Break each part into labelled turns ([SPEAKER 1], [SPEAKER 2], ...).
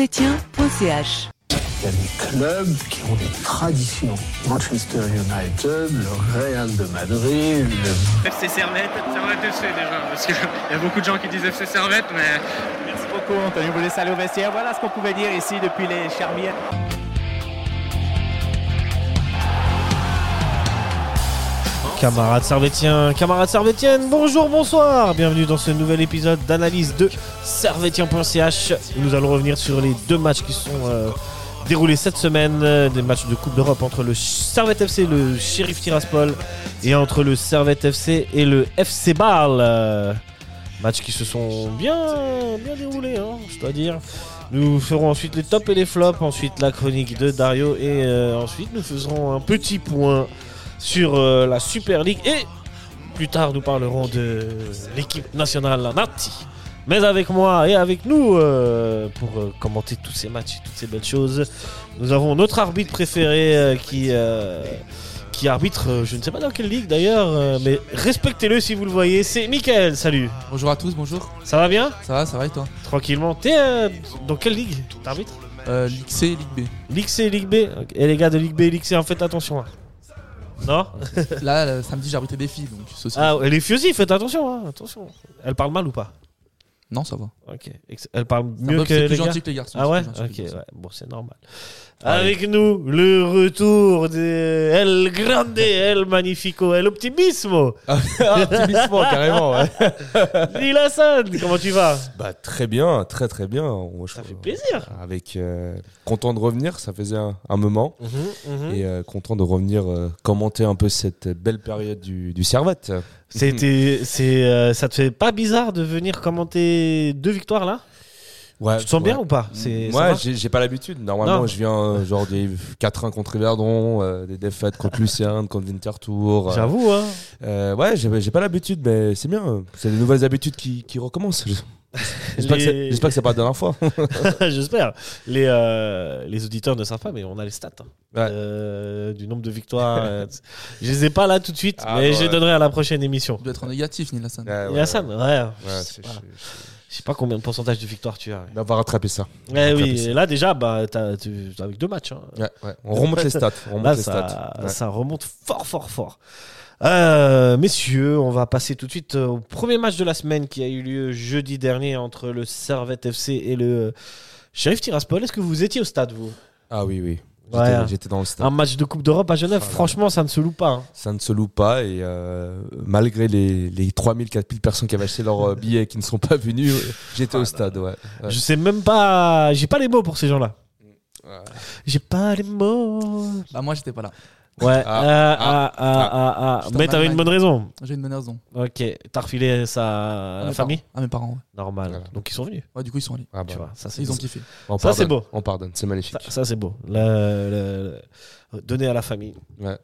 [SPEAKER 1] servetien.ch
[SPEAKER 2] Il y a des clubs qui ont des traditions. Manchester United, le Real de Madrid. le-
[SPEAKER 3] FC Servette. Servette FC déjà, parce qu'il y a beaucoup de gens qui disent FC Servette, mais... Merci beaucoup Antonio voulait aller au vestiaire. Voilà ce qu'on pouvait dire ici depuis les Charmières.
[SPEAKER 4] Camarades Servetien, camarades Servetienne, bonjour, bonsoir, bienvenue dans ce nouvel épisode d'analyse de Servetien.ch. Nous allons revenir sur les deux matchs qui sont euh, déroulés cette semaine, euh, des matchs de Coupe d'Europe entre le Servette FC, le Sheriff Tiraspol, et entre le Servette FC et le FC Bâle. Euh, matchs qui se sont bien, bien déroulés, hein, je dois dire. Nous ferons ensuite les tops et les flops, ensuite la chronique de Dario, et euh, ensuite nous ferons un petit point sur euh, la Super League et plus tard nous parlerons de l'équipe nationale la Nati. Mais avec moi et avec nous euh, pour euh, commenter tous ces matchs et toutes ces belles choses, nous avons notre arbitre préféré euh, qui euh, qui arbitre, euh, je ne sais pas dans quelle ligue d'ailleurs, euh, mais respectez-le si vous le voyez. C'est Michael. Salut.
[SPEAKER 5] Bonjour à tous, bonjour.
[SPEAKER 4] Ça va bien
[SPEAKER 5] Ça va, ça va et toi
[SPEAKER 4] Tranquillement. T'es euh, dans quelle ligue T'arbitres
[SPEAKER 5] euh, Ligue C et Ligue
[SPEAKER 4] Ligue C, Ligue B. Et les gars de Ligue B, Ligue C, en fait attention. hein. Non
[SPEAKER 5] B. Là, le samedi, j'ai arbitré des filles, donc ceci.
[SPEAKER 4] Ah, elle est fusée, faites attention, hein, attention. Elle parle mal ou pas
[SPEAKER 5] Non, ça va.
[SPEAKER 4] Ok. Ex- Elle parle
[SPEAKER 5] C'est un
[SPEAKER 4] mieux
[SPEAKER 5] peu-
[SPEAKER 4] que
[SPEAKER 5] c'est
[SPEAKER 4] les
[SPEAKER 5] plus
[SPEAKER 4] gars.
[SPEAKER 5] gentil que les garçons.
[SPEAKER 4] Ah
[SPEAKER 5] c'est
[SPEAKER 4] ouais
[SPEAKER 5] plus gentil
[SPEAKER 4] Ok,
[SPEAKER 5] que les garçons.
[SPEAKER 4] ouais. Bon, c'est normal. Avec nous, le retour de El Grande, El Magnifico, El Optimismo.
[SPEAKER 6] Ah, optimiste-moi, carrément, ouais.
[SPEAKER 4] Lilassan, comment tu vas
[SPEAKER 6] Bah, très bien, très très bien. On- je-
[SPEAKER 4] Ça fait plaisir.
[SPEAKER 6] Avec euh, content de revenir, ça faisait un, un moment.
[SPEAKER 5] Mhm,
[SPEAKER 6] Et euh, content de revenir euh, commenter un peu cette belle période du, du Servette.
[SPEAKER 4] C'était, c'est, euh, ça te fait pas bizarre de venir commenter deux victoires là
[SPEAKER 6] Ouais,
[SPEAKER 4] Tu te sens bien
[SPEAKER 6] ouais.
[SPEAKER 4] ou pas C'est, ça
[SPEAKER 6] Moi,
[SPEAKER 4] va
[SPEAKER 6] j'ai j'ai pas l'habitude. Normalement,
[SPEAKER 4] Non.
[SPEAKER 6] je viens euh, genre des 4-1 contre Verdon, euh, des défaites contre Lucien, contre Winterthur. Euh,
[SPEAKER 4] J'avoue, hein.
[SPEAKER 6] euh, ouais, j'ai j'ai pas l'habitude, mais c'est bien. C'est des nouvelles habitudes qui, qui recommencent. J'espère que
[SPEAKER 4] Les-
[SPEAKER 6] c'est- j'espère que c'est pas la dernière fois.
[SPEAKER 4] J'espère. Les, euh, les auditeurs ne savent pas, mais on a les stats hein.
[SPEAKER 6] Ouais.
[SPEAKER 4] Euh, du nombre de victoires. euh, t- je les ai pas là tout de suite,
[SPEAKER 6] Ah,
[SPEAKER 4] mais
[SPEAKER 6] bah
[SPEAKER 4] je les
[SPEAKER 6] ouais.
[SPEAKER 4] donnerai à la prochaine émission.
[SPEAKER 5] Tu dois être en négatif, Nil Hassan.
[SPEAKER 6] Ouais, ouais,
[SPEAKER 4] Et Hassan, ouais.
[SPEAKER 6] ouais. Ouais,
[SPEAKER 4] je, sais
[SPEAKER 6] c'est-
[SPEAKER 4] pas,
[SPEAKER 6] je- je-
[SPEAKER 4] Je sais pas combien de pourcentage de victoires tu as. ouais.
[SPEAKER 6] On va rattraper ça.
[SPEAKER 4] Eh oui,
[SPEAKER 6] ça.
[SPEAKER 4] et là déjà, bah, t'as- tu- avec deux matchs. hein.
[SPEAKER 6] Ouais, ouais. On remonte les stats. On remonte
[SPEAKER 4] Là,
[SPEAKER 6] les
[SPEAKER 4] ça,
[SPEAKER 6] stats. Ouais.
[SPEAKER 4] ça remonte fort, fort, fort. Euh, messieurs, on va passer tout de suite euh, au premier match de la semaine qui a eu lieu jeudi dernier entre le Servette FC et le euh, Sheriff Tiraspol. Est-ce que vous étiez au stade, vous
[SPEAKER 6] Ah oui, oui. J'étais
[SPEAKER 4] Ouais, hein.
[SPEAKER 6] j'étais dans le stade.
[SPEAKER 4] Un match de Coupe d'Europe à Genève,
[SPEAKER 6] Ah là là.
[SPEAKER 4] franchement, ça ne se loue pas. hein.
[SPEAKER 6] Ça ne se loue pas. Et euh, malgré les, les 3000, 4000 personnes qui avaient acheté leurs euh, billets et qui ne sont pas venues, euh, j'étais au stade. Ouais. Ouais.
[SPEAKER 4] Je sais même pas. J'ai pas les mots pour ces gens-là.
[SPEAKER 6] Ouais.
[SPEAKER 4] J'ai pas les mots.
[SPEAKER 5] Bah, moi, j'étais pas là.
[SPEAKER 4] Ouais.
[SPEAKER 6] Ah,
[SPEAKER 4] euh,
[SPEAKER 6] ah,
[SPEAKER 4] ah, ah, ah, ah.
[SPEAKER 5] J'étais en
[SPEAKER 4] Mais t'avais une
[SPEAKER 5] Allemagne.
[SPEAKER 4] bonne raison.
[SPEAKER 5] J'ai une bonne
[SPEAKER 4] Euh,
[SPEAKER 5] raison.
[SPEAKER 4] Ok. T'as refilé ça
[SPEAKER 5] À
[SPEAKER 4] à la
[SPEAKER 5] mes
[SPEAKER 4] famille
[SPEAKER 5] parents. À mes parents, ouais.
[SPEAKER 4] Normal.
[SPEAKER 6] Voilà.
[SPEAKER 4] Donc ils sont venus.
[SPEAKER 5] Ouais, du coup, ils sont allés.
[SPEAKER 6] Ah bah,
[SPEAKER 4] Tu vois. Ça c'est
[SPEAKER 5] Ils ont
[SPEAKER 4] beau.
[SPEAKER 5] kiffé.
[SPEAKER 6] on
[SPEAKER 4] Ça, c'est
[SPEAKER 6] pardonne.
[SPEAKER 4] beau.
[SPEAKER 6] On pardonne. C'est magnifique.
[SPEAKER 4] Ça, ça, c'est beau. Le- le- le- Donner à la famille.
[SPEAKER 6] Ouais.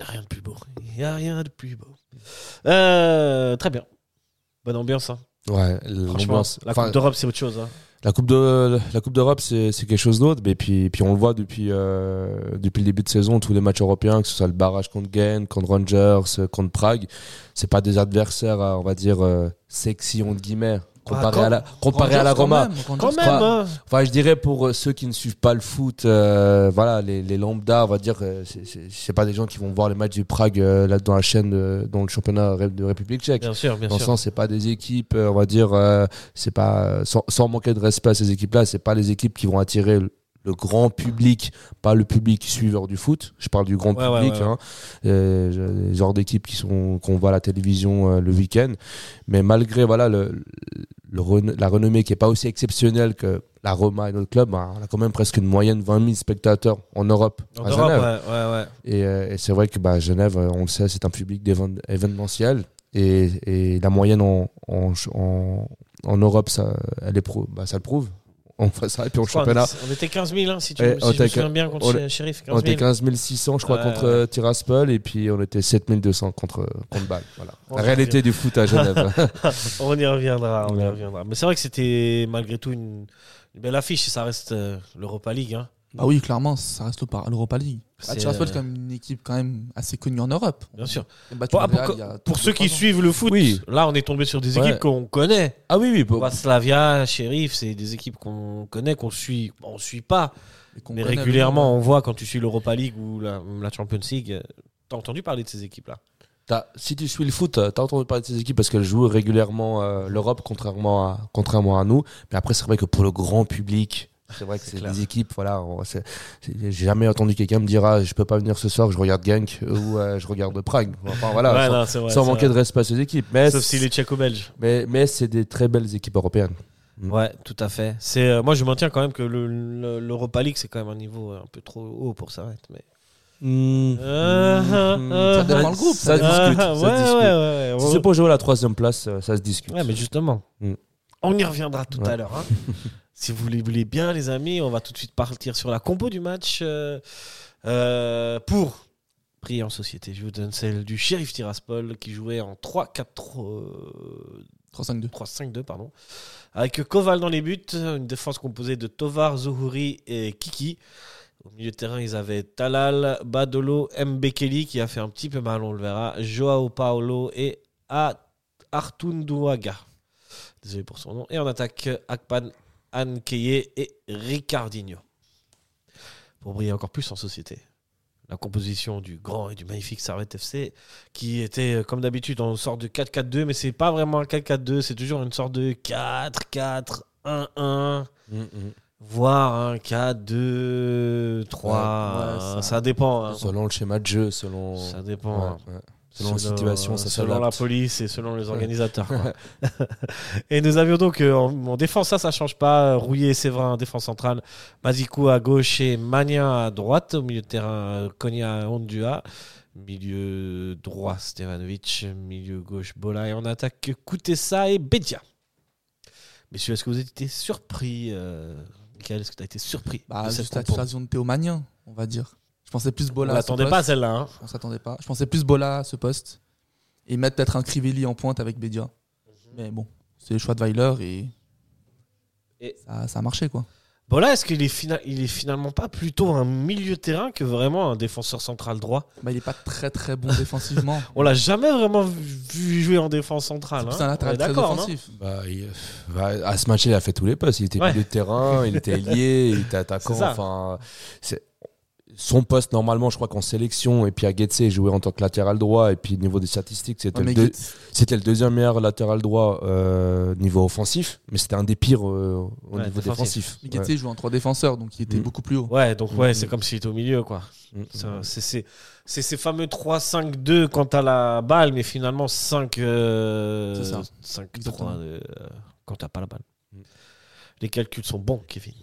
[SPEAKER 4] Y a Rien de plus beau. Y a rien de plus beau. Euh, très bien. Bonne ambiance. hein.
[SPEAKER 6] Ouais,
[SPEAKER 4] Franchement,
[SPEAKER 6] l'ambiance-
[SPEAKER 4] la
[SPEAKER 6] enfin,
[SPEAKER 4] Coupe d'Europe, c'est autre chose. hein.
[SPEAKER 6] La Coupe de la Coupe d'Europe, c'est c'est quelque chose d'autre. Mais puis puis on le voit depuis euh, depuis le début de saison, tous les matchs européens, que ce soit le barrage contre Gand, contre Rangers, euh, contre Prague, c'est pas des adversaires, euh, on va dire euh, sexy entre guillemets, comparé
[SPEAKER 4] quand-
[SPEAKER 6] à la comparé à la
[SPEAKER 5] Ah, Rangers,
[SPEAKER 6] Roma.
[SPEAKER 5] quand même,
[SPEAKER 4] Quand
[SPEAKER 5] Rangers.
[SPEAKER 4] même. hein.
[SPEAKER 6] Enfin, je dirais pour euh, ceux qui ne suivent pas le foot, euh, voilà, les, les lambda, on va dire, euh, c'est- c'est c'est pas des gens qui vont voir les matchs du Prague euh, là dans la chaîne euh, dans le championnat ré- de République Tchèque.
[SPEAKER 4] Bien sûr, bien
[SPEAKER 6] Dans
[SPEAKER 4] sûr.
[SPEAKER 6] le sens, c'est pas des équipes, euh, on va dire, euh, c'est pas euh, sans, sans manquer de respect à ces équipes-là, c'est pas les équipes qui vont attirer le, le grand public, pas le public suiveur du foot. Je parle du grand
[SPEAKER 4] Ouais, ouais,
[SPEAKER 6] public,
[SPEAKER 4] ouais, ouais.
[SPEAKER 6] hein. Euh, je- les genres d'équipes qui sont qu'on voit à la télévision euh, le week-end. Mais malgré voilà le, le rena- la renommée qui est pas aussi exceptionnelle que la Roma et notre club, bah, on a quand même presque une moyenne 20 000 spectateurs en Europe.
[SPEAKER 4] En
[SPEAKER 6] à
[SPEAKER 4] Europe,
[SPEAKER 6] Genève.
[SPEAKER 4] ouais, ouais, ouais.
[SPEAKER 6] Et, euh, et c'est vrai que bah, Genève, euh, on le sait, c'est un public d'éven- événementiel. Et, et la moyenne en, en, ch- en, en Europe, ça, elle est pro- bah, ça le prouve. On fait ça. Et puis en
[SPEAKER 4] Je crois,
[SPEAKER 6] championnat,
[SPEAKER 4] On était 15 000, hein, si, tu,
[SPEAKER 6] Eh,
[SPEAKER 4] si
[SPEAKER 6] on
[SPEAKER 4] je me
[SPEAKER 6] était-
[SPEAKER 4] souviens bien, contre
[SPEAKER 6] on-
[SPEAKER 4] le Sheriff. 15
[SPEAKER 6] on
[SPEAKER 4] 000.
[SPEAKER 6] était 15 600, je crois,
[SPEAKER 4] Ouais,
[SPEAKER 6] contre
[SPEAKER 4] ouais.
[SPEAKER 6] euh, Tiraspol. Et puis on était 7200 contre, contre Bâle. Voilà.
[SPEAKER 4] Oh,
[SPEAKER 6] la réalité du foot à Genève.
[SPEAKER 4] On y reviendra, on y
[SPEAKER 6] Ouais.
[SPEAKER 4] reviendra. Mais c'est vrai que c'était malgré tout une, une belle affiche. Ça reste euh, l'Europa League. hein.
[SPEAKER 5] Bah oui, clairement, ça reste le par- l'Europa League.
[SPEAKER 4] C'est,
[SPEAKER 5] Ah, Tiraspol,
[SPEAKER 4] euh,
[SPEAKER 5] c'est quand même une équipe quand même assez connue en Europe.
[SPEAKER 4] Bien sûr.
[SPEAKER 5] On a battu
[SPEAKER 4] Pour,
[SPEAKER 5] le
[SPEAKER 4] ah, pour-
[SPEAKER 5] Real il y a
[SPEAKER 4] pour
[SPEAKER 5] deux,
[SPEAKER 4] ceux qui
[SPEAKER 5] trois ans.
[SPEAKER 4] suivent le foot,
[SPEAKER 6] Oui.
[SPEAKER 4] là, on est tombé sur des
[SPEAKER 6] Ouais.
[SPEAKER 4] équipes qu'on connaît.
[SPEAKER 6] Ah oui, oui.
[SPEAKER 4] Bah,
[SPEAKER 6] pour-
[SPEAKER 4] Slavia, Sheriff, c'est des équipes qu'on connaît, qu'on suit. Bon, on suit pas,
[SPEAKER 5] Et qu'on
[SPEAKER 4] mais
[SPEAKER 5] connaît avec
[SPEAKER 4] régulièrement, on voit quand tu suis l'Europa League ou la, la Champions League. euh, T'as entendu parler de ces équipes-là
[SPEAKER 6] T'as- si tu suis le foot, euh, t'as entendu parler de ces équipes parce qu'elles jouent régulièrement euh, l'Europe, contrairement à, contrairement à nous. Mais après, c'est vrai que pour le grand public, c'est vrai que c'est des équipes. Voilà, on- c'est- c'est- j'ai jamais entendu quelqu'un me dire ah, je peux pas venir ce soir, je regarde Genk ou euh, je regarde Prague. Enfin voilà,
[SPEAKER 4] Ouais,
[SPEAKER 6] sans,
[SPEAKER 4] non, c'est vrai,
[SPEAKER 6] sans
[SPEAKER 4] c'est
[SPEAKER 6] manquer
[SPEAKER 4] vrai.
[SPEAKER 6] de respect à ces équipes. Mais
[SPEAKER 4] Sauf si les Tchèco-Belges.
[SPEAKER 6] mais, mais c'est des très belles équipes européennes. Mm.
[SPEAKER 4] Ouais, tout à fait. C'est euh, moi je maintiens quand même que le- le- l'Europa League c'est quand même un niveau euh, un peu trop haut pour ça. Mais Hmm. Euh, euh,
[SPEAKER 5] Ça dépend le groupe,
[SPEAKER 6] Mm, Hmm. Ça,
[SPEAKER 5] ça
[SPEAKER 6] discute.
[SPEAKER 4] Ah,
[SPEAKER 6] ça
[SPEAKER 4] ouais,
[SPEAKER 6] discute.
[SPEAKER 4] ouais, ouais,
[SPEAKER 6] Si
[SPEAKER 4] ouais.
[SPEAKER 6] c'est pour jouer à la troisième place, euh, ça se discute.
[SPEAKER 4] Ouais, mais justement,
[SPEAKER 6] Mm.
[SPEAKER 4] on y reviendra tout à
[SPEAKER 6] Ouais.
[SPEAKER 4] l'heure. hein. si vous les voulez bien, les amis, on va tout de suite partir sur la compo du match euh, euh, pour prier en société. Je vous donne celle du shérif Tiraspol qui jouait en 3-4-3.
[SPEAKER 5] 3-5-2.
[SPEAKER 4] 3-5-2, pardon. Avec Koval dans les buts, une défense composée de Tovar, Zohouri et Kiki. Au milieu de terrain, ils avaient Talal, Badolo, Mbekeli qui a fait un petit peu mal, on le verra, Joao Paolo et A- Artunduaga. Désolé pour son nom. Et en attaque, Akpan, Ankeye et Ricardinho. Pour briller encore plus en société. La composition du grand et du magnifique Servette FC qui était euh, comme d'habitude en sorte de 4-4-2, mais c'est pas vraiment un 4-4-2, c'est toujours une sorte de 4-4-1-1,
[SPEAKER 6] Mhm.
[SPEAKER 4] voire un 4-2-3.
[SPEAKER 5] Ouais, ouais,
[SPEAKER 4] ça...
[SPEAKER 5] ça-
[SPEAKER 4] dépend. hein.
[SPEAKER 6] Selon le schéma de jeu, selon.
[SPEAKER 4] Ça dépend. hein.
[SPEAKER 6] Ouais, ouais. Selon, la situation, ça
[SPEAKER 4] selon la
[SPEAKER 6] s'adapte.
[SPEAKER 4] police et selon les organisateurs. quoi. et nous avions donc euh, en, en défense, ça, ça change pas. Rouillé et Séverin en défense centrale, Mazikou à gauche et Magna à droite. Au milieu de terrain, Konya Ondua. Milieu droit, Stevanovic. Milieu gauche, Bola. Et en attaque, Koutessa et Bedia. Messieurs, est-ce que vous étiez surpris euh, Michael, est-ce que tu as été surpris
[SPEAKER 5] Bah,
[SPEAKER 4] de cette
[SPEAKER 5] juste la
[SPEAKER 4] compo
[SPEAKER 5] création de Théomanien, on va dire. Je pensais plus
[SPEAKER 4] On
[SPEAKER 5] Bola. à ce
[SPEAKER 4] l'attendait pas
[SPEAKER 5] poste.
[SPEAKER 4] celle-là. hein.
[SPEAKER 5] On s'attendait pas. Je pensais plus Bola à ce poste. Et mettre peut-être un Crivelli en pointe avec Bedia.
[SPEAKER 4] Mhm.
[SPEAKER 5] Mais bon, c'est le choix de Weiler et.
[SPEAKER 4] Et-
[SPEAKER 5] Ça, ça a marché quoi.
[SPEAKER 4] Bola, est-ce qu'il est, fina- il est finalement pas plutôt un milieu de terrain que vraiment un défenseur central droit
[SPEAKER 5] Bah, il est pas très très bon défensivement.
[SPEAKER 4] On l'a jamais vraiment vu jouer en défense centrale.
[SPEAKER 5] C'est plus
[SPEAKER 4] hein.
[SPEAKER 5] un
[SPEAKER 4] On
[SPEAKER 5] latéral
[SPEAKER 4] est
[SPEAKER 5] très
[SPEAKER 4] d'accord, non
[SPEAKER 5] offensif.
[SPEAKER 6] Bah, il- bah, à ce match-là, il a fait tous les postes. Il était
[SPEAKER 4] Ouais.
[SPEAKER 6] milieu de terrain, il était lié, il était attaquant.
[SPEAKER 4] C'est ça.
[SPEAKER 6] Enfin, c'est- son poste, normalement, je crois qu'en sélection, et puis à Getse, il jouait en tant que latéral droit. Et puis, niveau des statistiques, c'était
[SPEAKER 5] Ouais,
[SPEAKER 6] le,
[SPEAKER 5] mais
[SPEAKER 6] deux-
[SPEAKER 5] Goetz,
[SPEAKER 6] c'était le deuxième meilleur latéral droit euh, niveau offensif, mais c'était un des pires euh, au
[SPEAKER 4] Ouais,
[SPEAKER 6] niveau
[SPEAKER 4] défensif.
[SPEAKER 6] défensif.
[SPEAKER 5] mais Goetz, il joue en trois défenseurs, donc il était
[SPEAKER 6] Mm.
[SPEAKER 5] beaucoup plus haut.
[SPEAKER 4] Ouais, donc ouais,
[SPEAKER 6] Mhm.
[SPEAKER 5] Mm-hmm.
[SPEAKER 4] c'est comme s'il était au milieu, quoi.
[SPEAKER 6] Ouais. Mm.
[SPEAKER 4] C'est un- c'est- C'est c'est ces fameux 3-5-2 quand à la balle, mais finalement 5 euh,
[SPEAKER 5] C'est ça.
[SPEAKER 4] 5-3
[SPEAKER 5] Exactement.
[SPEAKER 4] euh, quand t'as pas la balle.
[SPEAKER 6] Mm.
[SPEAKER 4] Les calculs sont bons, Kevin.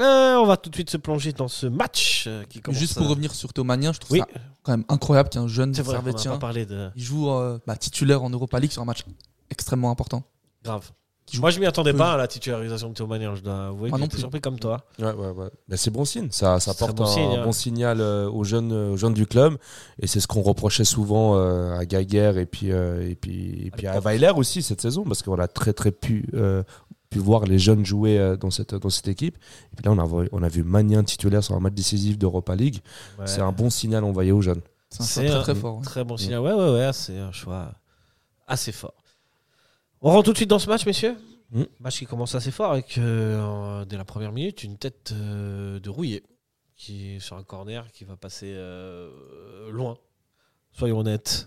[SPEAKER 4] Euh, on va tout de suite se plonger dans ce match euh, qui commence.
[SPEAKER 5] Juste
[SPEAKER 4] à-
[SPEAKER 5] pour revenir sur Théomanien, je trouve
[SPEAKER 4] Oui.
[SPEAKER 5] ça quand même incroyable qu'un jeune
[SPEAKER 4] c'est vrai, on n'a pas
[SPEAKER 5] Servetien
[SPEAKER 4] parlé de
[SPEAKER 5] il joue euh, bah, titulaire en Europa League sur un match extrêmement important.
[SPEAKER 4] grave.
[SPEAKER 5] Qui joue
[SPEAKER 4] Moi, je m'y attendais
[SPEAKER 5] peu.
[SPEAKER 4] pas à la titularisation de Théo Manière, je dois avouer.
[SPEAKER 5] Moi
[SPEAKER 4] que
[SPEAKER 5] non
[SPEAKER 4] j'étais
[SPEAKER 5] plus.
[SPEAKER 4] surpris comme toi.
[SPEAKER 6] Ouais, ouais, ouais. Ben, c'est bon signe. Ça, ça
[SPEAKER 4] C'est très
[SPEAKER 6] apporte
[SPEAKER 4] bon
[SPEAKER 6] un
[SPEAKER 4] signe, ouais.
[SPEAKER 6] bon signal euh, aux, jeunes, euh, aux jeunes du club. Et c'est ce qu'on reprochait souvent euh, à Gaguerre et puis, euh, et puis, et puis à Weiler aussi cette saison, parce qu'on a très très pu, euh, pu voir les jeunes jouer euh, dans, cette, dans cette équipe. Et puis là, on a, vu- on a vu Magnin titulaire sur un match décisif d'Europa League.
[SPEAKER 4] Ouais.
[SPEAKER 6] C'est un bon signal envoyé aux jeunes.
[SPEAKER 5] C'est un
[SPEAKER 4] C'est
[SPEAKER 5] choix très
[SPEAKER 4] un-
[SPEAKER 5] très fort. hein. Mm. ouais.
[SPEAKER 4] Très bon signal. Ouais, ouais, ouais, c'est un choix assez fort. On rentre tout de suite dans ce match, messieurs.
[SPEAKER 6] Mm.
[SPEAKER 4] Match qui commence assez fort avec, euh, dès la première minute, une tête euh, de rouillé qui est sur un corner qui va passer euh, loin. Soyons honnêtes.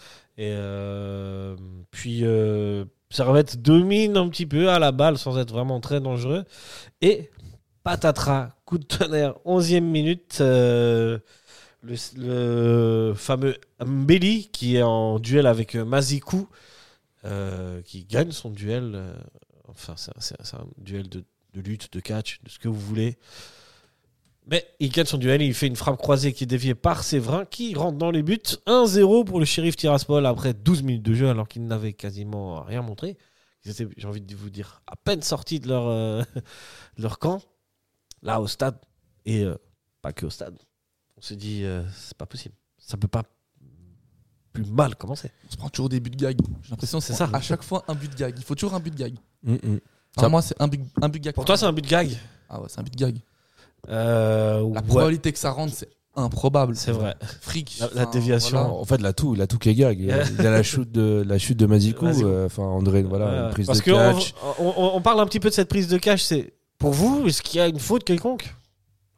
[SPEAKER 4] Et euh, puis, euh, Servette domine un petit peu à la balle sans être vraiment très dangereux. Et patatras, coup de tonnerre, 11e minute. euh, le, le fameux Mbeli qui est en duel avec euh, Mazikou, euh, qui gagne son duel. euh, enfin, c'est un- c'est un- c'est un duel de, de lutte, de catch, de ce que vous voulez. Mais il gagne son duel, il fait une frappe croisée qui est déviée par Séverin, qui rentre dans les buts. 1-0 pour le shérif Tiraspol après 12 minutes de jeu, alors qu'il n'avait quasiment rien montré. Ils étaient, j'ai envie de vous dire, à peine sortis de leur, euh, de leur camp, là au stade, et euh, pas que au stade on se dit euh, c'est pas possible ça peut pas plus mal commencer
[SPEAKER 5] On se prend toujours des buts de gag. J'ai l'impression que
[SPEAKER 4] C'est
[SPEAKER 5] c'est
[SPEAKER 4] ça.
[SPEAKER 5] à chaque fois un but de gag. Il faut toujours un but de gag.
[SPEAKER 6] Mm, mm.
[SPEAKER 5] Enfin, moi, c'est un but, un but de gag.
[SPEAKER 4] pour toi c'est un but de gag
[SPEAKER 5] Ah ouais, c'est un but de gag.
[SPEAKER 4] Euh,
[SPEAKER 5] La
[SPEAKER 4] ouais,
[SPEAKER 5] probabilité que ça rentre, c'est improbable.
[SPEAKER 4] c'est vrai.
[SPEAKER 5] Fric.
[SPEAKER 4] La, la
[SPEAKER 5] Enfin,
[SPEAKER 4] déviation.
[SPEAKER 5] voilà.
[SPEAKER 6] Ah, En fait, il a tout, il a tout qui est gag. Il a il a la chute de, la chute de Mazikou,
[SPEAKER 4] Mazikou.
[SPEAKER 6] euh, enfin André, voilà,
[SPEAKER 4] Ouais,
[SPEAKER 6] une prise
[SPEAKER 4] Parce
[SPEAKER 6] de
[SPEAKER 4] que
[SPEAKER 6] catch.
[SPEAKER 4] on, on- on parle un petit peu de cette prise de cash. C'est pour vous, est-ce qu'il y a une faute quelconque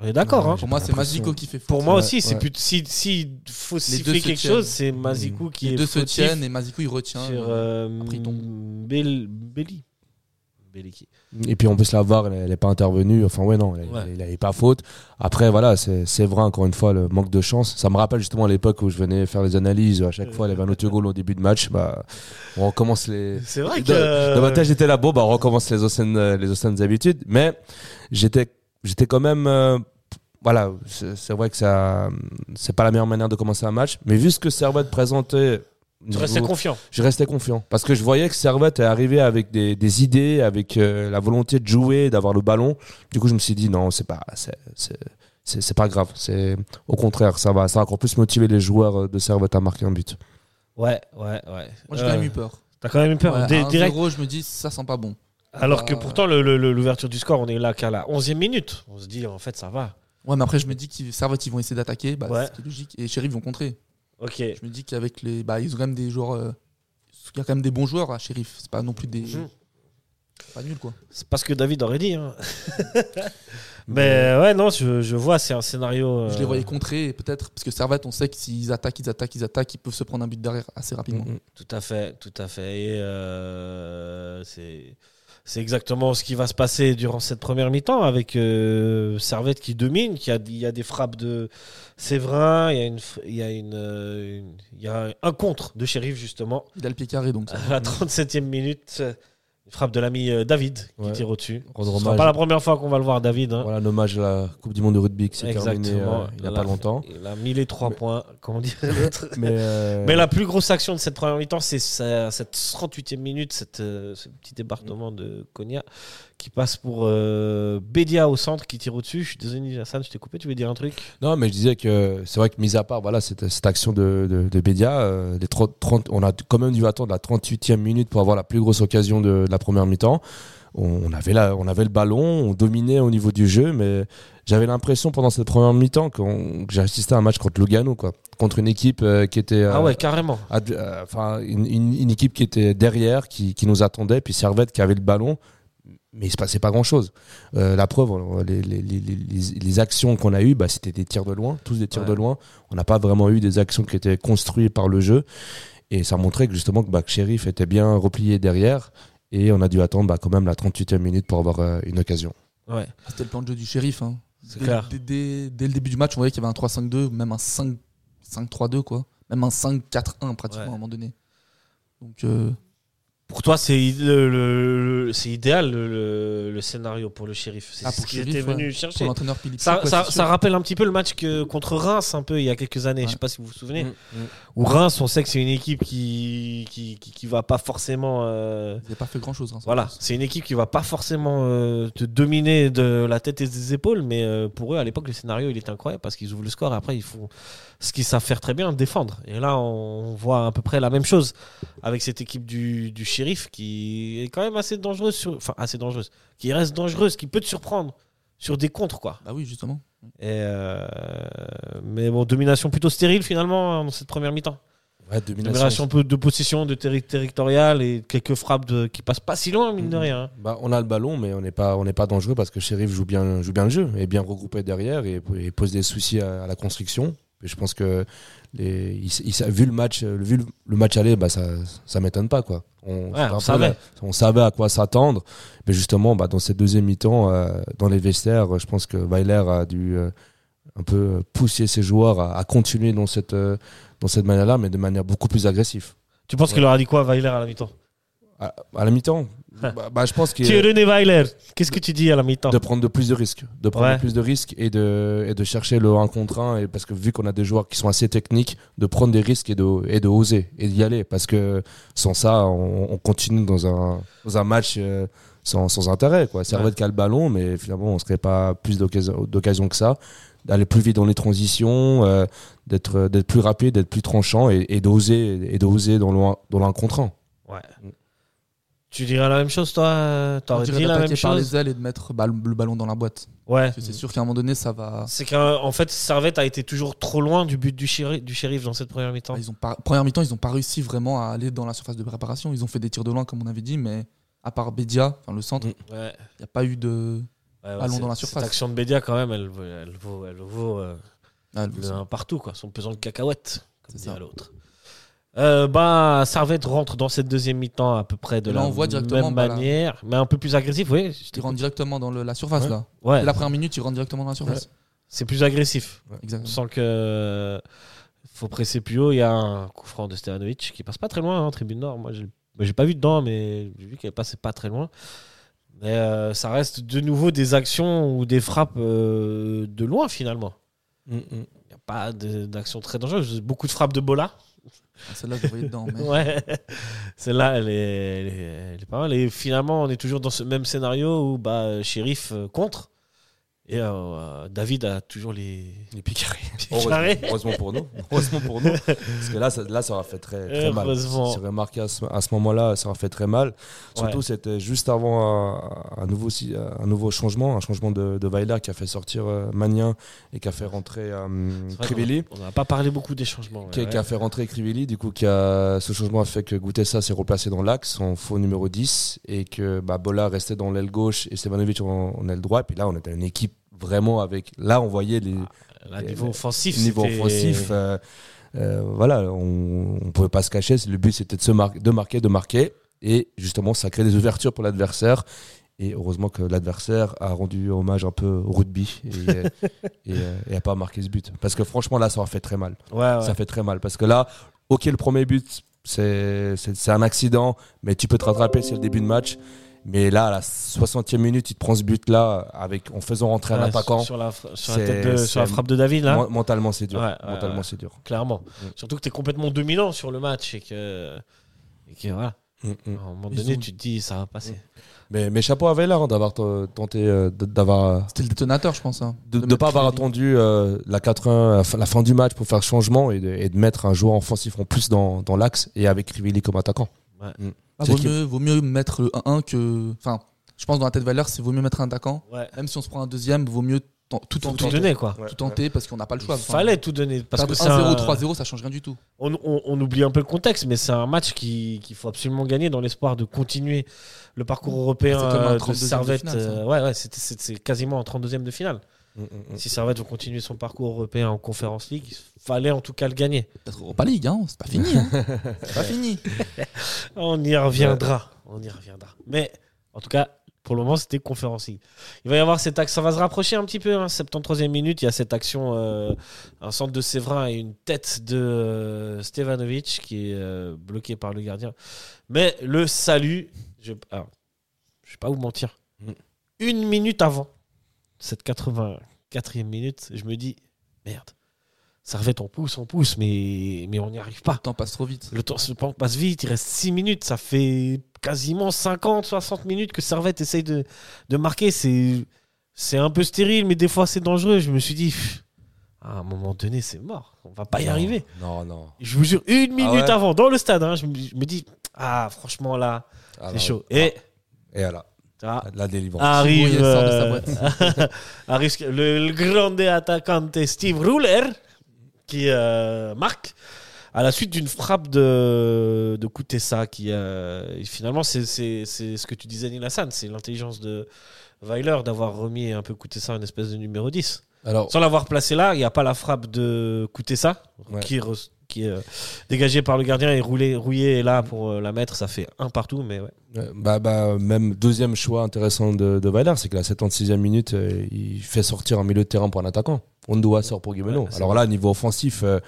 [SPEAKER 4] On est d'accord.
[SPEAKER 6] Ouais,
[SPEAKER 4] hein.
[SPEAKER 5] Pour moi, c'est
[SPEAKER 6] l'impression.
[SPEAKER 5] Magico qui fait faute.
[SPEAKER 4] Pour moi
[SPEAKER 6] Ouais,
[SPEAKER 4] aussi, c'est
[SPEAKER 6] ouais.
[SPEAKER 4] plus si si
[SPEAKER 5] Les deux
[SPEAKER 4] falsifie
[SPEAKER 5] se
[SPEAKER 4] quelque
[SPEAKER 5] tiennent.
[SPEAKER 4] chose, c'est Mazikou qui
[SPEAKER 5] les
[SPEAKER 4] est
[SPEAKER 5] deux se
[SPEAKER 4] fautif
[SPEAKER 5] tiennent et Mazico il retient.
[SPEAKER 4] sur euh,
[SPEAKER 5] Après, il tombe.
[SPEAKER 4] Bel- Belli. Belliki.
[SPEAKER 6] Et puis en plus la VAR, elle n'est pas intervenue. Enfin ouais non, elle
[SPEAKER 4] Ouais.
[SPEAKER 6] elle- elle est pas faute. Après voilà, c'est c'est vrai encore une fois le manque de chance. Ça me rappelle justement à l'époque où je venais faire les analyses. À
[SPEAKER 4] Euh,
[SPEAKER 6] chaque fois, il y avait un autre goal au début de match. Bah on recommence les.
[SPEAKER 4] C'est vrai que
[SPEAKER 6] Dans, dans ma tête, j'étais là, bon, bah, on recommence les anciennes, euh, les anciennes habitudes. Mais j'étais, j'étais quand même. euh, voilà, c'est c'est vrai que ça, c'est pas la meilleure manière de commencer un match. Mais vu ce que Servette présentait.
[SPEAKER 4] je restais confiant.
[SPEAKER 6] je restais confiant parce que je voyais que Servette est arrivé avec des, des idées, avec euh, la volonté de jouer, d'avoir le ballon. Du coup, je me suis dit non, c'est pas, c'est, c'est, c'est- c'est pas grave. C'est au contraire, ça va, ça va encore plus motiver les joueurs euh, de Servette à marquer un but.
[SPEAKER 4] Ouais, ouais, ouais.
[SPEAKER 5] Moi, j'ai quand même
[SPEAKER 4] Euh,
[SPEAKER 5] eu peur.
[SPEAKER 4] T'as quand même eu peur.
[SPEAKER 5] Ouais,
[SPEAKER 4] Dé-
[SPEAKER 5] à
[SPEAKER 4] direct.
[SPEAKER 5] 1-0, je me dis, ça sent pas bon.
[SPEAKER 4] Alors
[SPEAKER 5] Bah,
[SPEAKER 4] que pourtant, le- le- le- l'ouverture du score, on est là qu'à la 11e minute. On se dit, en fait, ça va.
[SPEAKER 5] Ouais, mais après, je me dis que Servette, ils vont essayer d'attaquer. Bah,
[SPEAKER 4] Ouais.
[SPEAKER 5] C'est logique. Et Sheriff, ils vont contrer.
[SPEAKER 4] Ok.
[SPEAKER 5] Je me dis qu'avec les. Bah, ils ont quand même des joueurs. euh, Il y a quand même des bons joueurs à Sheriff. C'est pas non plus des.
[SPEAKER 4] Mhm.
[SPEAKER 5] Pas nul, quoi.
[SPEAKER 4] C'est parce que David aurait dit. hein. Mais ouais, non, je, je vois, c'est un scénario. euh,
[SPEAKER 5] Je les voyais contrer, et peut-être. Parce que Servette, on sait que s'ils attaquent, ils attaquent, ils attaquent, ils peuvent se prendre un but derrière assez rapidement.
[SPEAKER 6] Mhm.
[SPEAKER 4] Tout à fait, tout à fait. Et euh, c'est c'est exactement ce qui va se passer durant cette première mi-temps avec euh, Servette qui domine, qui a il y a des frappes de Séverin, il y a une f- il y a une, euh, une- il y a un contre de Shérif justement
[SPEAKER 5] Il a le pied carré, donc. ça.
[SPEAKER 4] à la 37e minute, euh, une frappe de l'ami euh, David qui
[SPEAKER 6] Ouais.
[SPEAKER 4] tire au-dessus. Ce
[SPEAKER 6] Rendre
[SPEAKER 4] sera
[SPEAKER 6] hommage.
[SPEAKER 4] pas la première fois qu'on va le voir David. hein.
[SPEAKER 6] Voilà, un hommage à la Coupe du Monde de rugby qui s'est terminée euh, il n'y a
[SPEAKER 4] Il
[SPEAKER 6] pas longtemps.
[SPEAKER 4] Il a mis les trois points, comme on dirait l'autre.
[SPEAKER 6] Mais, euh,
[SPEAKER 4] Mais la plus grosse action de cette première mi-temps, c'est sa- cette 38e minute, cette, euh, ce petit débarquement de Konya qui passe pour euh, Bedia au centre qui tire au-dessus. Je suis désolé, Hassan, je t'ai coupé, tu veux dire un truc
[SPEAKER 6] Non, mais je disais que c'est vrai que, mis à part voilà, cette, cette action de, de, de Bédia, euh, les 30, 30 on a quand même dû attendre la 38e minute pour avoir la plus grosse occasion de, de la première mi-temps. On, on avait la, on avait le ballon, on dominait au niveau du jeu, mais j'avais l'impression pendant cette première mi-temps qu'on- que j'assistais à un match contre Lugano, quoi, contre une équipe euh, qui était. euh,
[SPEAKER 4] Ah ouais, carrément.
[SPEAKER 6] ad- euh, enfin une, une- une équipe qui était derrière, qui, qui nous attendait, puis Servette qui avait le ballon, mais il se passait pas grand chose. la preuve, on- les, les- les- les- les actions qu'on a eues, bah, c'était des tirs de loin, tous des tirs
[SPEAKER 4] Ouais.
[SPEAKER 6] de loin. On n'a pas vraiment eu des actions qui étaient construites par le jeu, et ça montrait que justement que, bah, que Sheriff était bien replié derrière. Et on a dû attendre bah, quand même la 38e minute pour avoir euh, une occasion.
[SPEAKER 4] Ouais,
[SPEAKER 5] Ah, C'était le plan de jeu du Sheriff. hein.
[SPEAKER 4] c'est
[SPEAKER 5] Dès,
[SPEAKER 4] clair.
[SPEAKER 5] dès- dès- dès le début du match, on voyait qu'il y avait un 3-5-2, même un 5 5-3-2, quoi. Même un 5-4-1, pratiquement,
[SPEAKER 4] Ouais.
[SPEAKER 5] à un moment donné. Donc, euh,
[SPEAKER 4] Pour toi, c'est id- le- le- le- c'est idéal le, le- le scénario pour le shérif. C'est
[SPEAKER 5] Ah,
[SPEAKER 4] ce
[SPEAKER 5] pour
[SPEAKER 4] qu'il
[SPEAKER 5] Sheriff,
[SPEAKER 4] était venu
[SPEAKER 5] ouais. pour
[SPEAKER 4] chercher.
[SPEAKER 5] l'entraîneur Philippe
[SPEAKER 4] Ça,
[SPEAKER 5] Souquet,
[SPEAKER 4] ça-
[SPEAKER 5] c'est sûr.
[SPEAKER 4] ça rappelle un petit peu le match que, contre Reims un peu il y a quelques années,
[SPEAKER 5] Ouais.
[SPEAKER 4] je sais pas si vous vous souvenez.
[SPEAKER 6] Mm, mm.
[SPEAKER 4] Où Reims, on sait que c'est une équipe qui qui, qui- qui va pas forcément euh,
[SPEAKER 5] Ils n'avaient pas fait grand-chose. hein, sans
[SPEAKER 4] Voilà,
[SPEAKER 5] plus.
[SPEAKER 4] c'est une équipe qui va pas forcément euh, te dominer de la tête et des épaules, mais euh, pour eux, à l'époque, le scénario, il est incroyable parce qu'ils ouvrent le score et après, ils font ce qu'ils savent faire très bien, défendre. Et là, on voit à peu près la même chose avec cette équipe du, du shérif qui est quand même assez dangereuse, sur, enfin, assez dangereuse, qui reste dangereuse, qui peut te surprendre sur des contres, quoi.
[SPEAKER 5] Bah oui, justement.
[SPEAKER 4] Et, euh, mais bon, domination plutôt stérile finalement hein, dans cette première mi-temps.
[SPEAKER 6] Ouais, domination.
[SPEAKER 4] Domination un peu de possession, de terri- territorial et quelques frappes de- qui passent pas si loin, mine de
[SPEAKER 5] Mm-hmm.
[SPEAKER 6] Mhm.
[SPEAKER 4] rien. hein.
[SPEAKER 6] Bah, on a le ballon, mais on n'est pas, on n'est pas dangereux parce que Sheriff joue bien, joue bien le jeu, est bien regroupé derrière et, et pose des soucis à, à la construction. Et je pense que les, il s- il s- vu le match, euh, vu le, le match aller, bah ça, ça m'étonne pas quoi. On,
[SPEAKER 4] Ouais,
[SPEAKER 6] c'est un
[SPEAKER 4] on
[SPEAKER 6] peu
[SPEAKER 4] savait.
[SPEAKER 6] la- on savait à quoi s'attendre, mais justement, bah, dans cette deuxième mi-temps, euh, dans les vestiaires, euh, je pense que Weiler a dû euh, un peu euh, pousser ses joueurs à, à continuer dans cette, euh, dans cette manière-là, mais de manière beaucoup plus agressive.
[SPEAKER 4] Tu penses
[SPEAKER 6] Ouais.
[SPEAKER 4] qu'il leur a dit quoi, Weiler, à la mi-temps
[SPEAKER 6] À, à la mi-temps, bah, bah, je pense que
[SPEAKER 4] Tu es René Weiler, qu'est-ce que tu dis à la mi-temps
[SPEAKER 6] de prendre de plus de risques de prendre
[SPEAKER 4] Ouais.
[SPEAKER 6] de plus de risques et de et de chercher le 1 contre 1 et parce que vu qu'on a des joueurs qui sont assez techniques de prendre des risques et de et de oser et d'y aller parce que sans ça on, on continue dans un dans un match euh, sans, sans intérêt quoi Servette qui a le ballon mais finalement on serait pas plus d'occasion d'occasion que ça d'aller plus vite dans les transitions euh, d'être d'être plus rapide d'être plus tranchant et, et d'oser et d'oser dans le 1 dans le 1 contre 1
[SPEAKER 4] Ouais. Tu dirais la même chose, toi euh,
[SPEAKER 5] On
[SPEAKER 4] T'aurais
[SPEAKER 5] dirait
[SPEAKER 4] dit la
[SPEAKER 5] d'attaquer
[SPEAKER 4] même chose
[SPEAKER 5] par
[SPEAKER 4] Mm.
[SPEAKER 5] les ailes et de mettre bah, le le ballon dans la boîte.
[SPEAKER 4] Ouais.
[SPEAKER 5] Parce que c'est sûr qu'à un moment donné, ça va.
[SPEAKER 4] C'est qu'en fait, Servette a été toujours trop loin du but du, chéri- du shérif dans cette première mi-temps.
[SPEAKER 5] Bah, Ils ont pas- Première mi-temps, ils n'ont pas réussi vraiment à aller dans la surface de préparation. Ils ont fait des tirs de loin, comme on avait dit, mais à part Bédia, enfin, le
[SPEAKER 4] Mm.
[SPEAKER 5] centre, il
[SPEAKER 4] Ouais.
[SPEAKER 5] n'y a pas eu de.
[SPEAKER 4] Ouais, ouais,
[SPEAKER 5] Allons
[SPEAKER 4] c'est-
[SPEAKER 5] dans la surface.
[SPEAKER 4] Cette action de Bédia, quand même, elle, vaut- elle vaut, elle vaut euh,
[SPEAKER 5] Ah, le-
[SPEAKER 4] le un partout, quoi. Son pesant de cacahuètes, comme
[SPEAKER 5] C'est
[SPEAKER 4] dirait
[SPEAKER 5] ça.
[SPEAKER 4] l'autre. Euh, bah, Servette rentre dans cette deuxième mi-temps à peu près de
[SPEAKER 5] Et là,
[SPEAKER 4] la
[SPEAKER 5] on voit directement,
[SPEAKER 4] même
[SPEAKER 5] bah, là.
[SPEAKER 4] manière, mais un peu plus agressif, oui. je
[SPEAKER 5] Ils
[SPEAKER 4] t'écoute.
[SPEAKER 5] rentrent directement dans le- la surface,
[SPEAKER 4] Ouais.
[SPEAKER 5] là.
[SPEAKER 4] Ouais,
[SPEAKER 5] Dès la première minute, ils rentrent directement dans la surface.
[SPEAKER 4] c'est plus agressif. On
[SPEAKER 5] Exactement.
[SPEAKER 4] sent que euh, faut presser plus haut. Il y a un coup franc de Stevanovic qui passe pas très loin hein, en tribune nord. Moi, j'ai- moi, j'ai pas vu dedans, mais j'ai vu qu'elle passait pas très loin. Mais euh, ça reste de nouveau des actions ou des frappes euh, de loin finalement.
[SPEAKER 5] Mm,
[SPEAKER 4] Il n'y a pas de- d'action très dangereuse. Beaucoup de frappes de Bola.
[SPEAKER 5] Ah, Celle-là, je la voyais dedans. mais-
[SPEAKER 4] Ouais. Celle-là, elle est, elle, est, elle est pas mal. Et finalement, on est toujours dans ce même scénario où bah, euh, Shérif euh, contre. Et euh, euh, David a toujours les, les pieds carrés.
[SPEAKER 6] Heureusement, heureusement pour nous. Heureusement pour nous. Parce que là, ça, là, ça aura fait très, très mal.
[SPEAKER 4] Heureusement.
[SPEAKER 6] C'est remarqué à ce, à ce moment-là, ça aura fait très mal. Surtout,
[SPEAKER 4] Ouais.
[SPEAKER 6] c'était juste avant un, un nouveau, si- un nouveau changement, un changement de, de Vaila qui a fait sortir euh, Magnin et qui a fait rentrer euh,
[SPEAKER 4] C'est vrai qu'on-
[SPEAKER 6] Crivelli.
[SPEAKER 4] On n'a pas parlé beaucoup des changements. ouais,
[SPEAKER 6] Qui,
[SPEAKER 4] ouais.
[SPEAKER 6] qui a fait rentrer Crivelli, du coup, qui a, ce changement a fait que Goutessa s'est replacé dans l'axe en faux numéro 10 et que bah, Bola restait dans l'aile gauche et Stevanovic en, en aile droite. Puis là, on était une équipe vraiment avec. Là, on voyait les,
[SPEAKER 4] Là, niveau
[SPEAKER 6] Et-
[SPEAKER 4] offensif,
[SPEAKER 6] niveau
[SPEAKER 4] c'était-
[SPEAKER 6] offensif. euh, euh, voilà, on ne pouvait pas se cacher. Le but, c'était de, se mar- de marquer, de marquer. Et justement, ça crée des ouvertures pour l'adversaire. Et heureusement que l'adversaire a rendu hommage un peu au rugby et n'a pas marqué ce but. Parce que franchement, là, ça aurait fait très mal.
[SPEAKER 4] Ouais, Ah ouais.
[SPEAKER 6] Ça fait très mal. Parce que là, ok, le premier but, c'est c'est- c'est un accident, mais tu peux te rattraper, c'est le début de match. Mais là, à la 60e minute, il te prend ce but-là avec, en faisant rentrer un
[SPEAKER 4] Ouais,
[SPEAKER 6] attaquant.
[SPEAKER 4] Sur la, fra- sur la
[SPEAKER 6] C'est-
[SPEAKER 4] tête de- sur la
[SPEAKER 6] c'est-
[SPEAKER 4] frappe de David, là,
[SPEAKER 6] Mo- Mentalement, c'est dur.
[SPEAKER 4] Ouais, ouais,
[SPEAKER 6] Mentalement,
[SPEAKER 4] ouais.
[SPEAKER 6] c'est dur.
[SPEAKER 4] clairement. Surtout que tu es complètement dominant sur le match et que. Et que voilà. À un moment
[SPEAKER 5] Ils
[SPEAKER 4] donné,
[SPEAKER 5] ont-
[SPEAKER 4] tu te dis, ça va passer.
[SPEAKER 6] Mm, Mais, mais chapeau à Vela hein, d'avoir euh, tenté euh, de- d'avoir euh,
[SPEAKER 5] C'était le détonateur, je pense. hein.
[SPEAKER 6] de ne
[SPEAKER 5] mettre
[SPEAKER 6] pas avoir
[SPEAKER 5] Crivelli.
[SPEAKER 6] attendu euh, la 80 la fin- la fin du match pour faire changement et de, et de mettre un joueur offensif en plus dans, dans l'axe et avec Crivelli comme attaquant.
[SPEAKER 5] Ah,
[SPEAKER 6] C'est
[SPEAKER 5] vaut,
[SPEAKER 6] qu'il-
[SPEAKER 5] mieux, vaut mieux mettre le 1-1 que. Enfin, je pense dans la tête valeur, c'est vaut mieux mettre un attaquant.
[SPEAKER 4] Ouais.
[SPEAKER 5] Même si on se prend un deuxième, vaut mieux ten- tout
[SPEAKER 4] Tout,
[SPEAKER 5] tenter.
[SPEAKER 4] tout donner, quoi.
[SPEAKER 5] Tout tenter parce qu'on n'a pas le choix.
[SPEAKER 4] Il fallait tout donner. Parce que c'est un-
[SPEAKER 5] 1-0, 3-0, ça change rien du tout.
[SPEAKER 4] on, on- on oublie un peu le contexte, mais c'est un match qui- qu'il faut absolument gagner dans l'espoir de continuer le parcours européen
[SPEAKER 5] C'est comme un
[SPEAKER 4] euh, de
[SPEAKER 5] 32e de
[SPEAKER 4] Servette.
[SPEAKER 5] finale, ça.
[SPEAKER 4] euh, ouais, ouais, c'est- c'est c'est quasiment en 32e de finale.
[SPEAKER 5] Mm.
[SPEAKER 4] Si Servette veut continuer son parcours européen en Conference League, il fallait en tout cas le gagner.
[SPEAKER 5] Peut-être Europa League, hein, c'est pas fini. hein. c'est pas fini.
[SPEAKER 4] On y reviendra. On y reviendra. Mais en tout cas, pour le moment, c'était Conference League. Il va y avoir cette action. Ça va se rapprocher un petit peu. Hein, 73e minute, il y a cette action, euh, un centre de Séverin et une tête de euh, Stevanovic qui est euh, bloquée par le gardien. Mais le salut, je ne vais pas vous mentir,
[SPEAKER 6] Mm.
[SPEAKER 4] une minute avant cette 84e minute, je me dis merde. Servette, on pousse, on pousse, mais, mais on n'y arrive pas.
[SPEAKER 5] Le temps passe trop vite.
[SPEAKER 4] Le temps se pan- passe vite, il reste 6 minutes, ça fait quasiment 50, 60 minutes que Servette essaye de, de marquer. C'est, c'est un peu stérile, mais des fois c'est dangereux. Je me suis dit, pff, à un moment donné, c'est mort, on va pas y
[SPEAKER 6] Non,
[SPEAKER 4] arriver.
[SPEAKER 6] Non, non.
[SPEAKER 4] Je vous jure, une minute
[SPEAKER 6] ouais
[SPEAKER 4] avant, dans le stade, hein, je, me, je me dis, ah, franchement là,
[SPEAKER 6] Ah,
[SPEAKER 4] c'est
[SPEAKER 6] là,
[SPEAKER 4] chaud.
[SPEAKER 6] ah,
[SPEAKER 4] Et
[SPEAKER 6] Et voilà,
[SPEAKER 4] ah,
[SPEAKER 6] la délivrance.
[SPEAKER 4] arrive,
[SPEAKER 5] Thibaut, il sort de sa
[SPEAKER 4] euh, arrive ce que- le, le grand attaquante Steve Ruler qui euh, marque à la suite d'une frappe de, de Kutesa qui euh, et finalement c'est c'est- c'est ce que tu disais Nina San, c'est l'intelligence de Weiler d'avoir remis un peu Kutesa en espèce de numéro 10.
[SPEAKER 6] Alors,
[SPEAKER 4] Sans l'avoir placé là, il n'y a pas la frappe de Kutesa
[SPEAKER 6] Ouais.
[SPEAKER 4] qui, est re- qui est euh, dégagée par le gardien et roulée, rouillée et là pour euh, la mettre, ça fait un partout mais ouais.
[SPEAKER 6] Euh, Bah, bah, même deuxième choix intéressant de, de Weiler, c'est que la 76e minute, euh, il fait sortir un milieu de terrain pour un attaquant. Ondua sort pour Guimeno.
[SPEAKER 4] Ouais, c'est
[SPEAKER 6] Alors là, niveau offensif, euh,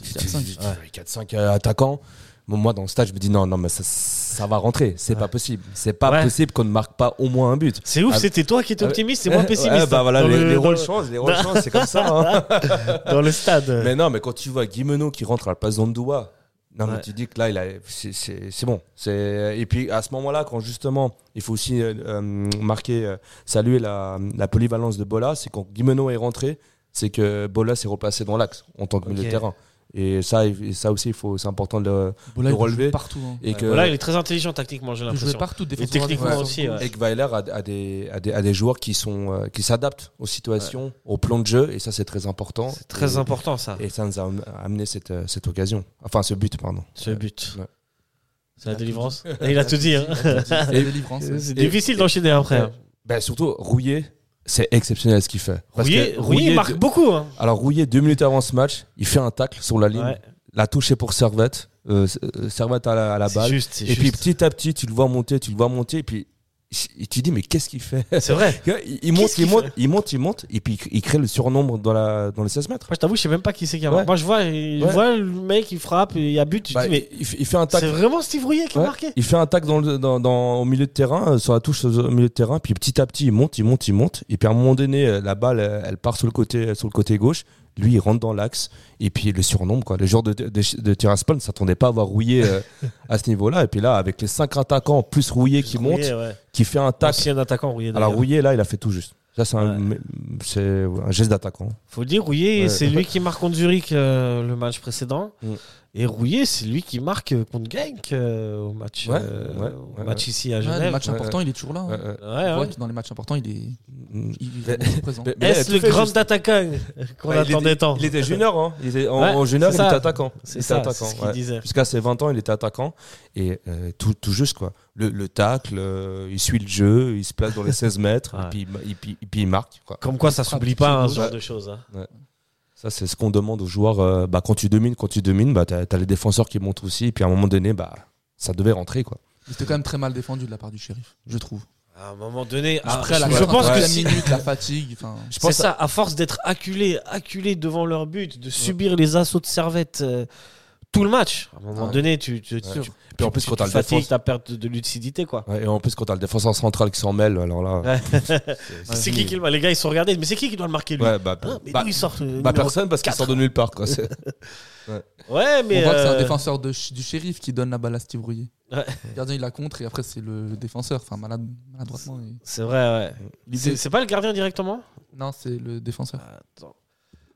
[SPEAKER 5] C'était 4-5.
[SPEAKER 6] 4-5 euh, attaquants. Bon, moi, dans le stade, je me dis non, non, mais ça, ça va rentrer. C'est pas possible. C'est pas
[SPEAKER 4] Ouais.
[SPEAKER 6] possible qu'on ne marque pas au moins un but.
[SPEAKER 4] C'est ouf,
[SPEAKER 6] Ah,
[SPEAKER 4] c'était toi qui étais
[SPEAKER 6] ah,
[SPEAKER 4] optimiste et moi
[SPEAKER 6] Ouais,
[SPEAKER 4] pessimiste.
[SPEAKER 6] ouais, bah
[SPEAKER 4] hein,
[SPEAKER 6] voilà,
[SPEAKER 4] dans
[SPEAKER 6] les,
[SPEAKER 4] le-
[SPEAKER 6] les
[SPEAKER 4] dans
[SPEAKER 6] rôles
[SPEAKER 4] le-
[SPEAKER 6] changent, les rôles changent, c'est comme ça. hein.
[SPEAKER 4] dans le stade.
[SPEAKER 6] mais non, mais quand tu vois Guimeno qui rentre à la place d'Ondoua, non, mais
[SPEAKER 4] Ouais.
[SPEAKER 6] tu dis que là, il a, c'est, c'est, c'est bon. C'est, et puis à ce moment-là, quand justement, il faut aussi euh, euh, marquer, euh, saluer la, la polyvalence de Bola, c'est quand Guimeno est rentré, c'est que Bola s'est replacé dans l'axe en tant que milieu
[SPEAKER 4] Ok.
[SPEAKER 6] de terrain. Et ça, et ça aussi, il faut- c'est important de le.
[SPEAKER 5] Bola,
[SPEAKER 6] Le
[SPEAKER 5] il peut
[SPEAKER 6] relevé.
[SPEAKER 5] jouer partout. hein.
[SPEAKER 6] Et que,
[SPEAKER 4] Voilà, il est très intelligent tactiquement, j'ai
[SPEAKER 5] Il peut jouer
[SPEAKER 4] l'impression.
[SPEAKER 5] partout,
[SPEAKER 4] Et
[SPEAKER 5] défenseur
[SPEAKER 4] techniquement
[SPEAKER 5] adverse.
[SPEAKER 4] aussi. ouais.
[SPEAKER 6] et que Weiler a, a des, a, des, a des joueurs qui, sont, euh, qui s'adaptent aux situations, au plan de jeu, et ça, c'est très important.
[SPEAKER 4] C'est très
[SPEAKER 6] Et-
[SPEAKER 4] important ça,
[SPEAKER 6] Et ça nous a am- amené cette, euh, cette occasion. Enfin, ce but, pardon.
[SPEAKER 4] ce but.
[SPEAKER 6] Ouais.
[SPEAKER 4] C'est la délivrance. Et il a tout dit. hein.
[SPEAKER 5] C'est la délivrance. ouais.
[SPEAKER 4] C'est difficile d'enchaîner après. hein.
[SPEAKER 6] Ben, surtout, Rouillé, c'est exceptionnel ce qu'il fait. Parce
[SPEAKER 4] Rouillet,
[SPEAKER 6] que
[SPEAKER 4] Rouillet
[SPEAKER 6] Rouillet,
[SPEAKER 4] marque
[SPEAKER 6] de-
[SPEAKER 4] beaucoup. hein.
[SPEAKER 6] Alors, Rouillé, deux minutes avant ce match, il fait un tacle sur la ligne.
[SPEAKER 4] Ouais,
[SPEAKER 6] La touche est pour Servette. Euh, S- euh, Servette à la, à la
[SPEAKER 4] c'est
[SPEAKER 6] balle.
[SPEAKER 4] juste. c'est
[SPEAKER 6] et puis,
[SPEAKER 4] juste.
[SPEAKER 6] petit à petit, tu le vois monter, tu le vois monter, et puis il- tu dis, mais qu'est-ce qu'il fait
[SPEAKER 4] C'est vrai.
[SPEAKER 6] il, il monte,
[SPEAKER 4] qu'il
[SPEAKER 6] il monte,
[SPEAKER 4] fait
[SPEAKER 6] il monte, il monte, et puis il crée le surnombre dans, la, dans les 16 mètres.
[SPEAKER 4] Moi, je t'avoue, je sais même pas qui c'est qui a
[SPEAKER 6] Ouais.
[SPEAKER 4] marqué. Moi, je vois, je
[SPEAKER 6] Ouais.
[SPEAKER 4] vois le mec, il frappe, et il y a but. Je
[SPEAKER 6] Bah,
[SPEAKER 4] dis, mais
[SPEAKER 6] il, il fait un tac.
[SPEAKER 4] c'est vraiment Steve Rouillet qui a
[SPEAKER 6] Ouais.
[SPEAKER 4] marqué.
[SPEAKER 6] Il fait un tac dans le- dans- dans- au milieu de terrain, euh, sur la touche au milieu de terrain, puis petit à petit il monte, il monte, il monte, et puis à un moment donné, euh, la balle euh, elle part sur le côté, sur le côté gauche, lui il rentre dans l'axe, et puis le surnombre, quoi. le genre de, de, de Tiraspol ne s'attendait pas à avoir rouillé euh, à ce niveau-là, et puis là avec les cinq attaquants plus rouillé qui monte,
[SPEAKER 4] Rouillet, ouais.
[SPEAKER 6] qui fait un tac,
[SPEAKER 4] Ancien attaquant Rouillet.
[SPEAKER 6] alors
[SPEAKER 4] d'ailleurs.
[SPEAKER 6] rouillé là il a fait tout juste. Ça c'est un, c'est un geste d'attaquant.
[SPEAKER 4] Faut le dire, Rouillet,
[SPEAKER 6] Ouais.
[SPEAKER 4] c'est lui qui marque contre Zurich euh, le match précédent.
[SPEAKER 6] Mm.
[SPEAKER 4] Et Rouillet, c'est lui qui marque euh, contre Genk euh, au match,
[SPEAKER 6] Ouais,
[SPEAKER 4] euh,
[SPEAKER 6] ouais,
[SPEAKER 4] au
[SPEAKER 6] ouais,
[SPEAKER 4] match ici à
[SPEAKER 5] Ouais, les
[SPEAKER 4] Genève.
[SPEAKER 5] matchs
[SPEAKER 6] ouais,
[SPEAKER 5] importants, il est toujours là. hein.
[SPEAKER 6] Ouais, ouais.
[SPEAKER 4] Ouais,
[SPEAKER 5] On voit
[SPEAKER 4] ouais.
[SPEAKER 5] que dans les matchs importants, il est, il
[SPEAKER 6] Mais-
[SPEAKER 5] est vraiment présent.
[SPEAKER 6] euh, mais- mais là, il a
[SPEAKER 4] Est-ce
[SPEAKER 6] tout
[SPEAKER 4] le
[SPEAKER 6] fait
[SPEAKER 4] grand
[SPEAKER 6] juste.
[SPEAKER 4] attaquant qu'on
[SPEAKER 6] Ouais, il
[SPEAKER 4] attendait
[SPEAKER 6] était-
[SPEAKER 4] tant
[SPEAKER 6] Il était junior, hein. Il était- en,
[SPEAKER 4] Ouais,
[SPEAKER 6] en junior,
[SPEAKER 4] c'est
[SPEAKER 6] il
[SPEAKER 4] ça.
[SPEAKER 6] était attaquant. Il
[SPEAKER 4] C'est
[SPEAKER 6] était
[SPEAKER 4] ça, c'est
[SPEAKER 6] attaquant,
[SPEAKER 4] ce qu'il
[SPEAKER 6] ouais.
[SPEAKER 4] disait.
[SPEAKER 6] Jusqu'à ses 20 ans, il était attaquant. Et euh, tout, tout juste, quoi. Le, le tacle, euh, il suit le jeu, il se place dans les 16 mètres,
[SPEAKER 4] Ouais.
[SPEAKER 6] et, puis, il ma- et puis- et puis il marque. Quoi.
[SPEAKER 4] Comme quoi, ça
[SPEAKER 5] frappe,
[SPEAKER 4] s'oublie pas, hein, ce
[SPEAKER 5] c'est
[SPEAKER 4] genre
[SPEAKER 6] beau.
[SPEAKER 4] de choses. hein.
[SPEAKER 6] Ça, c'est ce qu'on demande aux joueurs. euh, bah, quand tu domines, quand tu domines, bah, t'as, t'as les défenseurs qui montent aussi. Et puis à un moment donné, bah, ça devait rentrer, quoi.
[SPEAKER 5] Mais C'était quand même très mal défendu de la part du shérif, je trouve.
[SPEAKER 4] À un moment donné,
[SPEAKER 5] Après,
[SPEAKER 4] Ah, je,
[SPEAKER 5] la
[SPEAKER 4] je pense
[SPEAKER 5] après
[SPEAKER 4] que
[SPEAKER 5] la
[SPEAKER 4] si-
[SPEAKER 5] minute, la fatigue. enfin,
[SPEAKER 6] Je
[SPEAKER 4] c'est
[SPEAKER 6] pense
[SPEAKER 4] ça, à force d'être acculé, acculé devant leur but, de subir les assauts de servette euh, tout le match, à un moment
[SPEAKER 6] Ouais.
[SPEAKER 4] donné, tu, tu,
[SPEAKER 6] Ouais.
[SPEAKER 4] tu-
[SPEAKER 6] Puis en plus,
[SPEAKER 4] tu-
[SPEAKER 6] quand
[SPEAKER 4] tu
[SPEAKER 6] t'as le
[SPEAKER 4] fatigues
[SPEAKER 6] défense-
[SPEAKER 4] ta perte de lucidité. quoi.
[SPEAKER 6] Ouais, et en plus, quand t'as le défenseur central qui s'en mêle, alors là.
[SPEAKER 4] Ouais.
[SPEAKER 6] c'est-
[SPEAKER 4] C'est qui qui le- Les gars, ils se sont regardés, mais c'est qui qui doit le marquer lui
[SPEAKER 6] Ouais, bah,
[SPEAKER 4] Hein, Mais
[SPEAKER 6] bah,
[SPEAKER 4] d'où il sort le
[SPEAKER 6] bah,
[SPEAKER 4] numéro-
[SPEAKER 6] personne parce qu'il
[SPEAKER 4] quatre. Ah
[SPEAKER 6] sort de nulle part, quoi. C'est-
[SPEAKER 4] Ouais,
[SPEAKER 5] on
[SPEAKER 4] mais.
[SPEAKER 5] voit que c'est un
[SPEAKER 4] euh,
[SPEAKER 5] défenseur de ch- du shérif qui donne la balle à Steve Rouillet.
[SPEAKER 4] Ouais.
[SPEAKER 5] Le gardien, il la contre et après, c'est le défenseur, enfin, malade, maladroitement. et-
[SPEAKER 4] C'est vrai, ouais. C'est- C'est pas le gardien directement
[SPEAKER 5] Non, c'est le défenseur.
[SPEAKER 4] Attends.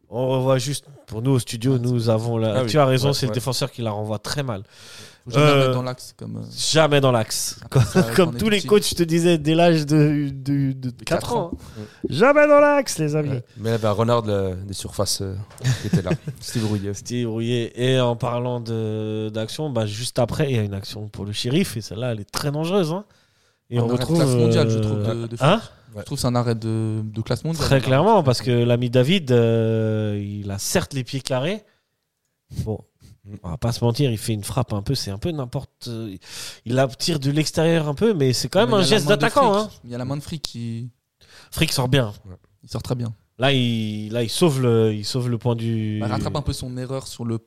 [SPEAKER 4] On revoit juste. Pour nous au studio, nous avons la.
[SPEAKER 6] Ah oui.
[SPEAKER 4] Tu as raison,
[SPEAKER 6] Ouais,
[SPEAKER 4] c'est le
[SPEAKER 6] ouais.
[SPEAKER 4] défenseur qui la renvoie très mal.
[SPEAKER 5] Faut jamais
[SPEAKER 4] Euh,
[SPEAKER 5] la mettre dans l'axe. Comme, euh,
[SPEAKER 4] Jamais dans l'axe.
[SPEAKER 5] après, ça, quand on
[SPEAKER 4] Comme
[SPEAKER 5] est
[SPEAKER 4] tous les
[SPEAKER 5] petit.
[SPEAKER 4] coachs te disaient dès l'âge de, de, 4
[SPEAKER 5] quatre
[SPEAKER 4] ans.
[SPEAKER 5] ans.
[SPEAKER 4] hein. Jamais dans l'axe, les amis.
[SPEAKER 6] Ouais. Mais il y avait un renard de la- des surfaces euh, qui était là. Steve Rouillet.
[SPEAKER 4] Steve Rouillet. Et en parlant de- d'action, bah, juste après, il y a une action pour le shérif. Et celle-là, elle est très dangereuse. hein. Et on,
[SPEAKER 5] On a la
[SPEAKER 4] retrouve.
[SPEAKER 5] classe mondiale, je trouve, de- de
[SPEAKER 4] hein
[SPEAKER 5] Je trouve que c'est un arrêt de, de classe mondiale.
[SPEAKER 4] Très clairement, parce que l'ami David, euh, il a certes les pieds carrés. Bon, on va pas se mentir, il fait une frappe un peu, c'est un peu n'importe. euh, il la tire de l'extérieur un peu, mais c'est quand même
[SPEAKER 5] Mais il y a
[SPEAKER 4] un
[SPEAKER 5] la
[SPEAKER 4] geste
[SPEAKER 5] main de
[SPEAKER 4] d'attaquant. Hein.
[SPEAKER 5] Frick. Il y a la main de fric qui
[SPEAKER 4] Frick sort bien.
[SPEAKER 5] il sort très bien.
[SPEAKER 4] Là, il, là, il sauve le, il sauve le point du.
[SPEAKER 5] Il Bah, rattrape un peu son erreur sur le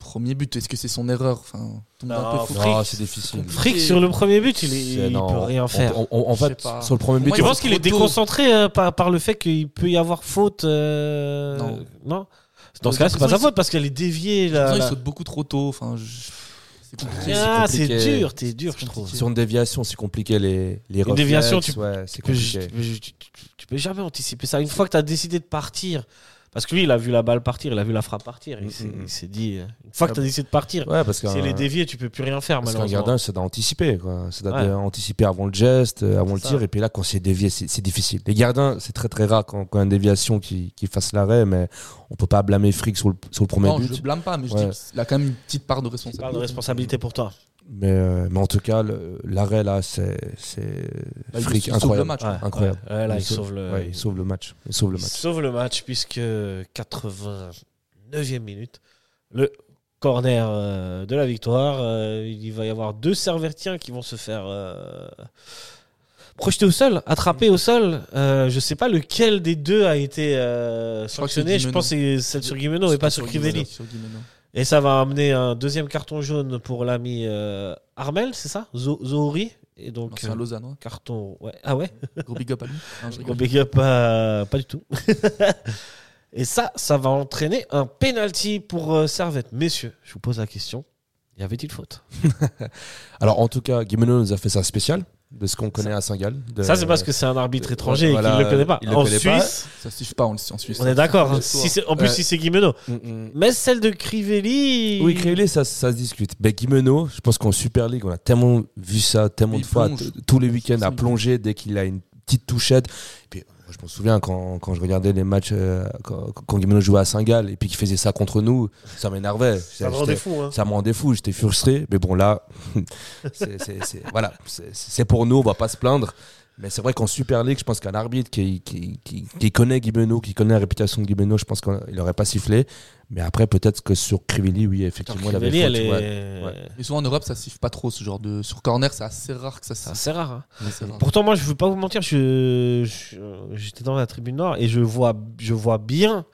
[SPEAKER 5] premier but. Est-ce que c'est son erreur enfin, tout le monde est un
[SPEAKER 4] Non, bah,
[SPEAKER 5] peu fou.
[SPEAKER 4] Frick.
[SPEAKER 6] Non, Ah, c'est difficile.
[SPEAKER 4] Frick sur le premier but, il, est-
[SPEAKER 6] C'est-
[SPEAKER 4] il
[SPEAKER 6] non,
[SPEAKER 4] peut rien
[SPEAKER 6] on-
[SPEAKER 4] faire.
[SPEAKER 6] on- on- en
[SPEAKER 5] Je sais
[SPEAKER 6] fait,
[SPEAKER 5] pas.
[SPEAKER 6] sur le premier but,
[SPEAKER 5] Moi,
[SPEAKER 4] tu
[SPEAKER 5] il
[SPEAKER 4] penses
[SPEAKER 5] faut
[SPEAKER 4] qu'il est
[SPEAKER 5] trop tôt.
[SPEAKER 4] déconcentré euh, par, par le fait qu'il peut y avoir faute euh,
[SPEAKER 5] Non. Euh,
[SPEAKER 4] Dans
[SPEAKER 5] De
[SPEAKER 4] ce cas-là, c'est
[SPEAKER 5] toute
[SPEAKER 4] pas sa
[SPEAKER 5] façon, il-
[SPEAKER 4] faute parce qu'elle est déviée.
[SPEAKER 5] De toute
[SPEAKER 4] Là,
[SPEAKER 5] façon,
[SPEAKER 4] là.
[SPEAKER 5] il saute beaucoup trop tôt. Enfin, je- C'est compliqué.
[SPEAKER 4] Ah,
[SPEAKER 6] c'est
[SPEAKER 4] c'est
[SPEAKER 6] compliqué.
[SPEAKER 4] dur, t'es dur, je trouve.
[SPEAKER 6] sur une déviation, c'est compliqué les, les
[SPEAKER 4] Une déviation,
[SPEAKER 6] réflexes,
[SPEAKER 4] tu-
[SPEAKER 6] ouais, c'est
[SPEAKER 4] Tu peux,
[SPEAKER 6] compliqué.
[SPEAKER 4] tu- tu- tu- tu peux jamais anticiper ça. Une fois que tu as décidé de partir, parce que lui, il a vu la balle partir, il a vu la frappe partir, il
[SPEAKER 6] Mm,
[SPEAKER 4] s'est-
[SPEAKER 6] mm, mm.
[SPEAKER 4] il s'est dit, euh, une fois que tu as décidé de partir,
[SPEAKER 6] Ouais, parce
[SPEAKER 4] si
[SPEAKER 6] qu'un
[SPEAKER 4] elle est déviée, tu peux plus rien faire
[SPEAKER 6] parce qu'un
[SPEAKER 4] malheureusement.
[SPEAKER 6] gardien, c'est d'anticiper. quoi. C'est
[SPEAKER 4] Ouais.
[SPEAKER 6] d'anticiper avant le geste, euh, avant le
[SPEAKER 4] C'est
[SPEAKER 6] tir.
[SPEAKER 4] ça.
[SPEAKER 6] Et puis là, quand c'est dévié, c'est c'est difficile. Les gardiens, c'est très très rare quand, quand il y a une déviation qui, qui fasse l'arrêt, mais on peut pas blâmer Frick sur le, sur le premier
[SPEAKER 5] Non, je
[SPEAKER 6] but.
[SPEAKER 5] le blâme pas, mais je
[SPEAKER 6] Ouais.
[SPEAKER 5] dis qu'il a quand même une petite part
[SPEAKER 4] Tu parles
[SPEAKER 5] de
[SPEAKER 4] de
[SPEAKER 5] responsabilité.
[SPEAKER 4] responsabilité pour toi.
[SPEAKER 6] Mais, euh, mais en tout cas, le- l'arrêt là, c'est c'est
[SPEAKER 5] Bah, il
[SPEAKER 6] Frick
[SPEAKER 5] sauve le
[SPEAKER 6] incroyable.
[SPEAKER 5] match.
[SPEAKER 4] Ouais,
[SPEAKER 6] incroyable.
[SPEAKER 4] ouais, ouais, là, il
[SPEAKER 6] Il sauve-
[SPEAKER 4] sauve le,
[SPEAKER 6] Ouais, il sauve le match. Il sauve le
[SPEAKER 4] il
[SPEAKER 6] match.
[SPEAKER 4] sauve le match puisque 89e minute, le corner euh, de la victoire. euh, il va y avoir deux servertiens qui vont se faire euh, projeter au sol, attraper au sol. Euh, je sais pas lequel des deux a été euh,
[SPEAKER 5] crois que c'est
[SPEAKER 4] sanctionné. Je
[SPEAKER 5] Guimeno.
[SPEAKER 4] pense que c'est celle sur Guimeno et pas sur Crivelli.
[SPEAKER 5] Sur Guimeno.
[SPEAKER 4] Et ça va amener un deuxième carton jaune pour l'ami euh, Armel, c'est ça Zo- Zohori Et
[SPEAKER 5] Non,
[SPEAKER 4] donc,
[SPEAKER 5] C'est un
[SPEAKER 4] euh,
[SPEAKER 5] Lausannois.
[SPEAKER 4] carton. Ouais. Ah ouais
[SPEAKER 5] Gros big up à lui. Non, je
[SPEAKER 4] Gros
[SPEAKER 5] rigole.
[SPEAKER 4] big up, euh, pas du tout. Et ça, ça va entraîner un penalty pour euh, Servette. Messieurs, je vous pose la question. Y avait-il faute
[SPEAKER 6] Alors en tout cas, Guimeno nous a fait ça spécial. de ce qu'on connaît à Saint-Gall. de-
[SPEAKER 4] Ça, c'est parce que c'est un arbitre
[SPEAKER 6] de-
[SPEAKER 4] étranger et
[SPEAKER 6] Euh, voilà,
[SPEAKER 4] qu'il ne le connaît pas.
[SPEAKER 6] il le
[SPEAKER 4] en
[SPEAKER 6] connaît pas.
[SPEAKER 4] Suisse,
[SPEAKER 5] Ça se suffit pas en, en Suisse.
[SPEAKER 4] on est d'accord. hein. Si c'est- en plus,
[SPEAKER 6] Ouais.
[SPEAKER 4] si c'est Guimeno.
[SPEAKER 6] Mm, mm.
[SPEAKER 4] Mais celle de Crivelli.
[SPEAKER 6] Oui, Créolé, ça, ça se discute. Ben, Guimeno, je pense qu'en Super League, on a tellement vu ça, tellement
[SPEAKER 5] Il
[SPEAKER 6] de fois,
[SPEAKER 5] plonge.
[SPEAKER 6] t- tous les week-ends, à
[SPEAKER 5] Oui.
[SPEAKER 6] plonger dès qu'il a une petite touchette. Et puis, moi, je me souviens quand, quand je regardais les matchs, euh, quand, quand Guimeno jouait à Saint-Gall et puis qu'il faisait ça contre nous, ça m'énervait.
[SPEAKER 4] Ça me rendait fou. hein.
[SPEAKER 6] ça me rendait fou, j'étais frustré. Mais bon, là, c'est- c'est- c'est- voilà, c'est- c'est pour nous, on va pas se plaindre. Mais c'est vrai qu'en Super League, je pense qu'un arbitre qui, qui, qui, qui connaît Guimeno, qui connaît la réputation de Guimeno, je pense qu'il aurait pas sifflé. Mais après, peut-être que sur Crivelli, oui, effectivement, il avait
[SPEAKER 4] Crivelli, elle
[SPEAKER 6] faute, ouais.
[SPEAKER 4] est.
[SPEAKER 6] ouais.
[SPEAKER 5] Et souvent en Europe, ça siffle pas trop ce genre de. Sur corner, c'est assez rare que ça siffle.
[SPEAKER 4] C'est rare. hein.
[SPEAKER 5] C'est rare.
[SPEAKER 4] Pourtant, moi, je ne veux pas vous mentir, je- je- j'étais dans la tribune noire et je vois, je vois bien.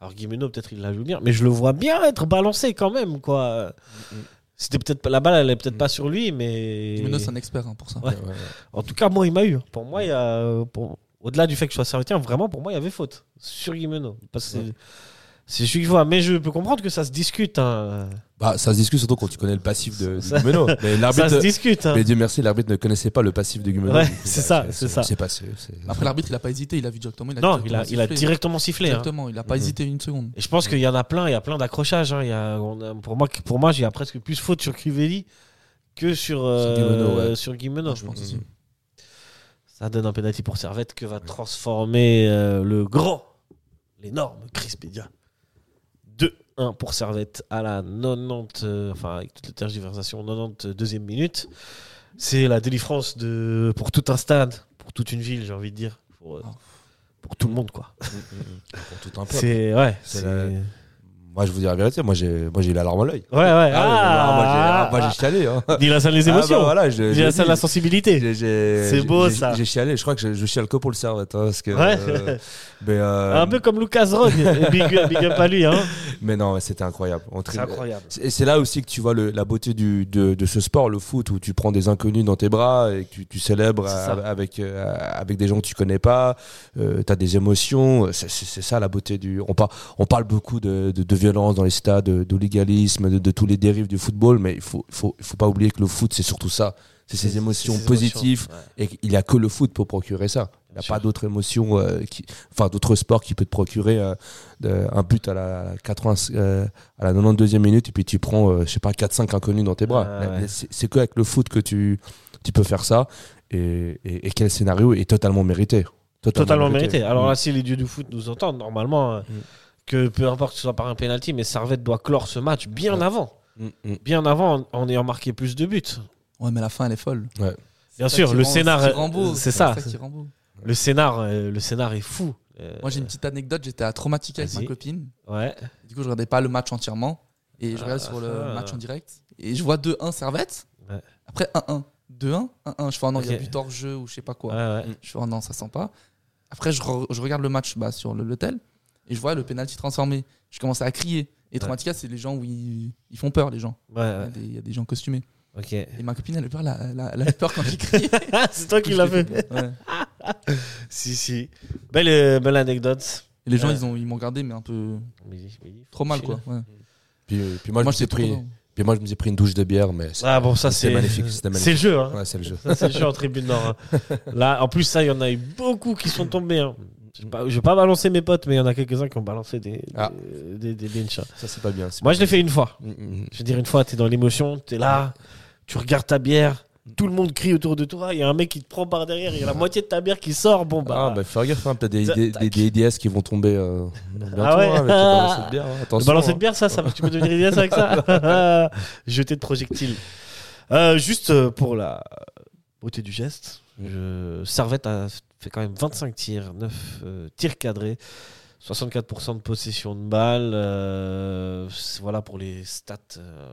[SPEAKER 4] Alors, Guimeno, peut-être il la joue bien, mais je le vois bien être balancé quand même, quoi.
[SPEAKER 6] Mm,
[SPEAKER 4] C'était peut-être pas- la balle, elle est peut-être pas sur lui, mais
[SPEAKER 5] Guimeno, c'est un expert hein, pour ça.
[SPEAKER 4] Ouais.
[SPEAKER 6] Ouais, ouais.
[SPEAKER 4] en tout cas, moi, il m'a eu. Pour moi, il y a, pour- au-delà du fait que je sois serviteur, vraiment, pour moi, il y avait faute sur Guimeno. Parce que c'est- c'est celui que je vois, mais je peux comprendre que ça se discute. hein.
[SPEAKER 6] Bah, ça se discute surtout quand tu connais le passif de, de
[SPEAKER 4] Ça-
[SPEAKER 6] Guimeno. Ah, Mais
[SPEAKER 4] Ça se
[SPEAKER 6] l'arbitre.
[SPEAKER 4] discute. hein.
[SPEAKER 6] Mais Dieu merci, l'arbitre ne connaissait pas le passif de Guimeno.
[SPEAKER 4] Ouais,
[SPEAKER 6] Du coup,
[SPEAKER 4] c'est
[SPEAKER 6] bah,
[SPEAKER 4] ça, c'est ça.
[SPEAKER 6] C'est passé. c'est-
[SPEAKER 5] Après, l'arbitre, il a pas hésité, il a vu directement. Il a
[SPEAKER 4] Non, il
[SPEAKER 5] directement
[SPEAKER 4] a, il a
[SPEAKER 5] sifflé.
[SPEAKER 4] directement sifflé. hein.
[SPEAKER 5] Directement, il a pas
[SPEAKER 6] Mhm.
[SPEAKER 5] hésité une seconde.
[SPEAKER 4] Et je pense qu'il y en a plein, il y a plein d'accrochages. hein. Il y a- on a- pour moi, pour moi, il y a presque plus faute sur Crivelli que sur euh,
[SPEAKER 6] Sur Guimeno, ouais.
[SPEAKER 4] sur Guimeno. Mm-hmm.
[SPEAKER 5] je pense aussi.
[SPEAKER 6] Mhm.
[SPEAKER 4] Ça donne un penalty pour Servette que va transformer euh, le grand, l'énorme Chris Pédia. 2-1 pour Servette à la 90, euh, enfin avec toutes les tergiversations, 92e minute. C'est la délivrance de pour tout un stade, pour toute une ville, j'ai envie de dire, pour, euh,
[SPEAKER 5] Oh.
[SPEAKER 4] pour tout le monde quoi.
[SPEAKER 6] Pour tout un peuple.
[SPEAKER 4] C'est ouais,
[SPEAKER 6] C'est
[SPEAKER 4] c'est-
[SPEAKER 6] la- Moi, je vous dis la vérité, moi j'ai moi, j'ai eu la larme à l'œil.
[SPEAKER 4] Ouais, ouais.
[SPEAKER 6] Ah, moi, j'ai- ah,
[SPEAKER 4] Ah,
[SPEAKER 6] moi j'ai chialé. Hein.
[SPEAKER 4] Ni la salle des
[SPEAKER 6] Ah,
[SPEAKER 4] émotions.
[SPEAKER 6] bah, voilà, je-
[SPEAKER 4] Ni
[SPEAKER 6] je
[SPEAKER 4] la
[SPEAKER 6] le
[SPEAKER 4] salle de la
[SPEAKER 6] dis.
[SPEAKER 4] sensibilité.
[SPEAKER 6] J'ai- j'ai-
[SPEAKER 4] C'est
[SPEAKER 6] j'ai-
[SPEAKER 4] beau,
[SPEAKER 6] j'ai-
[SPEAKER 4] ça.
[SPEAKER 6] J'ai chialé, je crois que je, je chiale que pour le servette. hein, parce que,
[SPEAKER 4] Ouais.
[SPEAKER 6] euh, mais, euh,
[SPEAKER 4] Un peu comme Lucas Rogue. big, big up à lui. Hein.
[SPEAKER 6] mais non, mais c'était incroyable. On
[SPEAKER 4] C'est
[SPEAKER 6] tri-
[SPEAKER 4] incroyable.
[SPEAKER 6] C'est- Et c'est là aussi que tu vois le- la beauté du, de, de ce sport, le foot, où tu prends des inconnus dans tes bras et que tu, tu célèbres
[SPEAKER 4] C'est ça.
[SPEAKER 6] euh, avec, euh, avec des gens que tu connais pas, tu as des émotions, euh, c'est c'est- c'est ça la beauté du... On, par- on parle beaucoup de, de, de violence dans les stades, de- d'hooliganisme, de, de tous les dérives du football, mais il faut, il faut, il faut pas oublier que le foot, c'est surtout ça. C'est ces émotions
[SPEAKER 4] Ces
[SPEAKER 6] positives
[SPEAKER 4] émotions, ouais.
[SPEAKER 6] et qu'il n'y a que le foot pour procurer ça. Il n'y a
[SPEAKER 4] sûr.
[SPEAKER 6] pas d'autres émotions, euh, qui, enfin d'autres sports qui peut te procurer euh, de- un but à la, 80, euh, à la 92e minute et puis tu prends, euh, je sais pas, 4-5 inconnus dans tes bras.
[SPEAKER 4] Ah ouais.
[SPEAKER 6] Mais C'est c'est que avec le foot que tu, tu peux faire ça et, et- et quel scénario est totalement mérité.
[SPEAKER 4] Totalement mérité. Alors
[SPEAKER 6] Mm.
[SPEAKER 4] là, si les dieux du foot nous entendent, normalement, euh, que peu importe que ce soit par un penalty, mais Servette doit clore ce match bien
[SPEAKER 6] Ouais.
[SPEAKER 4] avant.
[SPEAKER 6] Mm, mm.
[SPEAKER 4] Bien avant, en en ayant marqué plus de buts.
[SPEAKER 5] Ouais, mais la fin, elle est folle.
[SPEAKER 6] Ouais.
[SPEAKER 4] Bien
[SPEAKER 5] ça
[SPEAKER 4] sûr,
[SPEAKER 5] qui
[SPEAKER 4] le
[SPEAKER 5] rend-
[SPEAKER 4] scénar,
[SPEAKER 5] qui
[SPEAKER 4] euh,
[SPEAKER 5] rend beau,
[SPEAKER 4] c'est ça.
[SPEAKER 5] qui rend beau.
[SPEAKER 4] Le scénar, euh, le scénar est fou. Euh,
[SPEAKER 5] Moi, j'ai une petite anecdote. J'étais à Traumatica avec
[SPEAKER 4] Vas-y.
[SPEAKER 5] ma copine.
[SPEAKER 4] ouais.
[SPEAKER 5] Du coup, je regardais pas le match entièrement. Et je
[SPEAKER 4] Ah,
[SPEAKER 5] regarde sur le
[SPEAKER 4] ah.
[SPEAKER 5] match en direct. Et je vois 2-1 Servette.
[SPEAKER 4] Ouais.
[SPEAKER 5] Après 1-1. 2-1, 1-1. Je fais un non, il y a
[SPEAKER 4] Ok.
[SPEAKER 5] but hors-jeu ou je sais pas quoi.
[SPEAKER 4] ouais, ouais.
[SPEAKER 5] Je fais un non, ça sent pas. Après, je, re- je regarde le match bah, sur le- l'hôtel. Et je vois le penalty transformé. Je commence à crier. Et Traumatica, c'est les gens où ils, ils font peur, les gens.
[SPEAKER 4] Ouais,
[SPEAKER 5] Il y a
[SPEAKER 4] ouais.
[SPEAKER 5] des- Il y a des gens costumés.
[SPEAKER 4] Ok.
[SPEAKER 5] Et ma copine, elle a peur, la, la, elle a peur quand j'ai crié.
[SPEAKER 4] c'est toi qui l'as fait.
[SPEAKER 5] Ouais.
[SPEAKER 4] Si, si. Belle, euh, belle anecdote.
[SPEAKER 5] Et les gens,
[SPEAKER 4] Ouais.
[SPEAKER 5] ils ont- ils m'ont regardé, mais un peu
[SPEAKER 4] Mais- mais-
[SPEAKER 5] trop mal, quoi. Ouais.
[SPEAKER 6] Puis, euh, puis moi,
[SPEAKER 5] Moi,
[SPEAKER 6] je me
[SPEAKER 5] j'étais
[SPEAKER 6] suis pris,
[SPEAKER 5] trop content.
[SPEAKER 6] puis moi, je me suis pris une douche de bière, mais c'est
[SPEAKER 4] Ah bon, ça
[SPEAKER 6] c'était
[SPEAKER 4] c'est
[SPEAKER 6] magnifique, c'était
[SPEAKER 4] C'est le
[SPEAKER 6] magnifique.
[SPEAKER 4] jeu. Hein.
[SPEAKER 6] ouais, c'est le jeu.
[SPEAKER 4] Ça, c'est le jeu en tribune nord. hein. Là, en plus, ça, il y en a eu beaucoup qui sont tombés. Hein. Je vais pas- je vais pas balancer mes potes, mais il y en a quelques-uns qui ont balancé des, des-
[SPEAKER 6] Ah.
[SPEAKER 4] des, des benches, hein.
[SPEAKER 6] Ça, c'est pas bien. c'est
[SPEAKER 4] Moi,
[SPEAKER 6] pas
[SPEAKER 4] je l'ai
[SPEAKER 6] bien.
[SPEAKER 4] fait une fois.
[SPEAKER 6] Mm, mm.
[SPEAKER 4] Je veux dire, une fois, t'es dans l'émotion, t'es là, tu regardes ta bière, tout le monde crie autour de toi, il y a un mec qui te prend par derrière, il y a la moitié de ta bière qui sort. Bon,
[SPEAKER 6] Ah,
[SPEAKER 4] bah.
[SPEAKER 6] bah, fais gaffe, hein, t'as des,
[SPEAKER 4] Tac. Ah
[SPEAKER 6] des, des, des IDS qui vont tomber euh, bientôt
[SPEAKER 4] ouais.
[SPEAKER 6] hein, avec le balancé de bière. hein.
[SPEAKER 4] Le
[SPEAKER 6] Attention,
[SPEAKER 4] Bah, balancer
[SPEAKER 6] hein.
[SPEAKER 4] de bière, ça, ça tu peux devenir idéal avec ça. Jeter de projectiles. Euh, juste euh, pour la beauté du geste, je- Servette a fait quand même 25 tirs, 9 euh, tirs cadrés, 64% de possession de balles. euh, c'est- voilà pour les stats euh,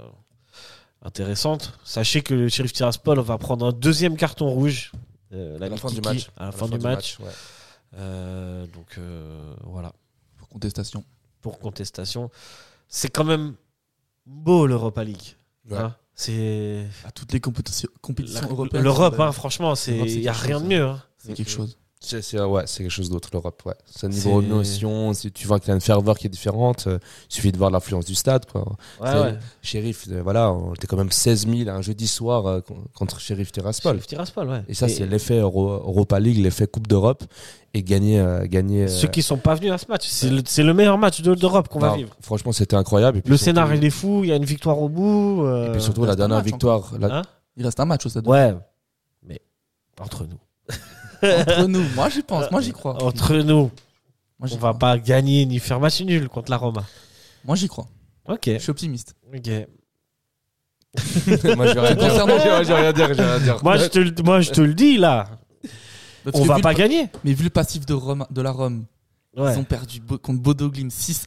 [SPEAKER 4] intéressantes. Sachez que le shérif Tiraspol va prendre un deuxième carton rouge. euh,
[SPEAKER 6] À la fin
[SPEAKER 4] Kiki,
[SPEAKER 6] du match.
[SPEAKER 4] À la fin du match.
[SPEAKER 6] ouais.
[SPEAKER 4] Euh, donc euh, voilà
[SPEAKER 5] Pour contestation.
[SPEAKER 4] pour contestation. C'est quand même beau l'Europa League.
[SPEAKER 6] Ouais.
[SPEAKER 4] hein. c'est
[SPEAKER 5] À toutes les compétitions,
[SPEAKER 4] la-
[SPEAKER 5] compétitions européennes. bah,
[SPEAKER 4] l'Europe,
[SPEAKER 5] c'est-
[SPEAKER 4] hein, franchement, c'est
[SPEAKER 5] L'Europe, c'est
[SPEAKER 4] il y a
[SPEAKER 5] quelque
[SPEAKER 4] rien
[SPEAKER 5] chose,
[SPEAKER 4] de mieux. hein.
[SPEAKER 5] C'est quelque chose.
[SPEAKER 6] C'est c'est- ouais, c'est quelque chose d'autre, l'Europe. Ouais. C'est un
[SPEAKER 4] C'est-
[SPEAKER 6] niveau de notion. Si tu vois qu'il y a une ferveur qui est différente, euh, il suffit de voir l'influence du stade. Quoi.
[SPEAKER 4] Ouais,
[SPEAKER 6] C'est-
[SPEAKER 4] ouais.
[SPEAKER 6] Shérif, euh, voilà, on était quand même 16 000 un jeudi soir euh, con- contre Shérif Tiraspol.
[SPEAKER 4] Sheriff Tiraspol, ouais.
[SPEAKER 6] Et ça, c'est l'effet Euro- Europa League, l'effet Coupe d'Europe. Et gagner. euh, gagner euh,
[SPEAKER 4] Ceux qui sont pas venus à ce match, c'est le, c'est le meilleur match de- d'Europe qu'on va
[SPEAKER 6] non,
[SPEAKER 4] vivre.
[SPEAKER 6] Franchement, c'était incroyable. Et puis
[SPEAKER 4] Le
[SPEAKER 6] surtout-
[SPEAKER 4] scénario, il est fou, il y a une victoire au bout. euh,
[SPEAKER 6] Et puis surtout, la
[SPEAKER 5] Reste un
[SPEAKER 6] dernière
[SPEAKER 5] match
[SPEAKER 6] victoire. la-
[SPEAKER 4] hein
[SPEAKER 5] Il reste un match au stade.
[SPEAKER 4] ouais, mais entre nous.
[SPEAKER 5] Entre nous, moi j'y pense, moi j'y
[SPEAKER 6] Oh.
[SPEAKER 5] crois.
[SPEAKER 4] Entre nous,
[SPEAKER 5] Moi
[SPEAKER 4] on
[SPEAKER 5] j'y
[SPEAKER 4] va
[SPEAKER 5] crois.
[SPEAKER 4] pas gagner ni faire match nul contre la Roma.
[SPEAKER 5] Moi j'y crois.
[SPEAKER 4] Ok.
[SPEAKER 5] Je suis optimiste.
[SPEAKER 4] ok.
[SPEAKER 6] Moi, j'ai rien à dire.
[SPEAKER 5] Concernant-
[SPEAKER 6] J'ai- j'ai rien à dire, j'ai rien à dire.
[SPEAKER 4] Moi, je te, le- moi, je te le dis là,
[SPEAKER 5] Parce
[SPEAKER 4] on
[SPEAKER 5] que
[SPEAKER 4] va
[SPEAKER 5] vu
[SPEAKER 4] pas
[SPEAKER 5] le-
[SPEAKER 4] gagner.
[SPEAKER 5] Mais vu le passif de, Rome, de la Rome,
[SPEAKER 4] Ouais,
[SPEAKER 5] ils ont perdu bo- contre Bodo Glim 6-1.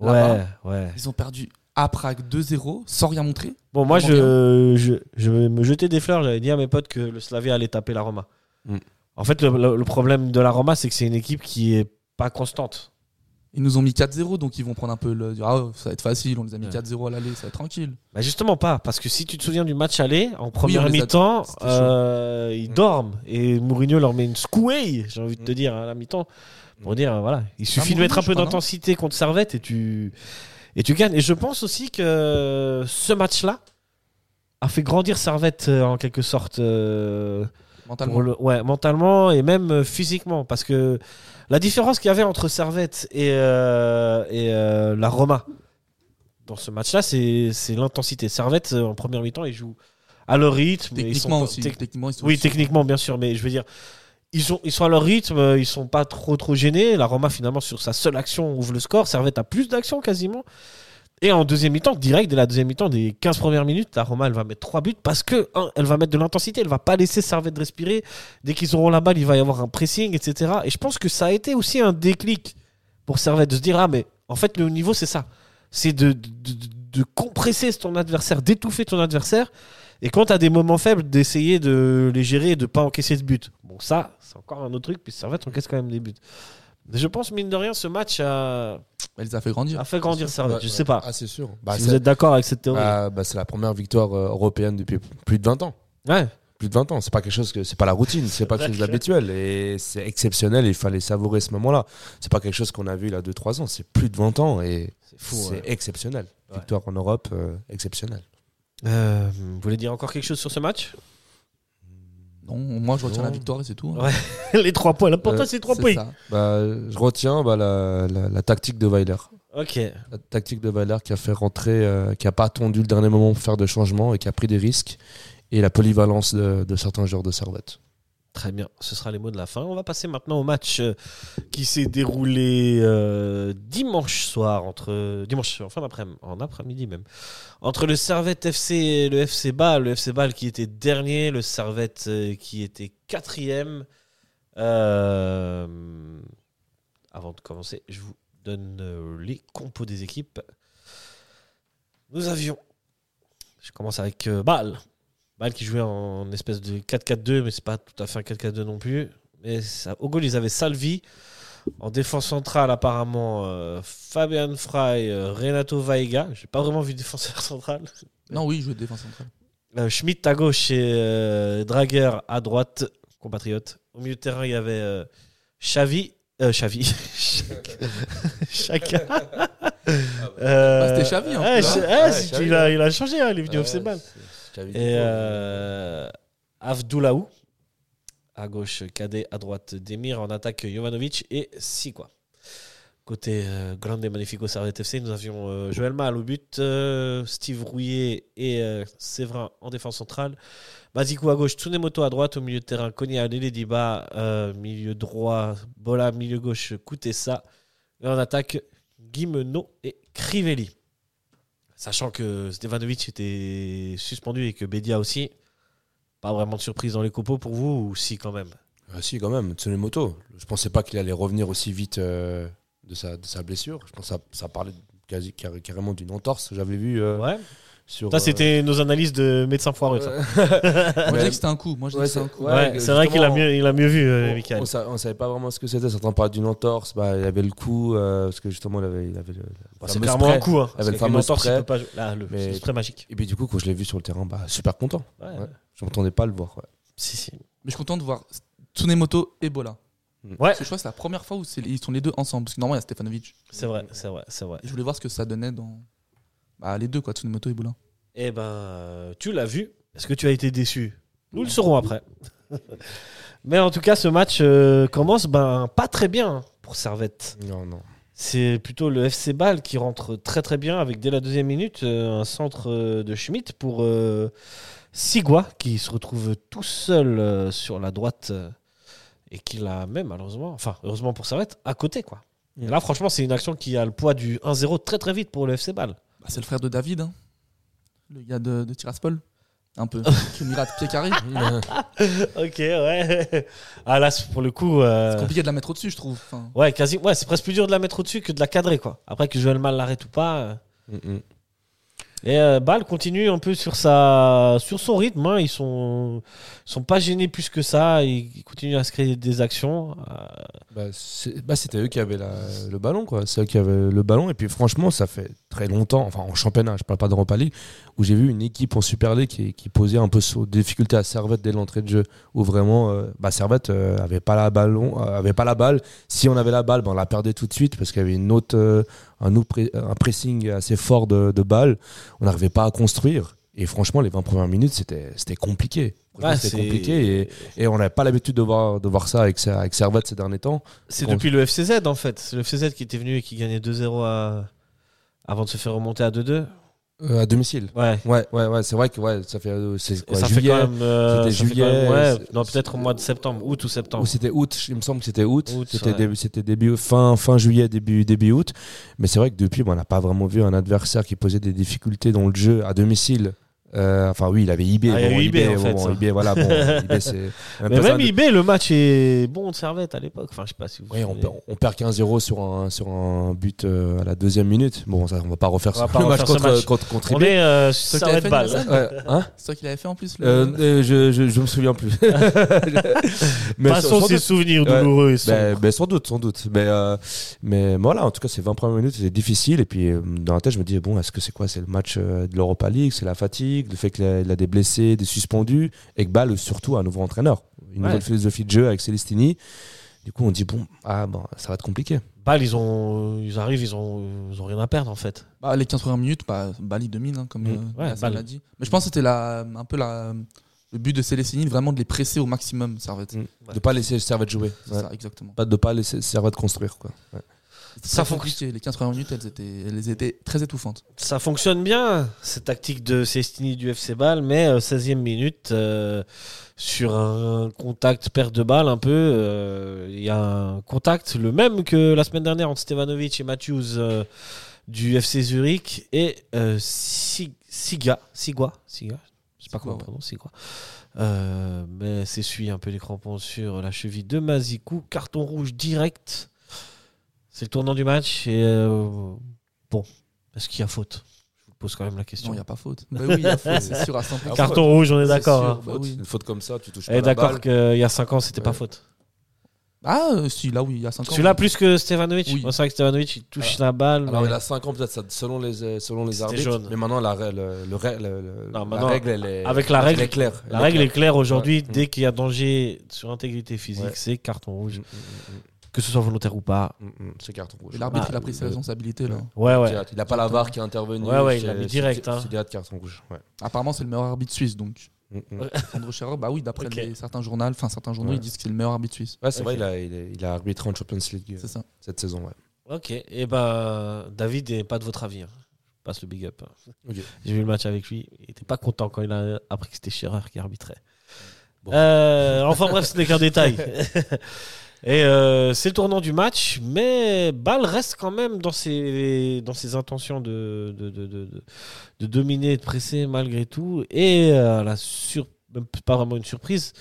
[SPEAKER 5] là-bas.
[SPEAKER 4] ouais, ouais.
[SPEAKER 5] Ils ont perdu à Prague 2-0 sans rien montrer.
[SPEAKER 4] Bon, moi,
[SPEAKER 5] Comment
[SPEAKER 4] je, je, je vais me jeter des fleurs. J'avais dit à mes potes que le Slavia allait taper la Roma.
[SPEAKER 6] Mm.
[SPEAKER 4] En fait, le, le- le problème de la Roma, c'est que c'est une équipe qui est pas constante.
[SPEAKER 5] Ils nous ont mis 4-0, donc ils vont prendre un peu le. dire, Ah, ça va être facile, on les a mis
[SPEAKER 4] Ouais.
[SPEAKER 5] 4-0 à l'aller, ça va être tranquille.
[SPEAKER 4] Bah justement pas, parce que si tu te souviens du match aller, en première
[SPEAKER 5] on les a-
[SPEAKER 4] mi-temps,
[SPEAKER 5] c'était chaud.
[SPEAKER 4] euh, ils
[SPEAKER 6] Mm.
[SPEAKER 4] dorment et Mourinho leur met une secouée, j'ai envie de te
[SPEAKER 6] Mm.
[SPEAKER 4] dire, hein, à la mi-temps, pour dire, euh, voilà, il suffit de
[SPEAKER 5] Mm. Ah, Mourinho,
[SPEAKER 4] mettre un
[SPEAKER 5] je
[SPEAKER 4] peu
[SPEAKER 5] crois, non
[SPEAKER 4] d'intensité contre Servette et tu, et tu gagnes. Et je pense aussi que ce match-là a fait grandir Servette euh, en quelque sorte. euh,
[SPEAKER 5] Mentalement.
[SPEAKER 4] pour le- ouais, mentalement et même euh, physiquement. Parce que la différence qu'il y avait entre Servette et, euh, et euh, la Roma dans ce match-là, c'est c'est l'intensité. Servette, euh, en première mi-temps, ils jouent à leur rythme. et ils sont
[SPEAKER 5] Techniquement
[SPEAKER 4] pas-
[SPEAKER 5] aussi.
[SPEAKER 4] tec-
[SPEAKER 5] Techniquement, ils sont
[SPEAKER 4] oui,
[SPEAKER 5] aussi-
[SPEAKER 4] techniquement, bien sûr, mais je veux dire, ils sont, ils sont à leur rythme, euh, ils sont pas trop trop gênés. La Roma, finalement, sur sa seule action, ouvre le score. Servette a plus d'actions quasiment. Et en deuxième mi-temps, direct, dès la deuxième mi-temps, des 15 premières minutes, la Roma, elle va mettre trois buts parce que, un, elle va mettre de l'intensité, elle va pas laisser Servette respirer. Dès qu'ils auront la balle, il va y avoir un pressing, etc. Et je pense que ça a été aussi un déclic pour Servette de se dire, ah, mais en fait, le haut niveau, c'est ça. C'est de, de, de- de compresser ton adversaire, d'étouffer ton adversaire. Et quand tu as des moments faibles, d'essayer de les gérer et de pas encaisser de but. Bon, ça, c'est encore un autre truc, puis Servette encaisse quand même des buts. Mais Je pense, mine de rien, ce match a,
[SPEAKER 5] Elle les a fait grandir.
[SPEAKER 4] a fait grandir Servette.
[SPEAKER 6] Ouais,
[SPEAKER 4] je
[SPEAKER 6] ouais.
[SPEAKER 4] sais pas.
[SPEAKER 6] Ah, c'est sûr. Bah,
[SPEAKER 4] si
[SPEAKER 6] c'est-
[SPEAKER 4] vous êtes d'accord avec cette théorie.
[SPEAKER 6] bah, bah, c'est la première victoire euh, européenne depuis plus de 20 ans.
[SPEAKER 4] ouais.
[SPEAKER 6] plus de 20 ans. C'est pas quelque chose que c'est pas la routine, c'est pas quelque chose d'habituel et c'est exceptionnel. Il fallait savourer ce moment-là. C'est pas quelque chose qu'on a vu il y a 2-3 ans. C'est plus de 20 ans et
[SPEAKER 4] C'est
[SPEAKER 6] c'est
[SPEAKER 4] ouais.
[SPEAKER 6] exceptionnel.
[SPEAKER 4] Ouais.
[SPEAKER 6] Victoire en Europe, euh, exceptionnelle.
[SPEAKER 4] Euh, vous voulez dire encore quelque chose sur ce match
[SPEAKER 5] Non, moi je retiens
[SPEAKER 6] Non.
[SPEAKER 5] la victoire et c'est tout. hein.
[SPEAKER 4] Ouais, Les trois points. L'important,
[SPEAKER 6] Euh,
[SPEAKER 4] c'est les trois
[SPEAKER 5] C'est
[SPEAKER 4] points.
[SPEAKER 5] ça.
[SPEAKER 6] Bah, je retiens bah, la, la- la tactique de Weiler.
[SPEAKER 4] Ok.
[SPEAKER 6] La tactique de Weiler qui a fait rentrer, euh, qui a pas attendu le dernier moment pour faire de changements et qui a pris des risques et la polyvalence de, de certains joueurs de Servette.
[SPEAKER 4] Très bien, ce sera les mots de la fin. On va passer maintenant au match euh, qui s'est déroulé euh, dimanche soir, entre euh, dimanche en fin d'après-midi, en après-midi même, entre le Servette FC et le FC Bâle. Le FC Bâle qui était dernier, le Servette euh, qui était quatrième. Euh, avant de commencer, je vous donne euh, les compos des équipes. Nous avions, je commence avec euh, Bâle. Bâle qui jouait en espèce de 4-4-2, mais c'est pas tout à fait un 4-4-2 non plus. Mais ça, au goal, ils avaient Salvi. En défense centrale, apparemment, euh, Fabian Frey, euh, Renato Vaiga. J'ai pas vraiment vu défenseur central.
[SPEAKER 5] Non, oui, je joue de défense centrale.
[SPEAKER 4] Euh, Schmidt à gauche et euh, Draguer à droite, compatriote. Au milieu de terrain, il y avait euh, Xavi. Euh, Xavi. Chaka. Euh,
[SPEAKER 5] Bah, c'était Ah, Xavi, en
[SPEAKER 4] ouais,
[SPEAKER 5] plus, hein.
[SPEAKER 4] Ch- ouais,
[SPEAKER 6] Ouais,
[SPEAKER 4] si tu-
[SPEAKER 6] Xavi.
[SPEAKER 4] il, a, il a changé, hein, il est venu
[SPEAKER 5] Ah,
[SPEAKER 4] au FC Bâle. Et
[SPEAKER 6] euh,
[SPEAKER 4] euh, Avdoulaou. À gauche, Cadet. À droite, Demir. En attaque, Jovanovic et Sikwa. Côté euh, Grande et Magnifico Servette FC, nous avions euh, Joël Mal au but, euh, Steve Rouillet et euh, Séverin en défense centrale. Mazikou à gauche, Tsunemoto à droite, au milieu de terrain, Konya Lelediba, euh, milieu droit, Bola, milieu gauche, Koutessa. Et en attaque, Guimeno et Crivelli. Sachant que Stevanovic était suspendu et que Bedia aussi, pas vraiment de surprise dans les copeaux pour vous, ou si quand même
[SPEAKER 6] Ah si, quand même, Tsunemoto. Je pensais pas qu'il allait revenir aussi vite euh, de, sa, de sa blessure. Je pense que ça, ça parlait quasi, carré- carrément d'une entorse. que J'avais vu euh,
[SPEAKER 4] Ouais.
[SPEAKER 6] sur.
[SPEAKER 4] Ça,
[SPEAKER 6] euh,
[SPEAKER 4] c'était nos analyses de médecin foireux. ça.
[SPEAKER 5] Moi je
[SPEAKER 6] Mais-
[SPEAKER 5] dis que c'était un coup. Moi je dis
[SPEAKER 6] Ouais,
[SPEAKER 5] que c'était un
[SPEAKER 6] c'est-
[SPEAKER 5] coup.
[SPEAKER 6] ouais.
[SPEAKER 4] Ouais, c'est vrai
[SPEAKER 6] justement,
[SPEAKER 4] qu'il a mieux, il a mieux vu, euh,
[SPEAKER 6] on-
[SPEAKER 4] Michael.
[SPEAKER 6] On, sa- on savait pas vraiment ce que c'était. Certains parlaient d'une entorse. Bah, il avait le coup euh, parce que justement, il avait, il avait le- le
[SPEAKER 4] Bah, c'est
[SPEAKER 6] fameux
[SPEAKER 4] clairement
[SPEAKER 6] spray.
[SPEAKER 4] un coup. Hein, parce
[SPEAKER 6] le
[SPEAKER 4] qu'avec
[SPEAKER 6] fameux
[SPEAKER 4] une entorse,
[SPEAKER 6] spray.
[SPEAKER 4] il peut pas jouer. Là, le
[SPEAKER 6] Mais-
[SPEAKER 4] c'est très magique.
[SPEAKER 6] Et puis du coup, quand je l'ai vu sur le terrain, bah, super content.
[SPEAKER 4] Ouais.
[SPEAKER 6] Ouais. Je m'entendais pas à le voir. ouais.
[SPEAKER 4] Si, si.
[SPEAKER 5] Mais je suis content de voir Tsunemoto et Bola.
[SPEAKER 4] Ouais,
[SPEAKER 5] Parce que je crois que c'est la première fois où c'est- ils sont les deux ensemble. Parce que normalement, il y a Stefanovic.
[SPEAKER 4] c'est
[SPEAKER 6] Mm.
[SPEAKER 4] vrai, c'est vrai, c'est vrai.
[SPEAKER 5] Et je voulais voir ce que ça donnait dans. Bah, les deux, quoi, Tsunemoto et Boulin.
[SPEAKER 4] Eh ben, euh, tu l'as vu. Est-ce que tu as été déçu Nous le saurons après. Mais en tout cas, ce match euh, commence ben, pas très bien pour Servette.
[SPEAKER 6] Non, non.
[SPEAKER 4] C'est plutôt le FC Ball qui rentre très très bien avec dès la deuxième minute euh, un centre euh, de Schmidt pour euh, Sigua qui se retrouve tout seul euh, sur la droite euh, et qui l'a même malheureusement, enfin heureusement pour Servette, à côté quoi. Et là franchement c'est une action qui a le poids du 1-0 très très vite pour le FC Ball.
[SPEAKER 5] Bah, c'est le frère de David, hein. le gars de, de Tiraspol. Un peu. Qui mira de pied carré.
[SPEAKER 6] Mm,
[SPEAKER 4] ok ouais. Ah là c'est- pour le coup... euh,
[SPEAKER 5] C'est compliqué de la mettre au-dessus, je trouve. Enfin,
[SPEAKER 4] Ouais, quasi. Ouais, c'est presque plus dur de la mettre au-dessus que de la cadrer, quoi. Après que Joël Mal l'arrête ou pas. euh.
[SPEAKER 6] Mm, mm.
[SPEAKER 4] Et euh, Bâle continue un peu sur sa, sur son rythme. hein. Ils sont, ils sont pas gênés plus que ça. Ils continuent à se créer des actions. Euh,
[SPEAKER 6] Bah, c'est- bah, c'était eux qui avaient la- le ballon, quoi. C'est eux qui avaient le ballon. Et puis, franchement, ça fait très longtemps, enfin, en championnat, je parle pas d'Europa League, où j'ai vu une équipe en Super League qui, qui posait un peu des difficultés à Servette dès l'entrée de jeu. Où vraiment, euh, bah, Servette euh, avait, pas la ballon, euh, avait pas la balle. Si on avait la balle, bah, on la perdait tout de suite parce qu'il y avait une autre, euh, un, autre pré- un pressing assez fort de, de balle. On n'arrivait pas à construire. Et franchement, les 20 premières minutes, c'était c'était compliqué. Franchement,
[SPEAKER 4] ouais,
[SPEAKER 6] c'était compliqué. Et, et on n'avait pas l'habitude de voir, de voir ça avec, Ser- avec Servette ces derniers temps.
[SPEAKER 4] C'est
[SPEAKER 6] Bon.
[SPEAKER 4] depuis le FCZ en fait. C'est le FCZ qui était venu et qui gagnait 2-0 à- avant de se faire remonter à 2-2.
[SPEAKER 6] Euh, à domicile.
[SPEAKER 4] Ouais.
[SPEAKER 6] Ouais, ouais, ouais, c'est vrai que ouais, ça fait euh, c'est quoi,
[SPEAKER 4] ça
[SPEAKER 6] juillet
[SPEAKER 4] fait quand même. euh,
[SPEAKER 6] c'était
[SPEAKER 4] ça fait quand
[SPEAKER 6] juillet,
[SPEAKER 4] même- ouais,
[SPEAKER 6] c'est-
[SPEAKER 4] non, peut-être au mois de septembre, août ou
[SPEAKER 6] ou
[SPEAKER 4] septembre.
[SPEAKER 6] c'était août, il me semble que c'était août,
[SPEAKER 4] Août,
[SPEAKER 6] c'était
[SPEAKER 4] ouais.
[SPEAKER 6] début, c'était début fin fin juillet début début août, mais c'est vrai que depuis bon, on n'a pas vraiment vu un adversaire qui posait des difficultés dans le jeu à domicile. Euh, enfin oui, il avait IB,
[SPEAKER 4] Ah, il y a eu IB, en
[SPEAKER 6] bon,
[SPEAKER 4] fait,
[SPEAKER 6] bon,
[SPEAKER 4] ça.
[SPEAKER 6] IB, voilà, bon, IB, c'est
[SPEAKER 4] Mais
[SPEAKER 6] pas ça,
[SPEAKER 4] même IB, le match est bon de servette à l'époque. Enfin, je sais pas si vous.
[SPEAKER 6] Oui, on,
[SPEAKER 4] souvenez.
[SPEAKER 6] perd- on perd 15-0 sur un, sur un but euh, à la deuxième minute. Bon, ça, on va pas refaire
[SPEAKER 4] On va
[SPEAKER 6] ce-
[SPEAKER 4] pas
[SPEAKER 6] le match
[SPEAKER 4] refaire ce
[SPEAKER 6] contre,
[SPEAKER 4] match.
[SPEAKER 6] contre, contre
[SPEAKER 4] On
[SPEAKER 6] IB.
[SPEAKER 4] est euh,
[SPEAKER 5] c'est toi qui l'avais
[SPEAKER 4] servette
[SPEAKER 5] fait,
[SPEAKER 4] balle.
[SPEAKER 5] Nelson
[SPEAKER 6] Ouais, hein
[SPEAKER 5] C'est toi qui l'avais fait en plus. le-
[SPEAKER 6] Euh, euh, je, je, je me souviens plus. mais
[SPEAKER 4] Passons
[SPEAKER 6] sans-
[SPEAKER 4] ces souvenirs
[SPEAKER 6] Ouais.
[SPEAKER 4] douloureux et
[SPEAKER 6] sans-
[SPEAKER 4] sombres.
[SPEAKER 6] ben- ben sans doute, sans doute. Mais, euh, mais voilà, en tout cas, ces 20 premières minutes, c'était difficile. Et puis, euh, dans la tête, je me dis, bon, est-ce que c'est quoi C'est le match euh, de l'Europa League C'est la fatigue Le fait qu'il a, il a des blessés, des suspendus Et que Bâle, surtout, a un nouveau entraîneur. Une
[SPEAKER 4] Ouais.
[SPEAKER 6] nouvelle philosophie de jeu avec Celestini. Du coup, on dit, bon, ah, bon ça va être compliqué.
[SPEAKER 4] Bâle, ils, ont, euh, ils arrivent, ils ont, ils ont rien à perdre en fait.
[SPEAKER 5] Bah, les 15 premières minutes, bah, Bali domine, hein, comme
[SPEAKER 6] Mm.
[SPEAKER 5] euh,
[SPEAKER 4] Ouais,
[SPEAKER 5] Yacine
[SPEAKER 4] Bâle.
[SPEAKER 5] l'a dit. Mais je pense que c'était la- un peu la, le but de Célestini, vraiment de les presser au maximum,
[SPEAKER 4] Mm.
[SPEAKER 5] Servette.
[SPEAKER 6] De pas laisser Servette jouer.
[SPEAKER 5] C'est
[SPEAKER 6] Ouais.
[SPEAKER 5] ça, exactement.
[SPEAKER 6] Pas- De pas laisser Servette construire. Quoi. Ouais.
[SPEAKER 5] C'était
[SPEAKER 4] Ça
[SPEAKER 5] très
[SPEAKER 4] fonctionne.
[SPEAKER 5] compliqué. Les 15 premières minutes, elles étaient, elles étaient très étouffantes.
[SPEAKER 4] Ça fonctionne bien, cette tactique de Cestini du FC Bâle, mais euh, 16e minute, euh, sur un contact perte de balle un peu, euh, il y a un contact, le même que la semaine dernière entre Stevanovic et Matthews euh, du FC Zurich, et euh, Si- Siga, Sigua, Siga, je sais pas
[SPEAKER 5] Sigua,
[SPEAKER 4] comment on
[SPEAKER 5] ouais.
[SPEAKER 4] prononce Sigua. Euh, mais s'essuie un peu les crampons sur la cheville de Mazikou, carton rouge direct. C'est le tournant du match et euh, bon, est-ce qu'il y a faute Je vous pose quand même la question.
[SPEAKER 5] Non, il n'y a pas faute. Bah oui, il y a faute, c'est sûr à 100%.
[SPEAKER 4] Carton rouge, on est
[SPEAKER 5] C'est
[SPEAKER 4] d'accord.
[SPEAKER 5] sûr.
[SPEAKER 4] hein.
[SPEAKER 5] Bah oui.
[SPEAKER 6] Une faute comme ça, tu touches pas
[SPEAKER 4] Et
[SPEAKER 6] la
[SPEAKER 4] Eh, d'accord
[SPEAKER 6] balle.
[SPEAKER 4] qu'il y a 5 ans, c'était pas
[SPEAKER 6] Ouais.
[SPEAKER 4] faute.
[SPEAKER 5] Ah, euh, si, là oui, il y a 5 ans.
[SPEAKER 4] Celui-là plus que Stevanovic.
[SPEAKER 5] Oui.
[SPEAKER 4] Moi, C'est vrai que Stevanovic il touche la balle.
[SPEAKER 6] Alors
[SPEAKER 4] mais-
[SPEAKER 6] il a 5 ans peut-être ça, selon les euh, selon les
[SPEAKER 4] C'était
[SPEAKER 6] arbitres.
[SPEAKER 4] jaune.
[SPEAKER 6] Mais maintenant la, rè- le, le rè- le- le-
[SPEAKER 4] Non,
[SPEAKER 6] la
[SPEAKER 4] maintenant,
[SPEAKER 6] règle elle est
[SPEAKER 4] avec la
[SPEAKER 6] elle
[SPEAKER 4] règle-
[SPEAKER 6] est claire.
[SPEAKER 4] La règle est claire aujourd'hui,
[SPEAKER 6] Ouais.
[SPEAKER 4] dès qu'il y a danger sur intégrité physique,
[SPEAKER 6] Ouais.
[SPEAKER 4] c'est carton rouge,
[SPEAKER 6] Mm, mm,
[SPEAKER 4] que ce soit volontaire ou pas.
[SPEAKER 6] mm, mm, mm, C'est carton rouge.
[SPEAKER 5] Et L'arbitre,
[SPEAKER 4] Ah,
[SPEAKER 5] il a pris ses
[SPEAKER 6] euh,
[SPEAKER 5] responsabilités. Là.
[SPEAKER 4] Ouais, ouais.
[SPEAKER 6] Direct. Il n'a pas la VAR qui est intervenue.
[SPEAKER 4] Ouais, ouais, il
[SPEAKER 6] c'est-
[SPEAKER 4] l'a mis
[SPEAKER 6] c'est-
[SPEAKER 4] direct, hein.
[SPEAKER 6] C'est direct carton rouge. ouais.
[SPEAKER 5] Apparemment, c'est le meilleur arbitre suisse. Donc,
[SPEAKER 6] Mm, mm.
[SPEAKER 4] Ouais.
[SPEAKER 5] Sandro Scherer, bah oui, d'après
[SPEAKER 4] Ok.
[SPEAKER 5] les- certains journaux, enfin certains journaux,
[SPEAKER 6] Ouais.
[SPEAKER 5] ils disent que c'est le meilleur arbitre suisse.
[SPEAKER 6] Ouais, c'est
[SPEAKER 4] Ok.
[SPEAKER 6] vrai, il a, il, est- il a arbitré en Champions League euh,
[SPEAKER 5] C'est ça.
[SPEAKER 6] cette saison. Ouais.
[SPEAKER 4] Ok, et ben David n'est pas de votre avis. hein. Je passe le big up. hein.
[SPEAKER 6] Ok.
[SPEAKER 4] J'ai vu le match avec lui. Il était pas content quand il a appris que c'était Scherer qui arbitrait.
[SPEAKER 6] Bon.
[SPEAKER 4] Euh, enfin bref, ce n'est qu'un détail. Et euh, c'est le tournant du match, mais Bâle reste quand même dans ses, dans ses intentions de, de, de, de, de- de dominer et de presser malgré tout. Et euh, à la sur, même pas vraiment une surprise,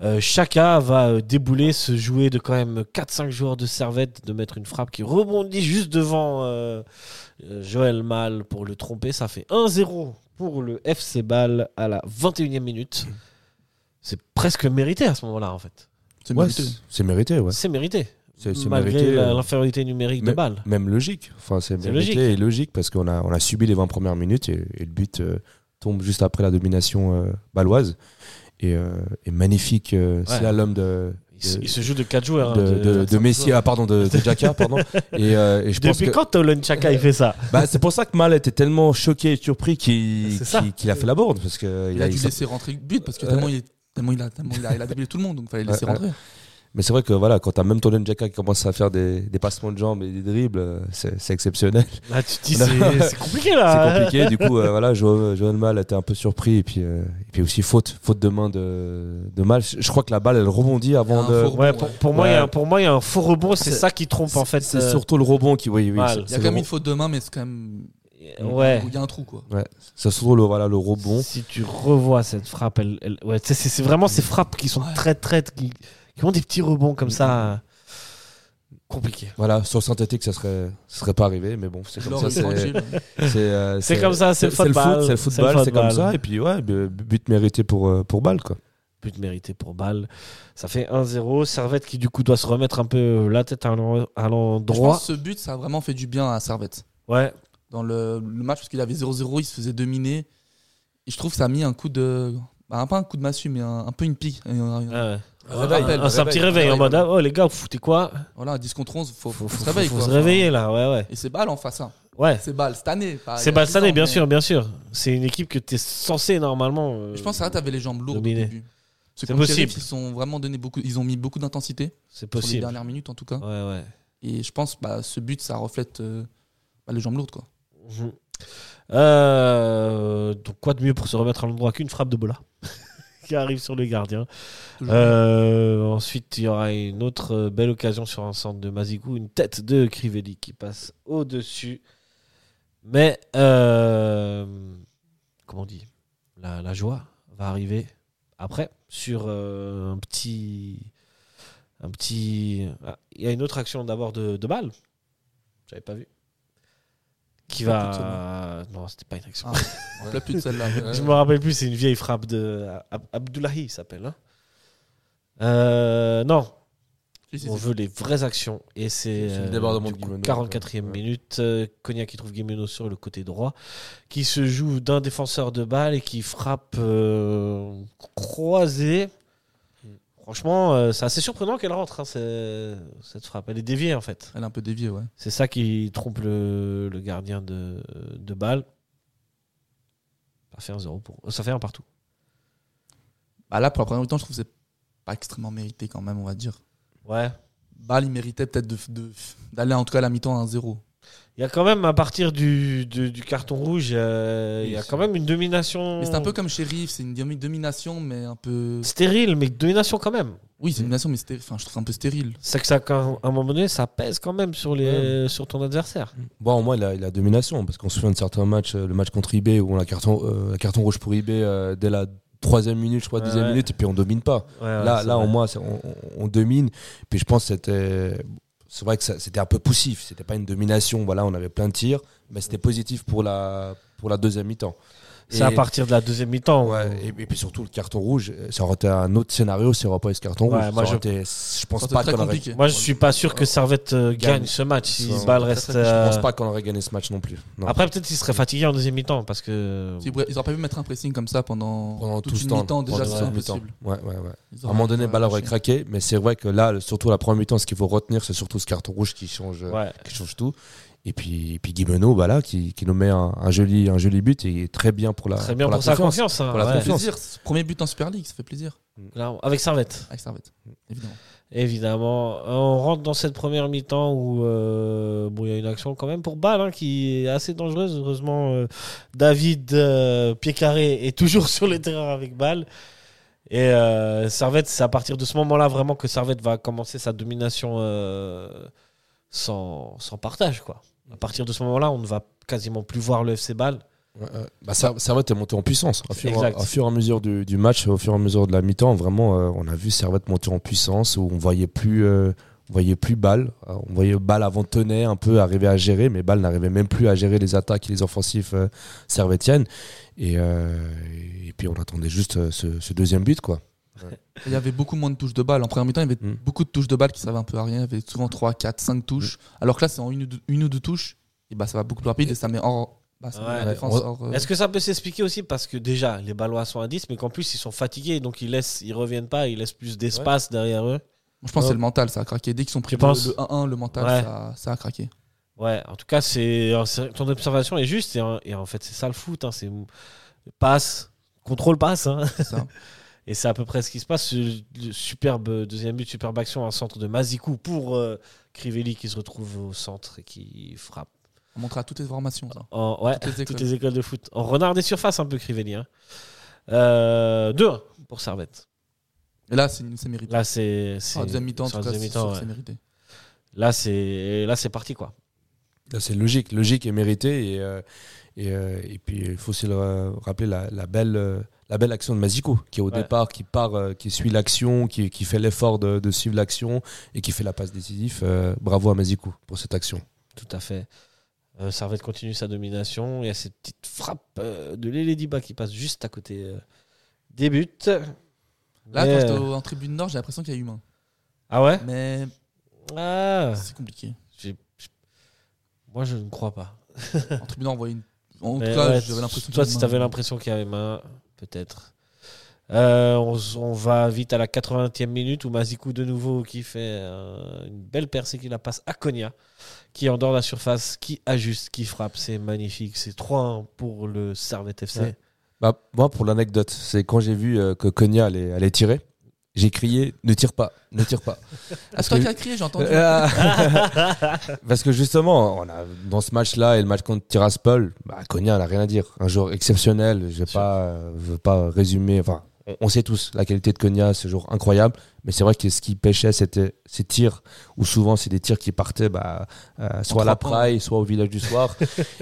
[SPEAKER 4] euh, Chaka va euh, débouler, se jouer de quand même 4-5 joueurs de servette, de mettre une frappe qui rebondit juste devant euh, euh, Joël Mal pour le tromper. Ça fait 1-0 pour le FC Bâle à la 21e minute. C'est presque mérité à ce moment-là, en fait.
[SPEAKER 5] C'est
[SPEAKER 6] Ouais,
[SPEAKER 5] mérité.
[SPEAKER 6] c'est- c'est mérité. Ouais.
[SPEAKER 4] C'est mérité.
[SPEAKER 6] C'est c'est
[SPEAKER 4] Malgré
[SPEAKER 6] mérité,
[SPEAKER 4] la-
[SPEAKER 6] euh,
[SPEAKER 4] l'infériorité numérique de
[SPEAKER 6] mais-
[SPEAKER 4] Bâle.
[SPEAKER 6] Même logique. Enfin, c'est
[SPEAKER 4] C'est
[SPEAKER 6] mérité
[SPEAKER 4] logique.
[SPEAKER 6] et logique parce qu'on a, on a subi les 20 premières minutes et, et le but euh, tombe juste après la domination euh, baloise. Et, euh, et magnifique euh, slalom de
[SPEAKER 4] Il se- il se joue de 4 joueurs. hein,
[SPEAKER 6] de, de- de Messi, ah, pardon, de, de Jacka, pardon. Et, euh, et je pense
[SPEAKER 4] Depuis
[SPEAKER 6] que
[SPEAKER 4] quand Tolan Chaka il fait ça
[SPEAKER 6] bah, c'est pour ça que Mal était tellement choqué et surpris qu'il
[SPEAKER 4] C'est ça.
[SPEAKER 6] qu'il- qu'il a fait la bourde parce que
[SPEAKER 5] Il
[SPEAKER 6] il
[SPEAKER 5] a
[SPEAKER 6] a-
[SPEAKER 5] dû
[SPEAKER 6] il s'en-
[SPEAKER 5] laisser rentrer but parce que tellement il est- tellement il a tellement il a- il a déblayé tout le monde, donc il fallait le laisser
[SPEAKER 6] Ouais, ouais.
[SPEAKER 5] rentrer.
[SPEAKER 6] Mais c'est vrai que voilà, quand t'as même Tolan Jacka qui commence à faire des, des passements de jambes et des dribbles, euh, c'est c'est exceptionnel.
[SPEAKER 4] Là, tu te dis,
[SPEAKER 6] Non.
[SPEAKER 4] c'est c'est compliqué
[SPEAKER 5] Ah.
[SPEAKER 4] là.
[SPEAKER 6] C'est compliqué. du coup, euh, voilà, Jo- Johan Mal était un peu surpris et puis euh, et puis aussi faute faute de main de, de Mal. Je je crois que la balle elle rebondit avant
[SPEAKER 5] Il y a un
[SPEAKER 6] de.
[SPEAKER 5] faux
[SPEAKER 4] Ouais, pour, pour moi,
[SPEAKER 6] Ouais.
[SPEAKER 4] il y a un- pour moi, il y a un faux rebond. C'est
[SPEAKER 6] C'est-
[SPEAKER 4] ça qui trompe en fait.
[SPEAKER 6] C'est
[SPEAKER 4] euh,
[SPEAKER 6] surtout le rebond qui, oui, oui,
[SPEAKER 4] Mal.
[SPEAKER 6] c'est-
[SPEAKER 4] Il
[SPEAKER 5] Il y
[SPEAKER 6] c'est
[SPEAKER 5] a quand
[SPEAKER 6] le
[SPEAKER 5] même une faute de main, mais c'est quand même
[SPEAKER 4] Ouais.
[SPEAKER 5] il y a un trou quoi.
[SPEAKER 6] C'est surtout le, voilà, le rebond.
[SPEAKER 4] Si tu revois cette frappe, elle, elle- ouais, tu sais, c'est c'est vraiment ces frappes qui sont
[SPEAKER 5] Ouais.
[SPEAKER 4] très très qui, qui ont des petits rebonds comme ça. euh, Compliqué.
[SPEAKER 6] Voilà, sur synthétique, ça serait, ça serait pas arrivé, mais bon, c'est comme
[SPEAKER 5] L'or
[SPEAKER 6] ça.
[SPEAKER 5] est
[SPEAKER 6] C'est
[SPEAKER 5] tranquille.
[SPEAKER 6] c'est, euh,
[SPEAKER 4] C'est comme ça, c'est le football.
[SPEAKER 6] foot, C'est le
[SPEAKER 4] C'est le
[SPEAKER 6] football, c'est comme
[SPEAKER 4] football.
[SPEAKER 6] ça. Et puis, ouais, bu- but mérité pour, euh, pour balle, quoi.
[SPEAKER 4] But mérité pour balle. Ça fait 1-0. Servette qui du coup doit se remettre un peu la tête à l'en- à
[SPEAKER 5] Je
[SPEAKER 4] l'endroit.
[SPEAKER 5] pense que ce but, ça a vraiment fait du bien à Servette.
[SPEAKER 4] Ouais.
[SPEAKER 5] Dans le, le match, parce qu'il avait 0-0, il se faisait dominer. Et je trouve que ça a mis un coup de. bah, pas un coup de massue, mais un, un peu une pique. Un- un-
[SPEAKER 4] ouais.
[SPEAKER 5] un
[SPEAKER 4] Un,
[SPEAKER 5] rappel.
[SPEAKER 4] un- c'est un petit réveil en mode ah, oh les gars, vous foutez quoi
[SPEAKER 5] Voilà, un 10 contre 11, faut,
[SPEAKER 4] Faut,
[SPEAKER 5] faut,
[SPEAKER 4] faut-
[SPEAKER 5] se réveiller.
[SPEAKER 4] faut
[SPEAKER 5] quoi.
[SPEAKER 4] se réveiller là. Ouais, ouais.
[SPEAKER 5] Et c'est balle en face. hein.
[SPEAKER 4] Ouais.
[SPEAKER 5] C'est balle cette année. pas- Ah, il y
[SPEAKER 4] C'est
[SPEAKER 5] a dix
[SPEAKER 4] Balsané,
[SPEAKER 5] ans,
[SPEAKER 4] bien
[SPEAKER 5] mais-
[SPEAKER 4] sûr, bien sûr. C'est une équipe que t'es censé normalement. euh,
[SPEAKER 5] Je pense que Servette avait les jambes lourdes
[SPEAKER 4] Dominé.
[SPEAKER 5] au début.
[SPEAKER 4] C'est
[SPEAKER 5] contre
[SPEAKER 4] possible.
[SPEAKER 5] Sheriff, Ils, sont vraiment donné beaucoup, ils ont mis beaucoup d'intensité
[SPEAKER 4] C'est
[SPEAKER 5] sur les hein.
[SPEAKER 4] possible.
[SPEAKER 5] dernières minutes en tout cas.
[SPEAKER 4] Ouais, ouais.
[SPEAKER 5] Et je pense bah ce but, ça reflète euh, bah, les jambes lourdes. Quoi.
[SPEAKER 4] Mhm. Euh, donc quoi de mieux pour se remettre à l'endroit qu'une frappe de Bola qui arrive sur le gardien.
[SPEAKER 5] Toujours.
[SPEAKER 4] Euh, ensuite, il y aura une autre euh, belle occasion sur un centre de Mazigou, une tête de Crivelli qui passe au-dessus. Mais euh, comment on dit la, la joie va arriver après sur euh, un petit un petit ah, il y a une autre action d'abord de, de balle. J'avais pas vu. Qui
[SPEAKER 5] Pas toute
[SPEAKER 4] va non, c'était pas une action.
[SPEAKER 5] Ah. On plaît plus de celle-là.
[SPEAKER 4] Je me rappelle plus, c'est une vieille frappe de Ab- Abdoulahi, il s'appelle. hein. Euh, non,
[SPEAKER 5] Si, si,
[SPEAKER 4] on
[SPEAKER 5] si.
[SPEAKER 4] veut les vraies actions. Et c'est
[SPEAKER 6] C'est le
[SPEAKER 4] euh,
[SPEAKER 6] débordement
[SPEAKER 4] du
[SPEAKER 6] de
[SPEAKER 4] coup,
[SPEAKER 6] Guimeno.
[SPEAKER 4] 44e
[SPEAKER 6] Ouais.
[SPEAKER 4] minute. euh, Cognac qui trouve Guimeno sur le côté droit, qui se joue d'un défenseur de balle et qui frappe euh, croisée. Franchement, euh, c'est assez surprenant qu'elle rentre, hein, c'est- cette frappe. Elle est déviée en fait.
[SPEAKER 5] Elle est un peu déviée, ouais.
[SPEAKER 4] C'est ça qui trompe le, le gardien de, de balle. Ça fait un zéro pour. Ça fait un partout.
[SPEAKER 5] Bah là, pour la première mi-temps, je trouve que c'est pas extrêmement mérité quand même, on va dire.
[SPEAKER 4] Ouais.
[SPEAKER 5] Bâle, il méritait peut-être de- de- d'aller en tout cas à la mi-temps à 1-0.
[SPEAKER 4] Il y a quand même, à partir du, du, du carton rouge, euh, il y a quand même une domination.
[SPEAKER 5] Mais c'est un peu comme Sheriff, c'est une domi- domination, mais un peu.
[SPEAKER 4] Stérile, mais domination quand même.
[SPEAKER 5] Oui, c'est une domination, mais stérile. Enfin, je trouve ça un peu stérile.
[SPEAKER 4] C'est que ça, qu'à un à un moment donné, ça pèse quand même sur, les, sur ton adversaire.
[SPEAKER 6] Bon, au moins, il a, il a domination, parce qu'on se souvient de certains matchs, euh, le match contre IB, où on a carton, euh, la carton rouge pour IB euh, dès la troisième minute, je crois,
[SPEAKER 4] Ouais,
[SPEAKER 6] deuxième
[SPEAKER 4] ouais. Ah,
[SPEAKER 6] minute, et puis on domine pas. là, là au moins, c'est- on, on- on domine. Puis je pense que c'était. C'est vrai que ça- c'était un peu poussif, c'était pas une domination, voilà, on avait plein de tirs, mais c'était positif pour la, pour la deuxième mi-temps.
[SPEAKER 4] C'est à
[SPEAKER 6] Et-
[SPEAKER 4] partir de la deuxième mi-temps.
[SPEAKER 6] Ouais, et, et puis surtout le carton rouge, euh, ça aurait été un autre scénario s'il n'y aurait pas eu ce carton
[SPEAKER 4] Ouais,
[SPEAKER 6] rouge.
[SPEAKER 4] moi,
[SPEAKER 6] Ça
[SPEAKER 4] je-
[SPEAKER 6] aurait été- je pense
[SPEAKER 5] C'est
[SPEAKER 6] pas
[SPEAKER 5] très
[SPEAKER 6] qu'on aurait,
[SPEAKER 5] compliqué.
[SPEAKER 4] Moi, je suis pas sûr que Servette euh, gagne,
[SPEAKER 6] Gagne.
[SPEAKER 4] ce match. Si
[SPEAKER 6] Ouais.
[SPEAKER 4] Ball reste.
[SPEAKER 6] je pense
[SPEAKER 4] euh, Ah,
[SPEAKER 6] pas qu'on aurait gagné ce match non plus. Non.
[SPEAKER 4] Après, peut-être qu'il serait fatigué en deuxième mi-temps parce que.
[SPEAKER 5] Ils auraient ils auraient pas pu mettre un pressing comme ça pendant,
[SPEAKER 6] pendant
[SPEAKER 5] toute
[SPEAKER 6] tout ce
[SPEAKER 5] une
[SPEAKER 6] temps,
[SPEAKER 5] mi-temps, déjà,
[SPEAKER 6] pendant
[SPEAKER 5] c'est
[SPEAKER 6] toute la
[SPEAKER 5] impossible.
[SPEAKER 6] mi-temps. Ouais, ouais, ouais.
[SPEAKER 5] Ils
[SPEAKER 6] À un
[SPEAKER 5] auraient-
[SPEAKER 6] moment
[SPEAKER 5] ils
[SPEAKER 6] donné,
[SPEAKER 5] auraient
[SPEAKER 6] Ball aurait
[SPEAKER 5] lâché.
[SPEAKER 6] craqué, mais c'est vrai que là, le- surtout la première mi-temps, ce qu'il faut retenir, c'est surtout ce carton rouge qui change, euh,
[SPEAKER 4] Ouais.
[SPEAKER 6] qui change tout. Et puis, et puis Guimeno, bah là, qui, qui nous met un, un joli, un joli but et très bien pour la,
[SPEAKER 4] Très bien
[SPEAKER 6] pour
[SPEAKER 4] pour,
[SPEAKER 6] la
[SPEAKER 4] sa
[SPEAKER 6] confiance.
[SPEAKER 4] confiance. hein,
[SPEAKER 6] Pour la
[SPEAKER 4] ouais.
[SPEAKER 5] Ça fait
[SPEAKER 6] confiance.
[SPEAKER 5] plaisir. ce Premier but en Super League, ça fait plaisir.
[SPEAKER 4] Là, Avec Servette.
[SPEAKER 5] Avec Servette,
[SPEAKER 6] Mm.
[SPEAKER 5] évidemment.
[SPEAKER 4] Évidemment, Euh, on rentre dans cette première mi-temps où euh, bon, il y a une action quand même pour Bâle hein, qui est assez dangereuse. Heureusement, euh, David euh, Pied Carré est toujours sur le terrain avec Bâle. Et euh, Servette, c'est à partir de ce moment-là vraiment que Servette va commencer sa domination euh, sans, sans partage. Quoi. À partir de ce moment-là, on ne va quasiment plus voir le FC Bâle.
[SPEAKER 6] Ouais, ouais. Bah, Ser- Servette est monté en puissance. Au fur,
[SPEAKER 4] Exact.
[SPEAKER 6] au fur et à mesure du, du match, au fur et à mesure de la mi-temps, vraiment, euh, on a vu Servette monter en puissance où on voyait plus, euh, on voyait plus balle. Euh, On voyait balle avant Tonnet un peu arriver à gérer, mais balle n'arrivait même plus à gérer les attaques et les offensifs euh, servétiennes. Et, euh, et puis on attendait juste euh, ce, ce deuxième but, quoi.
[SPEAKER 5] Il y avait beaucoup moins de touches de balle. En première mi-temps, il y avait
[SPEAKER 6] Mm.
[SPEAKER 5] beaucoup de touches de balle qui servaient un peu à rien. Il y avait souvent 3, 4, 5 touches. Alors que là, c'est en une ou deux, une ou deux touches. Et bah, ça va beaucoup plus rapide et ça met hors. Bah, ça met
[SPEAKER 4] Ouais.
[SPEAKER 5] la défense
[SPEAKER 6] Ouais.
[SPEAKER 5] hors, euh,
[SPEAKER 4] Est-ce que ça peut s'expliquer aussi parce que déjà, les Ballois sont à 10, mais qu'en plus, ils sont fatigués, donc ils, laissent, ils reviennent pas, ils laissent plus d'espace derrière eux
[SPEAKER 5] Moi, je pense que
[SPEAKER 4] Ouais.
[SPEAKER 5] c'est le mental, ça a craqué. Dès qu'ils sont pris
[SPEAKER 4] Tu penses
[SPEAKER 5] le, le 1-1, le mental,
[SPEAKER 4] Ouais.
[SPEAKER 5] ça, ça a craqué.
[SPEAKER 4] Ouais, en tout cas, c'est alors, c'est- ton observation est juste. Et, en- et en fait, c'est ça le foot. hein, c'est passe, contrôle passe. hein.
[SPEAKER 5] C'est ça.
[SPEAKER 4] Et c'est à peu près ce qui se passe. Ce- le superbe deuxième but, superbe action, un centre de Mazikou pour euh, Crivelli qui se retrouve au centre et qui frappe.
[SPEAKER 5] On montre à toutes les formations, ça.
[SPEAKER 4] En, ouais,
[SPEAKER 5] Toutes les écoles.
[SPEAKER 4] toutes les écoles de foot. En renard des surfaces, un peu Crivelli. Hein. Euh, 2-1 pour Servette.
[SPEAKER 5] Et là, c'est c'est mérité.
[SPEAKER 4] Là, c'est. c'est-
[SPEAKER 5] Ah, deuxième mi-temps, en
[SPEAKER 4] sur
[SPEAKER 5] tout
[SPEAKER 4] la
[SPEAKER 5] cas, c'est
[SPEAKER 4] deuxième
[SPEAKER 5] sûr
[SPEAKER 4] mi-temps,
[SPEAKER 5] que
[SPEAKER 4] ouais.
[SPEAKER 5] c'est mérité.
[SPEAKER 4] Là, c'est là, c'est parti, quoi.
[SPEAKER 6] Là, c'est logique, logique et mérité. Et, euh, et, euh, et puis, il faut aussi le ra- rappeler la, la belle, euh, la belle action de Mazico, qui est au
[SPEAKER 4] Ouais.
[SPEAKER 6] départ, qui part, euh, qui suit l'action, qui, qui fait l'effort de, de suivre l'action et qui fait la passe décisive. Euh, bravo à Mazico pour cette action.
[SPEAKER 4] Tout à fait. Euh, Servette continue sa domination. Il y a cette petite frappe euh, de Lélé Diba qui passe juste à côté euh, des buts.
[SPEAKER 5] Là,
[SPEAKER 4] Mais,
[SPEAKER 5] quand j'étais
[SPEAKER 4] euh,
[SPEAKER 5] au- en tribune nord, j'ai l'impression qu'il y a humain.
[SPEAKER 4] Ah ouais
[SPEAKER 5] Mais
[SPEAKER 4] Ah,
[SPEAKER 5] c'est compliqué.
[SPEAKER 4] j'ai- j'ai- Moi, je ne crois pas.
[SPEAKER 5] En tribune nord, on voyait une. En tout
[SPEAKER 4] Mais
[SPEAKER 5] cas,
[SPEAKER 4] ouais,
[SPEAKER 5] j'avais l'impression
[SPEAKER 4] Toi,
[SPEAKER 5] qu'il y
[SPEAKER 4] si
[SPEAKER 5] a
[SPEAKER 4] tu avais
[SPEAKER 5] humain.
[SPEAKER 4] l'impression qu'il y avait main, peut-être. Euh, on, s- on va vite à la 80e minute où Mazikou de nouveau qui fait euh, une belle percée qui la passe à Konya, qui endort la surface, qui ajuste, qui frappe. C'est magnifique. C'est 3-1 pour le Servette FC.
[SPEAKER 6] Ouais. Bah, moi, pour l'anecdote, c'est quand j'ai vu euh, que Konya allait, allait tirer, j'ai crié Ne tire pas, ne tire pas.
[SPEAKER 5] Ah, c'est toi qui as crié, j'ai entendu.
[SPEAKER 6] Euh, ah. Parce que justement, on a, dans ce match-là et le match contre Tiraspol, bah, Konya n'a rien à dire. Un joueur exceptionnel, je ne pas, euh, veux pas résumer. Enfin, on, on sait tous la qualité de Konya, ce jour incroyable. Mais c'est vrai que ce qui pêchait, c'était ces tirs, où souvent c'est des tirs qui partaient bah, euh, soit à la
[SPEAKER 5] trois
[SPEAKER 6] praille, soit au village du soir.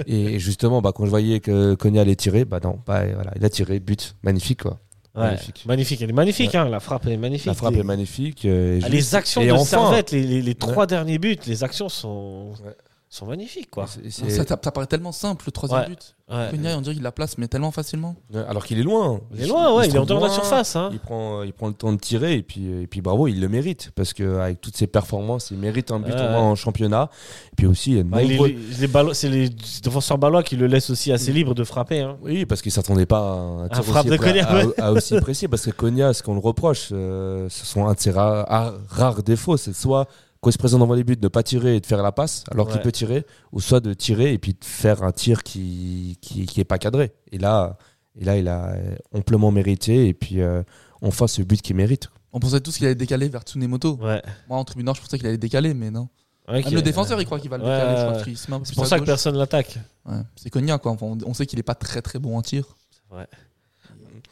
[SPEAKER 6] et justement, bah, quand je voyais que Konya allait tirer, bah non, bah, voilà, il a tiré, but, magnifique quoi.
[SPEAKER 4] Ouais,
[SPEAKER 6] Magnifique.
[SPEAKER 4] magnifique. Elle est magnifique, hein, la frappe est magnifique.
[SPEAKER 6] La frappe
[SPEAKER 4] les,
[SPEAKER 6] est magnifique. euh, et
[SPEAKER 4] Ah,
[SPEAKER 6] juste-
[SPEAKER 4] les actions
[SPEAKER 6] Et
[SPEAKER 4] de
[SPEAKER 6] enfin-
[SPEAKER 4] Servette, les, les- les trois derniers buts, les actions sont,
[SPEAKER 6] Ouais.
[SPEAKER 4] sont magnifiques. Quoi. Ah,
[SPEAKER 6] C'est- c'est-
[SPEAKER 5] Ça, ça- ça paraît tellement simple, le troisième
[SPEAKER 4] Ouais.
[SPEAKER 5] but.
[SPEAKER 4] Ouais.
[SPEAKER 5] Cognac, on dirait qu'il la place, mais tellement facilement.
[SPEAKER 6] Alors qu'il est loin.
[SPEAKER 4] Il est loin, ouais,
[SPEAKER 6] se
[SPEAKER 4] il est en dehors
[SPEAKER 6] trouve
[SPEAKER 4] de la
[SPEAKER 6] loin.
[SPEAKER 4] surface. hein.
[SPEAKER 6] Il prend, euh, il prend le temps de tirer et puis, et puis bravo, il le mérite parce que avec toutes ses performances, il mérite un
[SPEAKER 4] Ouais,
[SPEAKER 6] but au moins
[SPEAKER 4] ouais.
[SPEAKER 6] en championnat. Et puis aussi, il y a de
[SPEAKER 4] Bah, il est-
[SPEAKER 6] nombreux-
[SPEAKER 4] les- les Ballois- c'est les défenseurs ballois qui le laissent aussi assez libre de frapper. hein.
[SPEAKER 6] Oui, parce qu'il s'attendait pas à un tir
[SPEAKER 4] frappe
[SPEAKER 6] aussi,
[SPEAKER 4] de
[SPEAKER 6] pré-
[SPEAKER 4] Konya,
[SPEAKER 6] à-
[SPEAKER 4] ouais.
[SPEAKER 6] à aussi précis parce que Konya, ce qu'on le reproche, euh, ce sont un de ses ra- ra- rares défauts, c'est soit quand il se présente devant les buts, de ne pas tirer et de faire la passe alors qu'il
[SPEAKER 4] Ouais.
[SPEAKER 6] peut tirer, ou soit de tirer et puis de faire un tir qui qui, qui est pas cadré. Et là, et là, il a euh, amplement mérité et puis euh, enfin ce but qu'il mérite.
[SPEAKER 5] On pensait tous qu'il allait décaler vers Tsunemoto.
[SPEAKER 4] Ouais.
[SPEAKER 5] Moi, en tribune nord, je pensais qu'il allait décaler, mais non.
[SPEAKER 4] Ouais,
[SPEAKER 6] Ah,
[SPEAKER 5] Même
[SPEAKER 4] qui-
[SPEAKER 5] le défenseur, il croit qu'il va le
[SPEAKER 4] Ouais,
[SPEAKER 5] décaler. je
[SPEAKER 4] ouais,
[SPEAKER 5] crois
[SPEAKER 4] ouais.
[SPEAKER 5] qu'il se met un peu
[SPEAKER 4] C'est
[SPEAKER 5] plus
[SPEAKER 4] pour
[SPEAKER 5] à
[SPEAKER 4] ça que
[SPEAKER 5] gauche.
[SPEAKER 4] personne l'attaque.
[SPEAKER 5] Ouais, C'est Cognac, quoi. Enfin, on, on sait qu'il est pas très très bon en tir.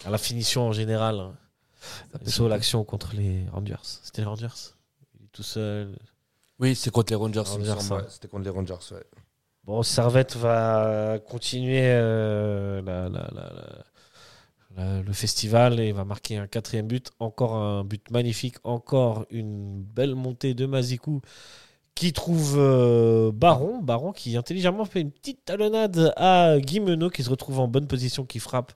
[SPEAKER 4] À la finition en général. hein.
[SPEAKER 5] Ça peut
[SPEAKER 4] Sauf
[SPEAKER 5] être-
[SPEAKER 4] l'action contre les Rangers. C'était les Rangers. Il est tout seul.
[SPEAKER 6] Oui, c'est contre les Rangers.
[SPEAKER 4] il me Rangers, semble, ouais. ouais.
[SPEAKER 6] C'était contre les Rangers.
[SPEAKER 4] Bon, Servette va continuer euh, la- la- la- la- la- le festival et va marquer un quatrième but. Encore un but magnifique, encore une belle montée de Mazikou qui trouve euh, Baron. Baron qui intelligemment fait une petite talonnade à Guimeno qui se retrouve en bonne position, qui frappe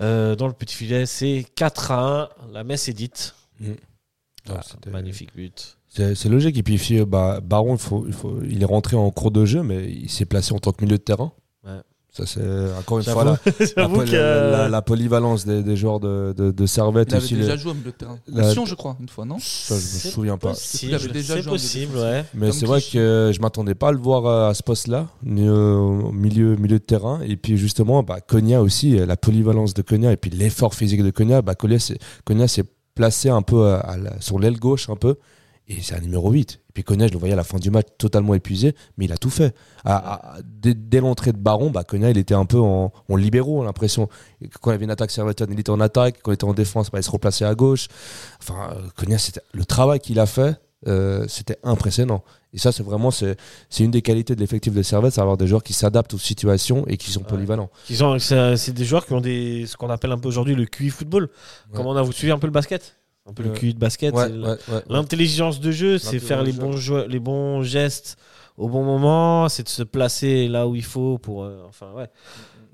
[SPEAKER 4] euh, dans le petit filet. C'est 4 à 1. La messe est dite. Ah, magnifique but.
[SPEAKER 6] C'est c'est logique. Et puis, fi- bah, Baron, il, faut, il, faut, il est rentré en cours de jeu, mais il s'est placé en tant que milieu de terrain.
[SPEAKER 4] Ouais.
[SPEAKER 6] Ça, c'est encore une
[SPEAKER 4] J'avoue-
[SPEAKER 6] fois la, la,
[SPEAKER 4] J'avoue
[SPEAKER 6] poly-
[SPEAKER 4] que-
[SPEAKER 6] la- la polyvalence des, des joueurs de, de, de Servette.
[SPEAKER 5] Il avait
[SPEAKER 6] aussi,
[SPEAKER 5] déjà
[SPEAKER 6] le-
[SPEAKER 5] joué au milieu de terrain.
[SPEAKER 6] la-
[SPEAKER 5] Sion, je crois, une fois, non
[SPEAKER 6] ça, je me souviens pas.
[SPEAKER 5] Il
[SPEAKER 4] possible,
[SPEAKER 5] avait déjà
[SPEAKER 4] c'est
[SPEAKER 5] joué en
[SPEAKER 4] possible,
[SPEAKER 5] deux
[SPEAKER 4] ouais.
[SPEAKER 6] Mais
[SPEAKER 5] Comme
[SPEAKER 6] c'est vrai
[SPEAKER 5] qui-
[SPEAKER 6] que je m'attendais pas à le voir euh, à ce poste-là, ni, euh, au milieu, milieu de terrain. Et puis justement, bah, Konya aussi, euh, la polyvalence de Konya et puis l'effort physique de Konya. Bah, Konya s'est Konya s'est placé un peu euh, à- à la- sur l'aile gauche un peu. Et c'est un numéro 8. Et puis Konya, je le voyais à la fin du match totalement épuisé, mais il a tout fait. À- à- dès dès l'entrée de Baron, bah, Konya, il était un peu en, en libéraux, on a l'impression. Et Quand il y avait une attaque servetienne, il était en attaque. Quand il était en défense, bah, il se replaçait à gauche. Enfin, euh, Konya, c'était le travail qu'il a fait, euh, c'était impressionnant. Et ça, c'est vraiment c'est, c'est une des qualités de l'effectif de Servette, c'est avoir des joueurs qui s'adaptent aux situations et qui sont
[SPEAKER 4] Ouais.
[SPEAKER 6] polyvalents.
[SPEAKER 4] Ils ont- C'est c'est des joueurs qui ont des, ce qu'on appelle un peu aujourd'hui le QI football. Comme on a, vous suivez un peu le basket Un peu le
[SPEAKER 6] Ouais.
[SPEAKER 4] QI de basket. c'est l- L'intelligence de jeu, c'est faire les bons, jeux- les bons gestes au bon moment, c'est de se placer là où il faut pour. euh, enfin, ouais.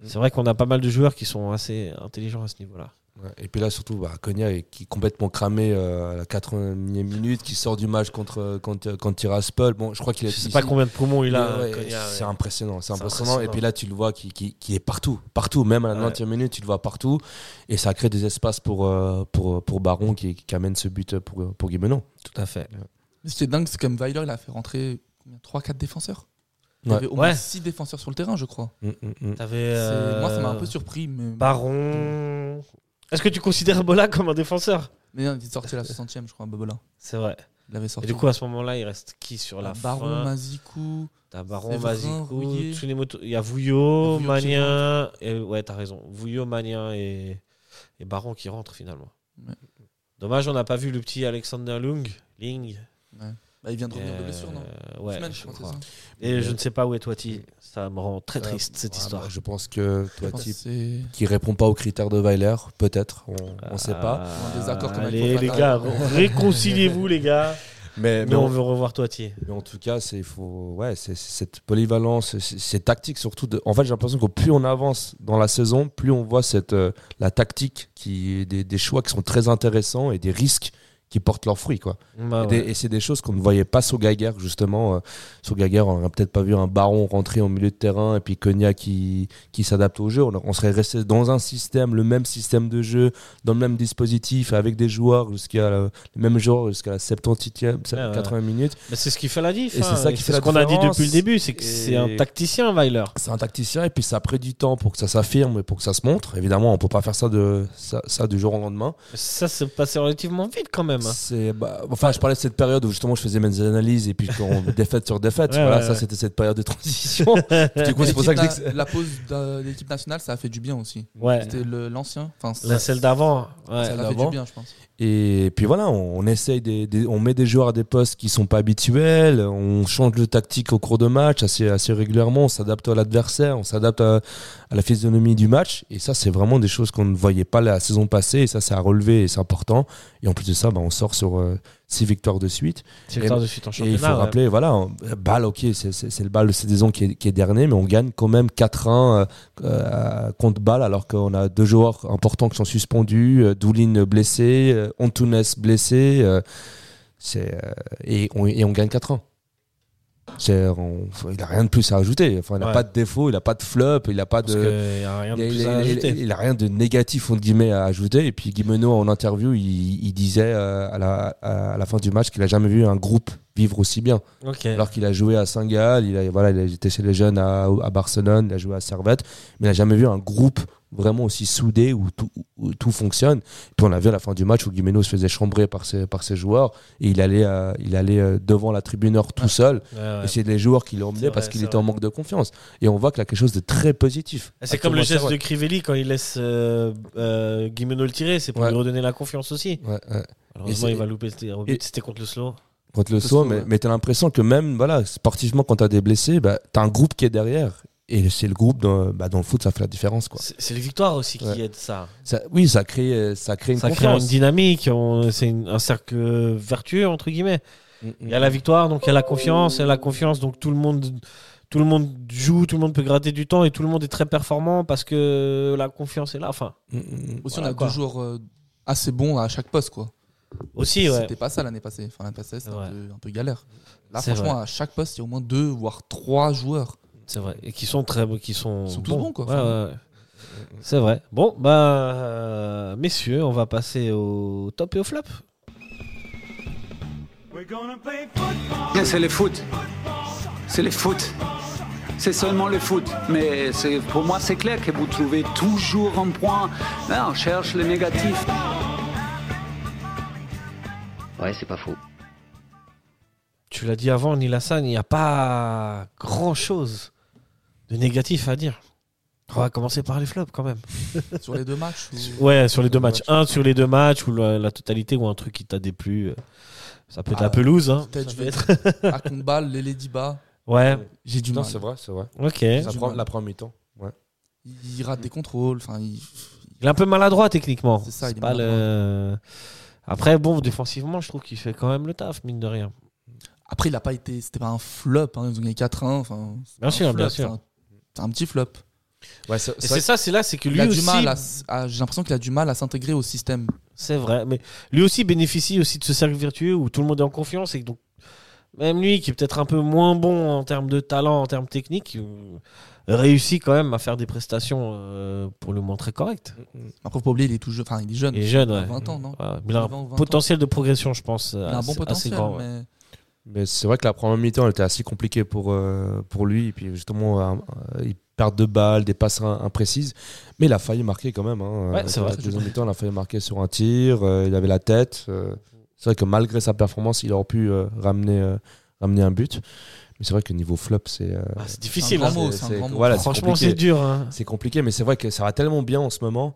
[SPEAKER 4] C'est vrai qu'on a pas mal de joueurs qui sont assez intelligents à ce niveau-là.
[SPEAKER 6] Ouais, Et puis là, surtout, bah, Konya est- qui est complètement cramé euh, à la 80e minute, qui sort du match contre, euh, contre, contre Tiraspol. Bon, je crois qu'il a
[SPEAKER 4] Je sais pas combien de poumons il a.
[SPEAKER 6] Ouais, ouais,
[SPEAKER 4] Konya,
[SPEAKER 6] c'est
[SPEAKER 4] ouais.
[SPEAKER 6] impressionnant, c'est
[SPEAKER 4] C'est
[SPEAKER 6] impressionnant. Et
[SPEAKER 4] impressionnant.
[SPEAKER 6] puis là, tu le vois qui, qui, qui est partout, partout, même à la
[SPEAKER 4] Ouais.
[SPEAKER 6] 90e minute, tu le vois partout. Et ça crée des espaces pour, euh, pour, pour Baron qui, qui amène ce but pour, pour Guémenon.
[SPEAKER 4] Tout à fait.
[SPEAKER 5] Mais c'est dingue, c'est comme Weiler, il a fait rentrer 3-4 défenseurs. Il y
[SPEAKER 6] Ouais.
[SPEAKER 5] avait au moins
[SPEAKER 4] Ouais.
[SPEAKER 5] 6 défenseurs sur le terrain, je crois.
[SPEAKER 6] Mm, mm, mm.
[SPEAKER 4] T'avais.
[SPEAKER 5] C'est-
[SPEAKER 4] euh,
[SPEAKER 5] Moi, ça m'a un peu surpris, mais,
[SPEAKER 4] Baron. Est-ce que tu considères Bola comme un défenseur
[SPEAKER 5] mais non, il est sorti à la 60e, je crois, Bobola.
[SPEAKER 4] C'est vrai.
[SPEAKER 5] Il avait sorti.
[SPEAKER 4] Et du coup, à ce moment-là, il reste qui sur la
[SPEAKER 5] Baron,
[SPEAKER 4] fin
[SPEAKER 5] Mazikou.
[SPEAKER 4] T'as Baron,
[SPEAKER 5] Séverin,
[SPEAKER 4] Mazikou,
[SPEAKER 5] Rouillet.
[SPEAKER 4] Tsunemoto. Il y a Vouillot,
[SPEAKER 5] Vouillot qui
[SPEAKER 4] Manien. Et, ouais, t'as raison. Vouillot, Manien et, et Baron qui rentrent finalement.
[SPEAKER 5] Ouais.
[SPEAKER 4] Dommage, on n'a pas vu le petit Alexander Lung. Ling.
[SPEAKER 5] Bah, il vient de revenir de
[SPEAKER 4] Euh,
[SPEAKER 5] blessure, non
[SPEAKER 4] Ouais,
[SPEAKER 5] Semaine,
[SPEAKER 4] je
[SPEAKER 5] je
[SPEAKER 4] crois.
[SPEAKER 5] crois.
[SPEAKER 4] Et je ne sais pas où est Toiti. Ça me rend très triste, cette
[SPEAKER 6] Ouais,
[SPEAKER 4] histoire.
[SPEAKER 6] bah, je pense que toi, type,
[SPEAKER 5] C'est
[SPEAKER 6] qui répond pas aux critères de Weiler, peut-être, on ne sait
[SPEAKER 4] Ah.
[SPEAKER 6] pas.
[SPEAKER 5] En désaccord comme avec
[SPEAKER 4] Allez,
[SPEAKER 5] ton
[SPEAKER 4] les gars,
[SPEAKER 5] frère.
[SPEAKER 4] réconciliez-vous, les gars.
[SPEAKER 6] Mais,
[SPEAKER 4] Mais on veut revoir Toiti.
[SPEAKER 6] Mais en tout cas, c'est il faut ouais, c'est c'est cette polyvalence, c'est- ces tactiques surtout. De, en fait, j'ai l'impression que plus on avance dans la saison, plus on voit cette euh, la tactique qui des, des choix qui sont très intéressants et des risques qui portent leurs fruits quoi.
[SPEAKER 4] Bah,
[SPEAKER 6] Et des-
[SPEAKER 4] ouais.
[SPEAKER 6] Et c'est des choses qu'on ne voyait pas sur Geiger justement. euh, sur Geiger, on n'aurait peut-être pas vu un Baron rentrer en milieu de terrain et puis Konya qui qui s'adapte au jeu. On, on serait resté dans un système, le même système de jeu, dans le même dispositif avec des joueurs jusqu'à la- les mêmes joueurs jusqu'à la 70e,
[SPEAKER 4] Ouais, ouais.
[SPEAKER 6] 80 minutes.
[SPEAKER 4] Bah, c'est ce qui fait la diff.
[SPEAKER 6] Et c'est
[SPEAKER 4] hein.
[SPEAKER 6] ça qui fait
[SPEAKER 4] ce
[SPEAKER 6] la
[SPEAKER 4] qu'on a dit
[SPEAKER 6] différence.
[SPEAKER 4] depuis le début, c'est que
[SPEAKER 6] Et-
[SPEAKER 4] c'est un tacticien, Weiler.
[SPEAKER 6] c'est un tacticien et puis ça prend du temps pour que ça s'affirme et pour que ça se montre. Évidemment, on peut pas faire ça de ça, ça du jour au lendemain.
[SPEAKER 4] Ça s'est passé relativement vite quand même. hein.
[SPEAKER 6] C'est bah, enfin, je parlais de cette période où justement je faisais mes analyses et puis quand défaite sur défaite,
[SPEAKER 4] Ouais,
[SPEAKER 6] voilà,
[SPEAKER 4] ouais,
[SPEAKER 6] ça
[SPEAKER 4] ouais.
[SPEAKER 6] c'était cette période de transition. du coup, c'est pour ça que je dis que
[SPEAKER 5] L'équipe na- la pause de l'équipe nationale, ça a fait du bien aussi.
[SPEAKER 4] Ouais.
[SPEAKER 5] C'était le- l'ancien. Enfin, ça,
[SPEAKER 4] La celle d'avant. ouais.
[SPEAKER 5] ça
[SPEAKER 6] celle
[SPEAKER 5] a fait
[SPEAKER 6] d'avant.
[SPEAKER 5] du bien, je pense.
[SPEAKER 6] Et puis voilà, on, on essaye, des, des- on met des joueurs à des postes qui sont pas habituels, on change de tactique au cours de match assez, assez régulièrement, on s'adapte à l'adversaire, on s'adapte à, à la physionomie du match. Et ça, c'est vraiment des choses qu'on ne voyait pas la saison passée. Et ça, c'est à relever et c'est important. Et en plus de ça, bah, on sort sur euh, six victoires de suite.
[SPEAKER 4] C'est
[SPEAKER 6] Et-
[SPEAKER 4] le temps de suite en
[SPEAKER 6] Et il faut
[SPEAKER 4] championnat. ouais.
[SPEAKER 6] rappeler, voilà, on- Bâle, ok, c'est- c'est c'est le Bâle de cette saison qui est, qui est dernier, mais on gagne quand même 4-1 euh, euh, contre Bâle, alors qu'on a deux joueurs importants qui sont suspendus, euh, Doulin blessé, euh, Antunes blessé, euh, c'est, euh, et, on, et on gagne 4-1. C'est- on- faut- il n'a rien de plus à ajouter. Enfin, il n'a
[SPEAKER 4] Ouais.
[SPEAKER 6] pas de défaut, il n'a pas de flop, il n'a pas
[SPEAKER 4] Parce
[SPEAKER 6] de.
[SPEAKER 4] qu'il n'y a rien de
[SPEAKER 6] Il,
[SPEAKER 4] plus
[SPEAKER 6] il-
[SPEAKER 4] à
[SPEAKER 6] il-
[SPEAKER 4] ajouter.
[SPEAKER 6] il a rien de négatif entre guillemets à ajouter. Et puis Guimeno en interview, il, il disait euh, à la, à la fin du match qu'il a jamais vu un groupe vivre aussi bien.
[SPEAKER 4] Ok.
[SPEAKER 6] Alors qu'il a joué à Saint-Gall, il a voilà, il a- il était chez les jeunes à, à Barcelone, il a joué à Servette, mais il n'a jamais vu un groupe vraiment aussi soudé où tout, où tout fonctionne. Puis on a vu à la fin du match où Guimeno se faisait chambrer par ses, par ses joueurs et il allait, euh, il allait euh, devant la tribune nord tout seul.
[SPEAKER 4] Ouais, ouais.
[SPEAKER 6] Et c'est les joueurs qui l'ont
[SPEAKER 4] C'est
[SPEAKER 6] emmené
[SPEAKER 4] vrai,
[SPEAKER 6] parce qu'il
[SPEAKER 4] c'est
[SPEAKER 6] était en manque de confiance. Et on voit qu'il y a quelque chose de très positif.
[SPEAKER 4] C'est
[SPEAKER 6] À
[SPEAKER 4] comme le
[SPEAKER 6] Thomas
[SPEAKER 4] geste
[SPEAKER 6] Servette.
[SPEAKER 4] de Crivelli quand il laisse euh, euh, Guimeno le tirer, c'est pour
[SPEAKER 6] Ouais.
[SPEAKER 4] lui redonner la confiance aussi.
[SPEAKER 6] Ouais, ouais.
[SPEAKER 4] Heureusement,
[SPEAKER 6] c'est-
[SPEAKER 4] il va louper ce tir au but.
[SPEAKER 6] et-
[SPEAKER 4] C'était contre le slow.
[SPEAKER 6] contre le
[SPEAKER 5] Ce
[SPEAKER 6] saut,
[SPEAKER 5] saut,
[SPEAKER 6] mais,
[SPEAKER 5] ouais.
[SPEAKER 6] mais t'as l'impression que même voilà, sportivement, quand t'as des blessés, bah, t'as un groupe qui est derrière. Et c'est le groupe, dans, bah, dans le foot, ça fait la différence. Quoi.
[SPEAKER 4] C'est c'est les victoires aussi qui
[SPEAKER 6] Ouais.
[SPEAKER 4] aident ça.
[SPEAKER 6] Ça- oui, ça crée, euh, ça crée une
[SPEAKER 4] Ça crée une
[SPEAKER 6] confiance.
[SPEAKER 4] dynamique, on- c'est une- un cercle vertueux entre guillemets.
[SPEAKER 6] Mm,
[SPEAKER 4] Il y a la victoire, donc il y a la confiance, il y a la confiance, donc tout le monde, tout le monde joue, tout le monde peut gratter du temps et tout le monde est très performant parce que la confiance est là. Enfin,
[SPEAKER 6] Mm, mm, mm.
[SPEAKER 5] Aussi,
[SPEAKER 4] Voilà,
[SPEAKER 5] on a
[SPEAKER 4] quoi.
[SPEAKER 5] deux joueurs euh, assez bons à chaque poste, quoi.
[SPEAKER 4] aussi, ouais.
[SPEAKER 5] C'était pas ça l'année passée. Enfin, l'année passée, c'était
[SPEAKER 4] Ouais.
[SPEAKER 5] un, peu, un peu galère. Là,
[SPEAKER 4] C'est
[SPEAKER 5] franchement, à chaque poste, il y a au moins deux, voire trois joueurs.
[SPEAKER 4] C'est vrai. Et qui sont très, qui sont,
[SPEAKER 5] Ils sont tous bons, quoi.
[SPEAKER 4] Ouais, ouais, ouais. C'est vrai. Bon, bah, euh, messieurs, on va passer au top et au flop.
[SPEAKER 1] Et C'est le foot. C'est le foot. C'est seulement le foot. Mais c'est- pour moi, c'est clair que vous trouvez toujours un point. Hein, on cherche le négatif.
[SPEAKER 7] Ouais, c'est pas faux.
[SPEAKER 4] Tu l'as dit avant, Nilassan, il n'y a pas grand chose de négatif à dire. On va commencer par les flops quand même.
[SPEAKER 5] Sur les deux matchs. ou-
[SPEAKER 4] Ouais, sur les deux
[SPEAKER 6] deux
[SPEAKER 4] matchs. Un sur les deux matchs ou la, la totalité ou un truc qui t'a déplu. Ça peut être
[SPEAKER 5] Ah,
[SPEAKER 4] la pelouse. Hein.
[SPEAKER 5] peut-être,
[SPEAKER 4] Ça
[SPEAKER 5] je
[SPEAKER 4] peut
[SPEAKER 5] vais-
[SPEAKER 4] être-
[SPEAKER 5] à Combal, les Ladyba,
[SPEAKER 4] Ouais,
[SPEAKER 5] j'ai du
[SPEAKER 6] Non,
[SPEAKER 5] mal.
[SPEAKER 6] c'est vrai, c'est vrai.
[SPEAKER 4] ok.
[SPEAKER 6] La,
[SPEAKER 5] du
[SPEAKER 6] pre-
[SPEAKER 5] mal.
[SPEAKER 6] la première mi-temps. Ouais.
[SPEAKER 5] Il rate des contrôles. Enfin, il-
[SPEAKER 4] Il est un peu maladroit techniquement.
[SPEAKER 5] C'est ça, il est
[SPEAKER 4] pas le... Après, bon, défensivement, je trouve qu'il fait quand même le taf, mine de rien.
[SPEAKER 5] Après, il a pas été. C'était pas un flop. hein, Ils ont gagné 4-1. Enfin, c'est
[SPEAKER 4] Bien
[SPEAKER 5] un
[SPEAKER 4] sûr,
[SPEAKER 5] flop,
[SPEAKER 4] bien
[SPEAKER 5] c'est
[SPEAKER 4] sûr.
[SPEAKER 5] un- C'est un petit flop.
[SPEAKER 6] Ouais, c'est
[SPEAKER 4] Et
[SPEAKER 6] c'est
[SPEAKER 4] c'est
[SPEAKER 6] vrai
[SPEAKER 4] ça, c'est là, c'est que
[SPEAKER 5] Il
[SPEAKER 4] lui
[SPEAKER 5] a
[SPEAKER 4] aussi.
[SPEAKER 5] du mal à s- à- J'ai l'impression qu'il a du mal à s'intégrer au système.
[SPEAKER 4] C'est vrai, mais lui aussi bénéficie aussi de ce cercle vertueux où tout le monde est en confiance et donc même lui qui est peut-être un peu moins bon en termes de talent, en termes techniques, euh, réussit quand même à faire des prestations euh, pour le moins très correctes.
[SPEAKER 5] Après, faut pas oublier, il est tout jeune. Enfin, il est jeune.
[SPEAKER 4] Il est jeune,
[SPEAKER 5] Il a
[SPEAKER 4] ouais.
[SPEAKER 5] 20 ans, non
[SPEAKER 4] Ouais, mais il a un
[SPEAKER 5] 20 ou 20 ans.
[SPEAKER 4] potentiel de progression, je pense,
[SPEAKER 5] Il a un bon potentiel,
[SPEAKER 4] grand. ouais.
[SPEAKER 5] mais
[SPEAKER 6] Mais c'est vrai que la première mi-temps, elle était assez compliquée pour, euh, pour lui. Et puis justement, euh, euh, il perd deux balles, des passes im- imprécises. Mais il a failli marquer quand même. Hein.
[SPEAKER 4] Ouais,
[SPEAKER 6] Euh,
[SPEAKER 4] c'est vrai.
[SPEAKER 6] La deuxième mi-temps, il a failli marquer sur un tir. euh, il avait la tête. euh. c'est vrai que malgré sa performance, il aurait pu euh, ramener, euh, ramener un but. Mais c'est vrai que niveau flop, c'est. euh,
[SPEAKER 4] Ah, c'est difficile.
[SPEAKER 5] grand
[SPEAKER 4] hein.
[SPEAKER 5] mot, c'est un grand mot.
[SPEAKER 6] voilà,
[SPEAKER 4] Franchement,
[SPEAKER 6] compliqué.
[SPEAKER 4] c'est dur. hein.
[SPEAKER 6] C'est compliqué, mais c'est vrai que ça va tellement bien en ce moment.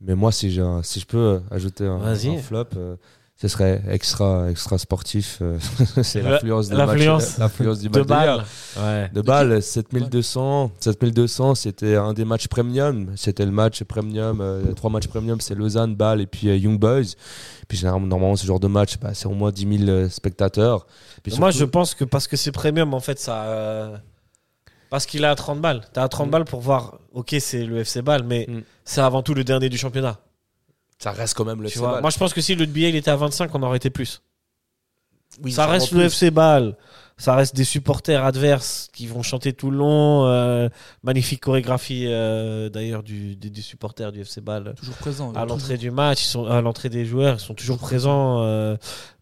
[SPEAKER 6] Mais moi, si, j'ai un- si je peux euh, ajouter un,
[SPEAKER 4] Vas-y.
[SPEAKER 6] un flop, euh, ce serait extra, extra sportif. euh, c'est
[SPEAKER 4] Le-
[SPEAKER 6] l'influence du
[SPEAKER 4] l'influence
[SPEAKER 6] match. euh, L'influence du
[SPEAKER 4] Deux
[SPEAKER 6] match d'hier.
[SPEAKER 4] balles. Ouais.
[SPEAKER 6] De balles, 7200. 7200, c'était un des matchs premium. C'était le match premium. euh, trois matchs premium, c'est Lausanne, Bâle et puis euh, Young Boys. Puis généralement, normalement, ce genre de match, bah, c'est au moins 10 000 euh, spectateurs. Puis
[SPEAKER 4] Moi, je
[SPEAKER 6] surtout-
[SPEAKER 4] pense que parce que c'est premium, en fait, ça. euh, Parce qu'il est à 30 balles. T'es à 30
[SPEAKER 6] Mm.
[SPEAKER 4] balles pour voir, ok, c'est le FC Ball, mais
[SPEAKER 6] Mm.
[SPEAKER 4] c'est avant tout le dernier du championnat.
[SPEAKER 6] Ça reste quand même le
[SPEAKER 4] Tu
[SPEAKER 6] FC
[SPEAKER 4] vois,
[SPEAKER 6] Bâle.
[SPEAKER 4] moi, je pense que si le billet il était à 25, on aurait été plus.
[SPEAKER 5] oui,
[SPEAKER 4] ça reste
[SPEAKER 5] sûrement
[SPEAKER 4] le
[SPEAKER 5] plus.
[SPEAKER 4] FC Bâle. Ça reste des supporters adverses qui vont chanter tout le long. euh, magnifique chorégraphie euh, d'ailleurs du, des, des supporters du FC Bâle
[SPEAKER 5] Toujours présent.
[SPEAKER 4] à
[SPEAKER 5] toujours-
[SPEAKER 4] Ah, l'entrée du match, ils sont à l'entrée des joueurs, ils sont toujours présents, euh,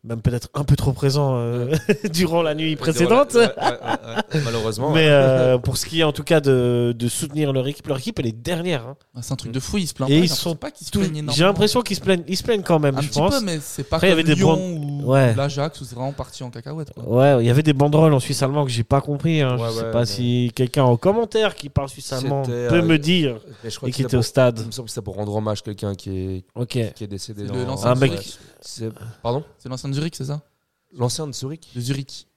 [SPEAKER 4] même peut-être un peu trop présents euh, durant la nuit précédente.
[SPEAKER 6] Ouais, ouais, ouais, ouais, Malheureusement.
[SPEAKER 4] Mais euh, pour ce qui est en tout cas de, de soutenir leur équipe, leur équipe elle est dernière. hein.
[SPEAKER 5] Ah, C'est un truc de fou, il se plaint
[SPEAKER 4] Et
[SPEAKER 5] pas,
[SPEAKER 4] ils
[SPEAKER 5] j'ai
[SPEAKER 4] sont
[SPEAKER 5] l'impression pas qu'ils se
[SPEAKER 4] Tout-
[SPEAKER 5] plaignent énormément.
[SPEAKER 4] J'ai l'impression qu'ils se plaignent, ils se plaignent quand même,
[SPEAKER 5] Un
[SPEAKER 4] je
[SPEAKER 5] petit
[SPEAKER 4] pense.
[SPEAKER 5] peu, mais c'est pas
[SPEAKER 4] Après, il y
[SPEAKER 5] comme
[SPEAKER 4] avait des
[SPEAKER 5] Lyon
[SPEAKER 4] bronzes.
[SPEAKER 5] ou
[SPEAKER 4] Ouais.
[SPEAKER 5] l'Ajax où c'est vraiment parti en cacahuète. Quoi.
[SPEAKER 4] Ouais, il y avait des banderoles en suisse allemand que j'ai pas compris. hein.
[SPEAKER 6] Ouais,
[SPEAKER 4] je sais
[SPEAKER 6] ouais,
[SPEAKER 4] pas
[SPEAKER 6] mais-
[SPEAKER 4] si quelqu'un en commentaire qui parle suisse allemand peut
[SPEAKER 6] C'était, euh,
[SPEAKER 4] me dire
[SPEAKER 6] Mais je crois
[SPEAKER 4] et
[SPEAKER 6] que
[SPEAKER 4] qui
[SPEAKER 6] c'était
[SPEAKER 4] était au
[SPEAKER 6] pour-
[SPEAKER 4] stade.
[SPEAKER 6] Il me semble que c'était pour rendre hommage à quelqu'un qui est,
[SPEAKER 4] Ok.
[SPEAKER 6] qui est décédé.
[SPEAKER 5] C'est
[SPEAKER 6] dans-
[SPEAKER 5] le
[SPEAKER 6] dans-
[SPEAKER 5] l'ancien
[SPEAKER 4] Un mec-
[SPEAKER 5] Zurich.
[SPEAKER 6] C'est- Pardon
[SPEAKER 5] C'est l'ancien de Zurich, c'est ça
[SPEAKER 6] L'ancien de Zurich
[SPEAKER 5] De Zurich.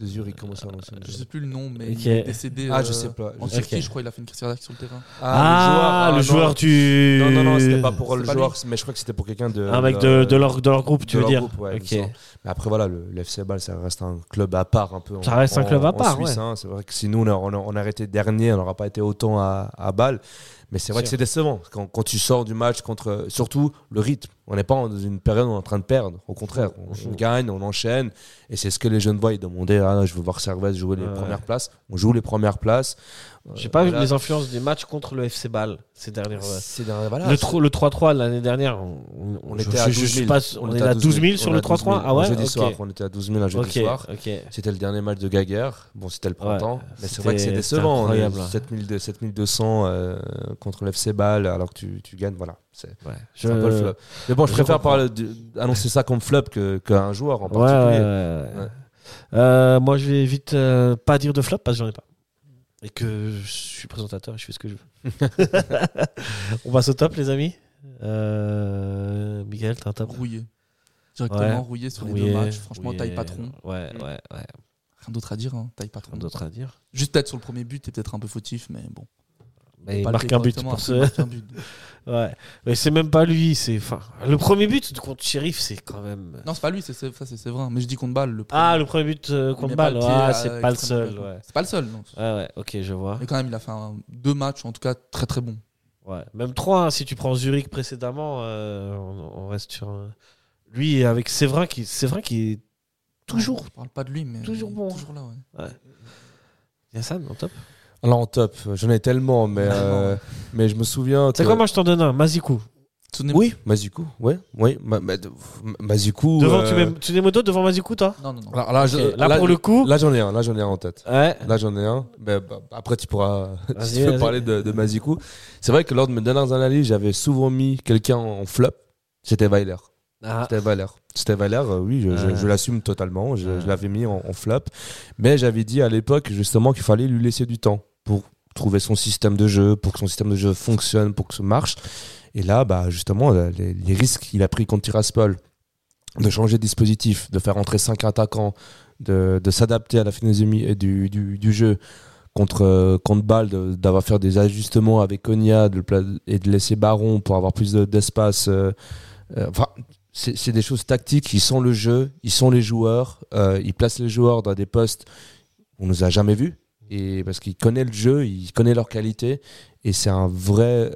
[SPEAKER 6] De Zurich, comment ça l'ancien de
[SPEAKER 5] Je sais
[SPEAKER 6] Zurich
[SPEAKER 5] plus le nom, mais
[SPEAKER 4] Ok.
[SPEAKER 5] il est décédé.
[SPEAKER 6] Ah,
[SPEAKER 5] euh,
[SPEAKER 6] je sais pas. je
[SPEAKER 5] En
[SPEAKER 6] sais-
[SPEAKER 5] Turquie,
[SPEAKER 4] Ok.
[SPEAKER 5] je crois, il a fait une crise cardiaque sur le terrain.
[SPEAKER 4] Ah, le
[SPEAKER 6] non.
[SPEAKER 4] joueur, du. Euh,
[SPEAKER 6] Non, non, non, c'était pas pour
[SPEAKER 5] C'est
[SPEAKER 6] le
[SPEAKER 5] pas
[SPEAKER 6] joueur, mais je crois que c'était pour quelqu'un de.
[SPEAKER 4] Un mec de, de leur, de leur groupe, tu veux
[SPEAKER 6] de leur
[SPEAKER 4] dire
[SPEAKER 6] groupe, ouais, il me
[SPEAKER 4] Ok.
[SPEAKER 6] semble. Mais après, voilà, le, le FC Bâle, ça reste un club à part un peu. en-
[SPEAKER 4] Ça reste un
[SPEAKER 6] en-
[SPEAKER 4] club à
[SPEAKER 6] en
[SPEAKER 4] part,
[SPEAKER 6] Suisse,
[SPEAKER 4] ouais.
[SPEAKER 6] hein. C'est vrai que si nous, on a, on a- on a arrêté dernier, on n'aura pas été autant à, à Bâle. Mais c'est vrai
[SPEAKER 4] Sûr.
[SPEAKER 6] que c'est décevant. Quand, quand tu sors du match contre. Surtout le rythme. On n'est pas en- dans une période où on est en train de perdre. Au contraire, on, on gagne, on enchaîne. Et c'est ce que les jeunes voient. Ils demandaient ah, non, je veux voir Servette jouer les
[SPEAKER 4] Ouais.
[SPEAKER 6] premières places. On joue les premières places.
[SPEAKER 4] J'ai pas vu
[SPEAKER 6] Voilà.
[SPEAKER 4] les influences des matchs contre le FC Ball ces dernières.
[SPEAKER 6] C'est dans- voilà,
[SPEAKER 4] le
[SPEAKER 6] c'est-
[SPEAKER 4] tro- le 3-3 de l'année dernière, on,
[SPEAKER 6] on
[SPEAKER 4] je-
[SPEAKER 6] était à
[SPEAKER 4] je- je
[SPEAKER 6] 12
[SPEAKER 4] suis
[SPEAKER 6] 000.
[SPEAKER 4] pas- on est à 12 000 sur
[SPEAKER 6] On
[SPEAKER 4] le
[SPEAKER 6] est à 12 000.
[SPEAKER 4] 3-3 Ah ouais
[SPEAKER 6] Jeudi
[SPEAKER 4] Ok.
[SPEAKER 6] soir, on était à 12 000 un jeudi
[SPEAKER 4] Ok,
[SPEAKER 6] soir.
[SPEAKER 4] ok.
[SPEAKER 6] C'était le dernier match de Gaguerre. Bon, c'était le printemps. mais
[SPEAKER 4] c'était-
[SPEAKER 6] c'est vrai que c'est
[SPEAKER 4] c'était
[SPEAKER 6] décevant. hein, On est à
[SPEAKER 4] incroyable.
[SPEAKER 6] 7200, 7200 euh, contre l'FC Bâle alors que tu, tu gagnes. Voilà. C'est
[SPEAKER 4] Je-
[SPEAKER 6] c'est un peu le flop. Mais bon, je,
[SPEAKER 4] je
[SPEAKER 6] préfère
[SPEAKER 4] comprends.
[SPEAKER 6] parler de- annoncer ça comme flop que- qu'un joueur en
[SPEAKER 4] Ouais,
[SPEAKER 6] particulier.
[SPEAKER 4] ouais, ouais.
[SPEAKER 6] Ouais.
[SPEAKER 4] Euh, moi, je vais vite euh, pas dire de flop parce que j'en ai pas. Et que je suis présentateur et je fais ce que je veux. on passe au top, les amis. Euh, Miguel, t'as un top
[SPEAKER 5] Rouillé. Directement
[SPEAKER 4] Ouais.
[SPEAKER 5] rouillé sur les
[SPEAKER 4] Rouillet,
[SPEAKER 5] deux matchs. Franchement,
[SPEAKER 4] Rouillet.
[SPEAKER 5] taille patron.
[SPEAKER 4] Ouais, ouais, ouais.
[SPEAKER 5] Rien d'autre à dire, hein. taille patron.
[SPEAKER 4] Rien d'autre à dire.
[SPEAKER 5] Juste peut-être sur le premier but, t'es peut-être un peu fautif, mais bon.
[SPEAKER 4] Mais il
[SPEAKER 5] Pas le
[SPEAKER 4] marque
[SPEAKER 5] fait
[SPEAKER 4] un but
[SPEAKER 5] correctement,
[SPEAKER 4] pour
[SPEAKER 5] hein. il
[SPEAKER 4] ce.
[SPEAKER 5] marque un but.
[SPEAKER 4] Ouais. Mais c'est même pas lui. C'est. Enfin, le premier but contre Sheriff, c'est quand même.
[SPEAKER 5] Non, c'est pas lui, c'est c'est- ça, c'est c'est vrai. Mais je dis contre balle. Le
[SPEAKER 4] Ah,
[SPEAKER 5] premier.
[SPEAKER 4] le premier but euh,
[SPEAKER 5] Il met
[SPEAKER 4] contre
[SPEAKER 5] pas
[SPEAKER 4] balle.
[SPEAKER 5] le pied
[SPEAKER 4] Ah,
[SPEAKER 5] à
[SPEAKER 4] c'est pas le
[SPEAKER 5] extrême
[SPEAKER 4] seul.
[SPEAKER 5] droite.
[SPEAKER 4] Ouais. Euh.
[SPEAKER 5] C'est pas le seul, non.
[SPEAKER 4] Ouais, ouais. Ok, je vois.
[SPEAKER 5] Mais quand même, il a fait un- deux matchs, en tout cas, très très bons.
[SPEAKER 4] Ouais, même 3, si tu prends Zurich précédemment, euh, on, on reste sur. un- Lui, avec Séverin qui, Séverin qui est toujours.
[SPEAKER 5] On parle pas de lui, mais.
[SPEAKER 4] Toujours
[SPEAKER 5] il est
[SPEAKER 4] bon.
[SPEAKER 5] Toujours là, ouais.
[SPEAKER 4] Yassane, en top.
[SPEAKER 6] Alors en top, j'en ai tellement, mais, euh, mais je me souviens.
[SPEAKER 4] C'est
[SPEAKER 6] que-
[SPEAKER 4] quoi, moi je t'en donne un Mazikou.
[SPEAKER 5] Tsunemo-
[SPEAKER 6] Oui, Mazikou. Ouais, oui. Ma- ma- Mazikou.
[SPEAKER 4] Devant
[SPEAKER 6] euh,
[SPEAKER 4] Tsunem- Tsunemoto, devant Mazikou, toi
[SPEAKER 5] Non, non, non.
[SPEAKER 6] alors là, je-
[SPEAKER 4] Ok, Là,
[SPEAKER 6] là-
[SPEAKER 4] pour le coup.
[SPEAKER 6] là, j'en ai un. Là, j'en ai un en tête.
[SPEAKER 4] Ouais.
[SPEAKER 6] Là, j'en ai un. Mais, bah, après, tu pourras
[SPEAKER 4] Vas-y,
[SPEAKER 6] si tu veux
[SPEAKER 4] vas-y.
[SPEAKER 6] parler de, de Mazikou. C'est vrai que lors de mes dernières analyses, j'avais souvent mis quelqu'un en flop. C'était Weiler.
[SPEAKER 4] Ah,
[SPEAKER 6] C'était Weiler. C'était Weiler, euh, oui, je, je-
[SPEAKER 4] Ouais.
[SPEAKER 6] je l'assume totalement. Je,
[SPEAKER 4] Ouais.
[SPEAKER 6] je l'avais mis en, en flop. Mais j'avais dit à l'époque, justement, qu'il fallait lui laisser du temps pour trouver son système de jeu, pour que son système de jeu fonctionne, pour que ça marche. Et là, bah, justement, euh, les, les risques qu'il a pris contre Tiraspol, de changer de dispositif, de faire entrer cinq attaquants, de, de s'adapter à la philosophie du, du, du jeu contre, euh, contre Bâle, de- d'avoir fait des ajustements avec Konya de le pla- et de laisser Baron pour avoir plus de- d'espace. euh, euh, enfin, c'est c'est des choses tactiques. Ils sont le jeu, ils sont les joueurs, euh, ils placent les joueurs dans des postes on nous a jamais vus. Et parce qu'il connaît le jeu, il connaît leurs qualités. Et c'est un vrai.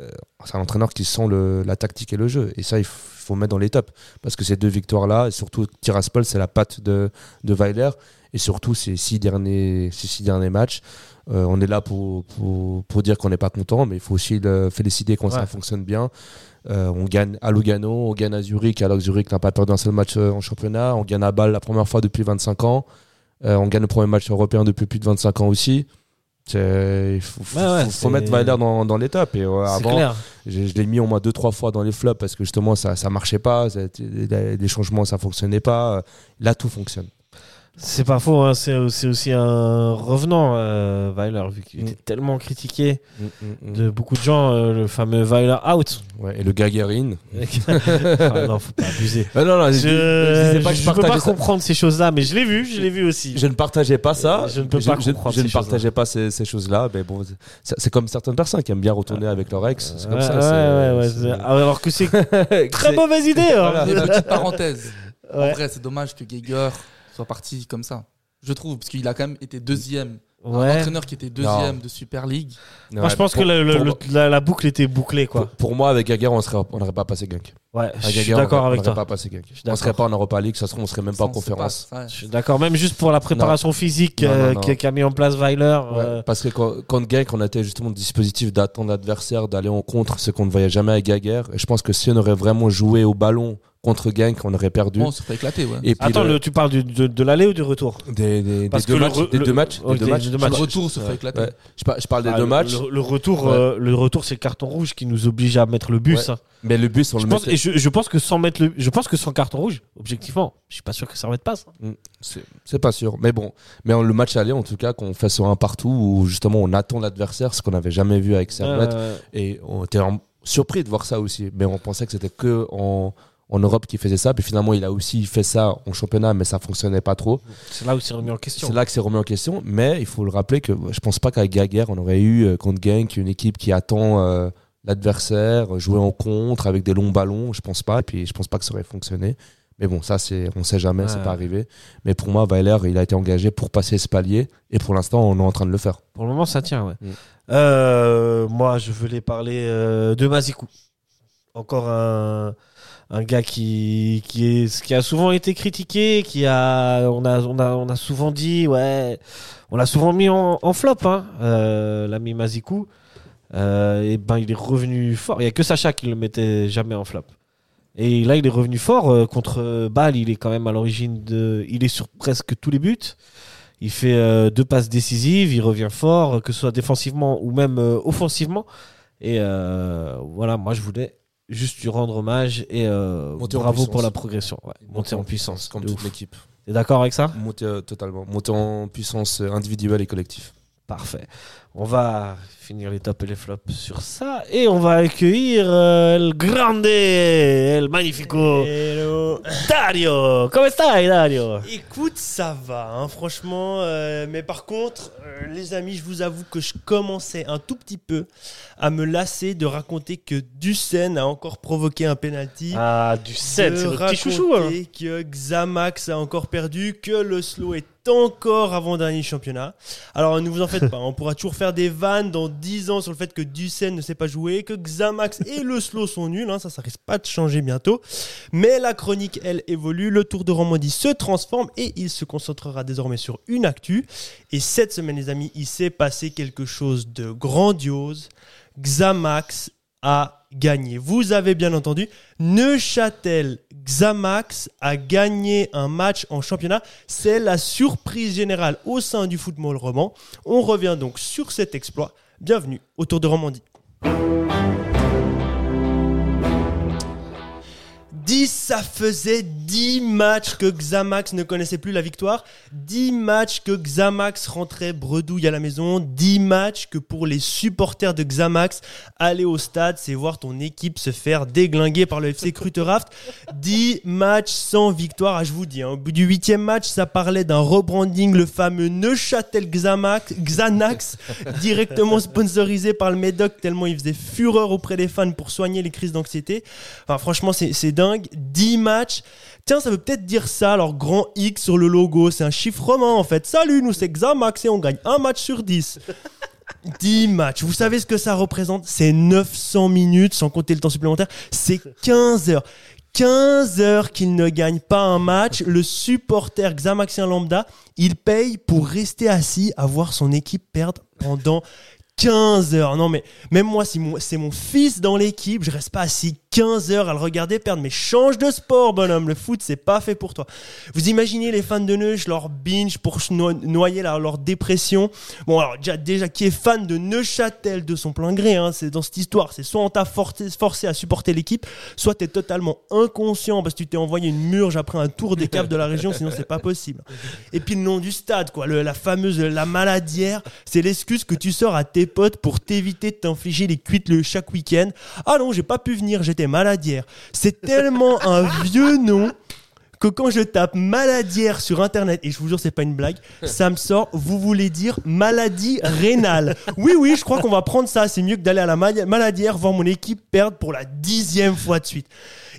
[SPEAKER 6] C'est un entraîneur qui sent le, la tactique et le jeu. Et ça, il f- faut mettre dans les tops. Parce que ces deux victoires-là, et surtout Tiraspol, c'est la patte de, de Weiler. Et surtout, ces six derniers, ces six derniers matchs. Euh, on est là pour, pour, pour dire qu'on n'est pas content, mais il faut aussi le féliciter quand
[SPEAKER 4] Ouais.
[SPEAKER 6] ça fonctionne bien. Euh, on gagne à Lugano, on gagne à Zurich, alors que Zurich n'a pas perdu un seul match euh, en championnat. On gagne à Bâle la première fois depuis 25 ans. Euh, on gagne le premier match européen depuis plus de 25 ans aussi. C'est- Il faut, faut-
[SPEAKER 4] Ouais, ouais,
[SPEAKER 6] faut- faut
[SPEAKER 4] c'est-
[SPEAKER 6] mettre Weiler dans, dans les tops. Et euh,
[SPEAKER 4] C'est
[SPEAKER 6] avant,
[SPEAKER 4] clair.
[SPEAKER 6] je, je l'ai mis au moins deux trois fois dans les flops parce que justement ça ça marchait pas, ça a été- les les changements ça fonctionnait pas. Là tout fonctionne.
[SPEAKER 4] C'est pas faux, hein, c'est c'est aussi un revenant, euh, Weiler, vu qu'il
[SPEAKER 6] Mm.
[SPEAKER 4] était tellement critiqué de beaucoup de gens, euh, le fameux Weiler out.
[SPEAKER 6] Ouais, et le Gagarine.
[SPEAKER 4] Ah non, faut pas abuser.
[SPEAKER 6] Ah non, non,
[SPEAKER 4] Je,
[SPEAKER 6] je, je disais pas que je
[SPEAKER 4] je peux
[SPEAKER 6] partageais
[SPEAKER 4] pas
[SPEAKER 6] ça.
[SPEAKER 4] comprendre ces choses-là, mais je l'ai vu, je l'ai vu aussi.
[SPEAKER 6] Je ne partageais pas ça.
[SPEAKER 4] Je ne peux pas
[SPEAKER 6] Je,
[SPEAKER 4] comprendre
[SPEAKER 6] je ne
[SPEAKER 4] ces choses-là.
[SPEAKER 6] partageais pas ces, ces choses-là. Mais bon, c'est c'est comme certaines personnes qui aiment bien retourner avec leur ex. C'est comme
[SPEAKER 4] Ah. Ouais,
[SPEAKER 6] ça.
[SPEAKER 4] ouais,
[SPEAKER 6] c'est-
[SPEAKER 4] ouais, ouais,
[SPEAKER 6] c'est-
[SPEAKER 4] c'est- Alors que c'est
[SPEAKER 6] c'est-
[SPEAKER 4] très mauvaise idée. hein.
[SPEAKER 6] Voilà.
[SPEAKER 5] Et petite parenthèse.
[SPEAKER 4] Ouais.
[SPEAKER 5] En vrai, c'est dommage que Geiger soit parti comme ça. Je trouve, parce qu'il a quand même été deuxième. Un
[SPEAKER 4] Ouais.
[SPEAKER 5] entraîneur qui était deuxième
[SPEAKER 6] Non.
[SPEAKER 5] de Super League.
[SPEAKER 6] Ouais,
[SPEAKER 4] Moi, je pense
[SPEAKER 6] pour-
[SPEAKER 4] que le- le-
[SPEAKER 6] pour-
[SPEAKER 4] le- la, la boucle était bouclée, quoi.
[SPEAKER 6] Pour, pour moi, avec Gaguerre, on serait- on n'aurait pas passé Gunk.
[SPEAKER 4] Ouais, je
[SPEAKER 6] Avec
[SPEAKER 4] suis
[SPEAKER 6] Gaguerre, Ah, on
[SPEAKER 4] d'accord
[SPEAKER 6] n'aurait-
[SPEAKER 4] avec
[SPEAKER 6] on n'aurait
[SPEAKER 4] toi.
[SPEAKER 6] pas passé Gunk.
[SPEAKER 4] suis
[SPEAKER 6] On
[SPEAKER 4] d'accord.
[SPEAKER 6] serait pas en Europa League, ça se trouve, on serait même pas en
[SPEAKER 5] Ça, on sait
[SPEAKER 6] conférence.
[SPEAKER 5] pas, ouais.
[SPEAKER 4] Je suis d'accord, même juste pour la préparation physique
[SPEAKER 6] Non, non,
[SPEAKER 4] euh,
[SPEAKER 6] non.
[SPEAKER 4] qu'a qu'a mis en place Weiler.
[SPEAKER 6] Ouais,
[SPEAKER 4] euh,
[SPEAKER 6] Parce que quand, quand Genk, on était justement le dispositif d'attendre l'adversaire, d'aller en contre, ce qu'on ne voyait jamais avec Gaguerre. Et je pense que si on aurait vraiment joué au ballon contre Genk, on aurait perdu.
[SPEAKER 5] Bon, on se fait éclater, ouais.
[SPEAKER 6] Et puis
[SPEAKER 4] Attends,
[SPEAKER 6] le-
[SPEAKER 4] le- tu parles du- de, de l'aller ou du retour
[SPEAKER 6] des, des- des
[SPEAKER 4] Parce que
[SPEAKER 6] deux
[SPEAKER 4] le
[SPEAKER 6] matchs,
[SPEAKER 4] re-
[SPEAKER 6] des
[SPEAKER 4] le-
[SPEAKER 6] deux matchs, des
[SPEAKER 4] ok,
[SPEAKER 6] deux matchs.
[SPEAKER 4] des deux
[SPEAKER 6] Je-
[SPEAKER 4] matchs.
[SPEAKER 5] le retour se fait éclater.
[SPEAKER 6] ouais, je, par- je parle des
[SPEAKER 4] Ah,
[SPEAKER 6] deux
[SPEAKER 4] le,
[SPEAKER 6] match matchs,
[SPEAKER 4] Le, le retour,
[SPEAKER 6] Ouais.
[SPEAKER 4] euh, le retour, c'est le carton rouge qui nous oblige à mettre le bus.
[SPEAKER 6] Ouais.
[SPEAKER 4] hein.
[SPEAKER 6] mais le but, on
[SPEAKER 4] Je
[SPEAKER 6] le
[SPEAKER 4] pense,
[SPEAKER 6] mettait.
[SPEAKER 4] et je, je pense que sans mettre le, je pense que sans carton rouge, objectivement, je suis pas sûr que ça remette passe.
[SPEAKER 6] C'est- C'est pas sûr. Mais bon, mais on- le match aller, en tout cas, qu'on fait sur un partout où justement on attend l'adversaire, ce qu'on n'avait jamais vu avec Servette.
[SPEAKER 4] Euh,
[SPEAKER 6] Et on était en- surpris de voir ça aussi. Mais on pensait que c'était que en, en Europe qu'il faisait ça. Puis finalement, il a aussi fait ça en championnat, mais ça fonctionnait pas trop.
[SPEAKER 4] c'est là où c'est remis en question.
[SPEAKER 6] C'est là que c'est remis en question. Mais il faut le rappeler que je pense pas qu'avec Gaguerre, on aurait eu euh, contre Genk une équipe qui attend euh, l'adversaire, jouer en contre avec des longs ballons. Je pense pas. Et puis je pense pas que ça aurait fonctionné. Mais bon, ça, c'est, on sait jamais,
[SPEAKER 4] Ouais.
[SPEAKER 6] c'est pas arrivé. Mais pour moi, Weiler, il a été engagé pour passer ce palier. Et pour l'instant, on est en train de le faire.
[SPEAKER 4] Pour le moment, ça tient. Ouais.
[SPEAKER 6] Mm.
[SPEAKER 4] Euh, moi, je voulais parler euh, de Mazikou. Encore un, un gars qui qui est qui a souvent été critiqué, qui a on a on a on a souvent dit ouais, on l'a souvent mis en, en flop, hein, euh, l'ami Mazikou. Euh, et ben, il est revenu fort. Il y a que Sacha qui le mettait jamais en flop. Et là, il est revenu fort euh, contre euh, Bâle. Il est quand même à l'origine de. Il est sur presque tous les buts. Il fait euh, deux passes décisives, il revient fort, euh, que ce soit défensivement ou même euh, offensivement. Et euh, voilà, moi je voulais juste lui rendre hommage et euh,
[SPEAKER 6] Monter en
[SPEAKER 4] bravo
[SPEAKER 6] puissance.
[SPEAKER 4] pour la progression. Ouais, monter en puissance.
[SPEAKER 6] comme
[SPEAKER 4] de
[SPEAKER 6] toute
[SPEAKER 4] ouf.
[SPEAKER 6] l'équipe.
[SPEAKER 4] T'es d'accord avec ça
[SPEAKER 6] Monter euh, totalement. Monter en puissance euh, individuelle et collective.
[SPEAKER 4] Parfait. On va finir les tops et les flops sur ça. Et on va accueillir euh, El Grande, El Magnifico,
[SPEAKER 8] Hello.
[SPEAKER 4] Dario. Comment stai, Dario
[SPEAKER 8] Écoute, ça va, hein, franchement. euh, mais par contre, euh, les amis, je vous avoue que je commençais un tout petit peu à me lasser de raconter que Dussen a encore provoqué un penalty.
[SPEAKER 4] Ah, du 7,
[SPEAKER 8] de
[SPEAKER 4] c'est notre
[SPEAKER 8] raconter
[SPEAKER 4] petit chouchou. hein.
[SPEAKER 8] que Xamax a encore perdu, que le slow est encore avant-dernier championnat. Alors ne vous en faites pas, on pourra toujours faire des vannes dans 10 ans sur le fait que Dussen ne sait pas jouer, que Xamax et le slow sont nuls, hein, ça ça risque pas de changer bientôt. Mais la chronique, elle, évolue, le Tour de Romandie se transforme et il se concentrera désormais sur une actu. Et cette semaine, les amis, il s'est passé quelque chose de grandiose. Xamax a gagné. Vous avez bien entendu, Neuchâtel Xamax a gagné un match en championnat. C'est la surprise générale au sein du football roman. On revient donc sur cet exploit. Bienvenue au Tour de Romandie. 10, ça faisait 10 matchs que Xamax ne connaissait plus la victoire. 10 matchs que Xamax rentrait bredouille à la maison. 10 matchs que pour les supporters de Xamax, aller au stade, c'est voir ton équipe se faire déglinguer par le FC Cruteraft. 10 matchs sans victoire. Ah, je vous dis, hein, au bout du huitième match, ça parlait d'un rebranding, le fameux Neuchâtel Xamax, Xanax, directement sponsorisé par le Médoc, tellement il faisait fureur auprès des fans pour soigner les crises d'anxiété. Enfin, franchement, c'est c'est dingue. 10 matchs. Tiens, ça veut peut-être dire ça, alors grand X sur le logo, c'est un chiffrement en fait. Salut, nous c'est Xamax et on gagne un match sur 10. 10 matchs, vous savez ce que ça représente C'est 900 minutes, sans compter le temps supplémentaire, c'est 15 heures. 15 heures qu'il ne gagne pas un match, le supporter Xamaxien lambda, il paye pour rester assis à voir son équipe perdre pendant 15 heures. Non mais même moi, si mon- c'est mon fils dans l'équipe, je reste pas assis 15 heures à le regarder perdre. Mais change de sport, bonhomme. Le foot, c'est pas fait pour toi. Vous imaginez les fans de Neuch, leur binge pour se no- noyer leur, leur dépression. Bon alors déjà, déjà qui est fan de Neuchâtel de son plein gré, hein, c'est dans cette histoire. C'est soit on t'a forcé, forcé à supporter l'équipe, soit t'es totalement inconscient parce que tu t'es envoyé une murge après un tour des caves de la région, sinon c'est pas possible. Et puis le nom du stade, quoi, le- la fameuse la maladière, c'est l'excuse que tu sors à tes potes pour t'éviter de t'infliger les cuites le chaque week-end. Ah non, j'ai pas pu venir, j'étais maladière. C'est tellement un vieux nom que quand je tape maladière sur internet, et je vous jure, c'est pas une blague, ça me sort, vous voulez dire maladie rénale. Oui, oui, je crois qu'on va prendre ça. C'est mieux que d'aller à la ma- maladière voir mon équipe perdre pour la dixième fois de suite.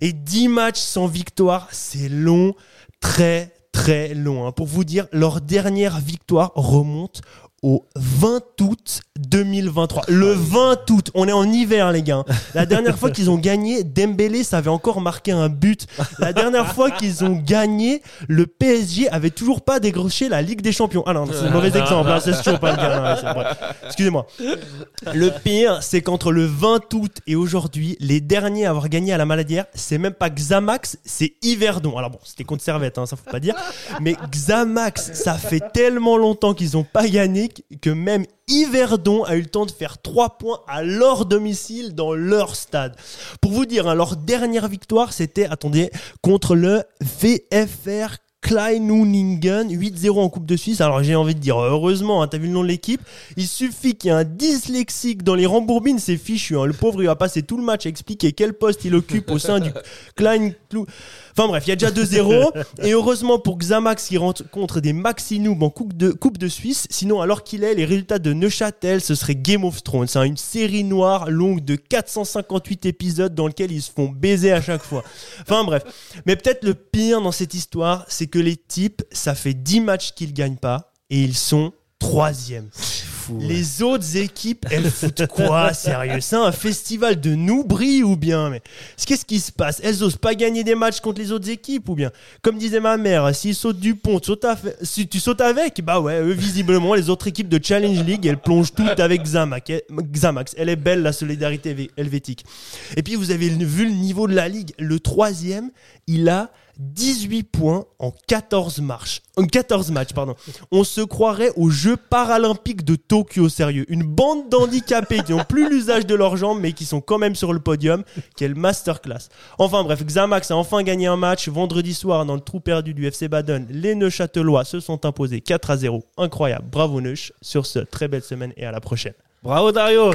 [SPEAKER 8] Et 10 matchs sans victoire, c'est long, très, très long. hein. Pour vous dire, leur dernière victoire remonte au 20 août 2023. Le 20 août, on est en hiver les gars. La dernière fois qu'ils ont gagné, Dembélé ça avait encore marqué un but. La dernière fois qu'ils ont gagné, le PSG avait toujours pas décroché la Ligue des Champions. Ah non, c'est un mauvais exemple, hein, c'est toujours pas le gars. hein, c'est vrai. Excusez-moi. Le pire, c'est qu'entre le 20 août et aujourd'hui, les derniers à avoir gagné à la maladière, c'est même pas Xamax, c'est Yverdon. Alors bon, c'était contre Servette, hein, ça faut pas dire. Mais Xamax, ça fait tellement longtemps qu'ils ont pas gagné que même Yverdon a eu le temps de faire 3 points à leur domicile dans leur stade. Pour vous dire, hein, leur dernière victoire, c'était, attendez, contre le VFR Kleinuningen, 8-0 en Coupe de Suisse. Alors j'ai envie de dire, heureusement, hein, t'as vu le nom de l'équipe. Il suffit qu'il y ait un dyslexique dans les rembourbines, c'est fichu. hein. Le pauvre, il va passer tout le match à expliquer quel poste il occupe au sein du Klein. Clou- Enfin bref, il y a déjà 2-0. Et heureusement pour Xamax qui rencontre des Maxinoub en coupe de, coupe de Suisse. Sinon, alors qu'il est, les résultats de Neuchâtel, ce serait Game of Thrones. hein. Une série noire longue de 458 épisodes dans lequel ils se font baiser à chaque fois. Enfin bref. Mais peut-être le pire dans cette histoire, c'est que les types, ça fait 10 matchs qu'ils gagnent pas et ils sont troisième. Les autres équipes, elles foutent quoi Sérieux, c'est un festival de noubris ou bien Mais qu'est-ce qui se passe Elles osent pas gagner des matchs contre les autres équipes ou bien Comme disait ma mère, s'ils sautent du pont, tu sautes af- si tu sautes avec, bah ouais, eux, visiblement, les autres équipes de Challenge League, elles plongent toutes avec Xamax. Elle- Xamax, elle est belle la solidarité hé- helvétique. Et puis vous avez vu le niveau de la ligue, le troisième, il a 18 points en 14 marches. En 14 matchs, pardon. On se croirait aux Jeux paralympiques de Tokyo, sérieux. Une bande d'handicapés qui n'ont plus l'usage de leurs jambes, mais qui sont quand même sur le podium. Quelle masterclass. Enfin bref, Xamax a enfin gagné un match vendredi soir dans le trou perdu du FC Baden. Les Neuchâtelois se sont imposés 4 à 0. Incroyable. Bravo Neuch. Sur ce, très belle semaine et à la prochaine.
[SPEAKER 4] Bravo Dario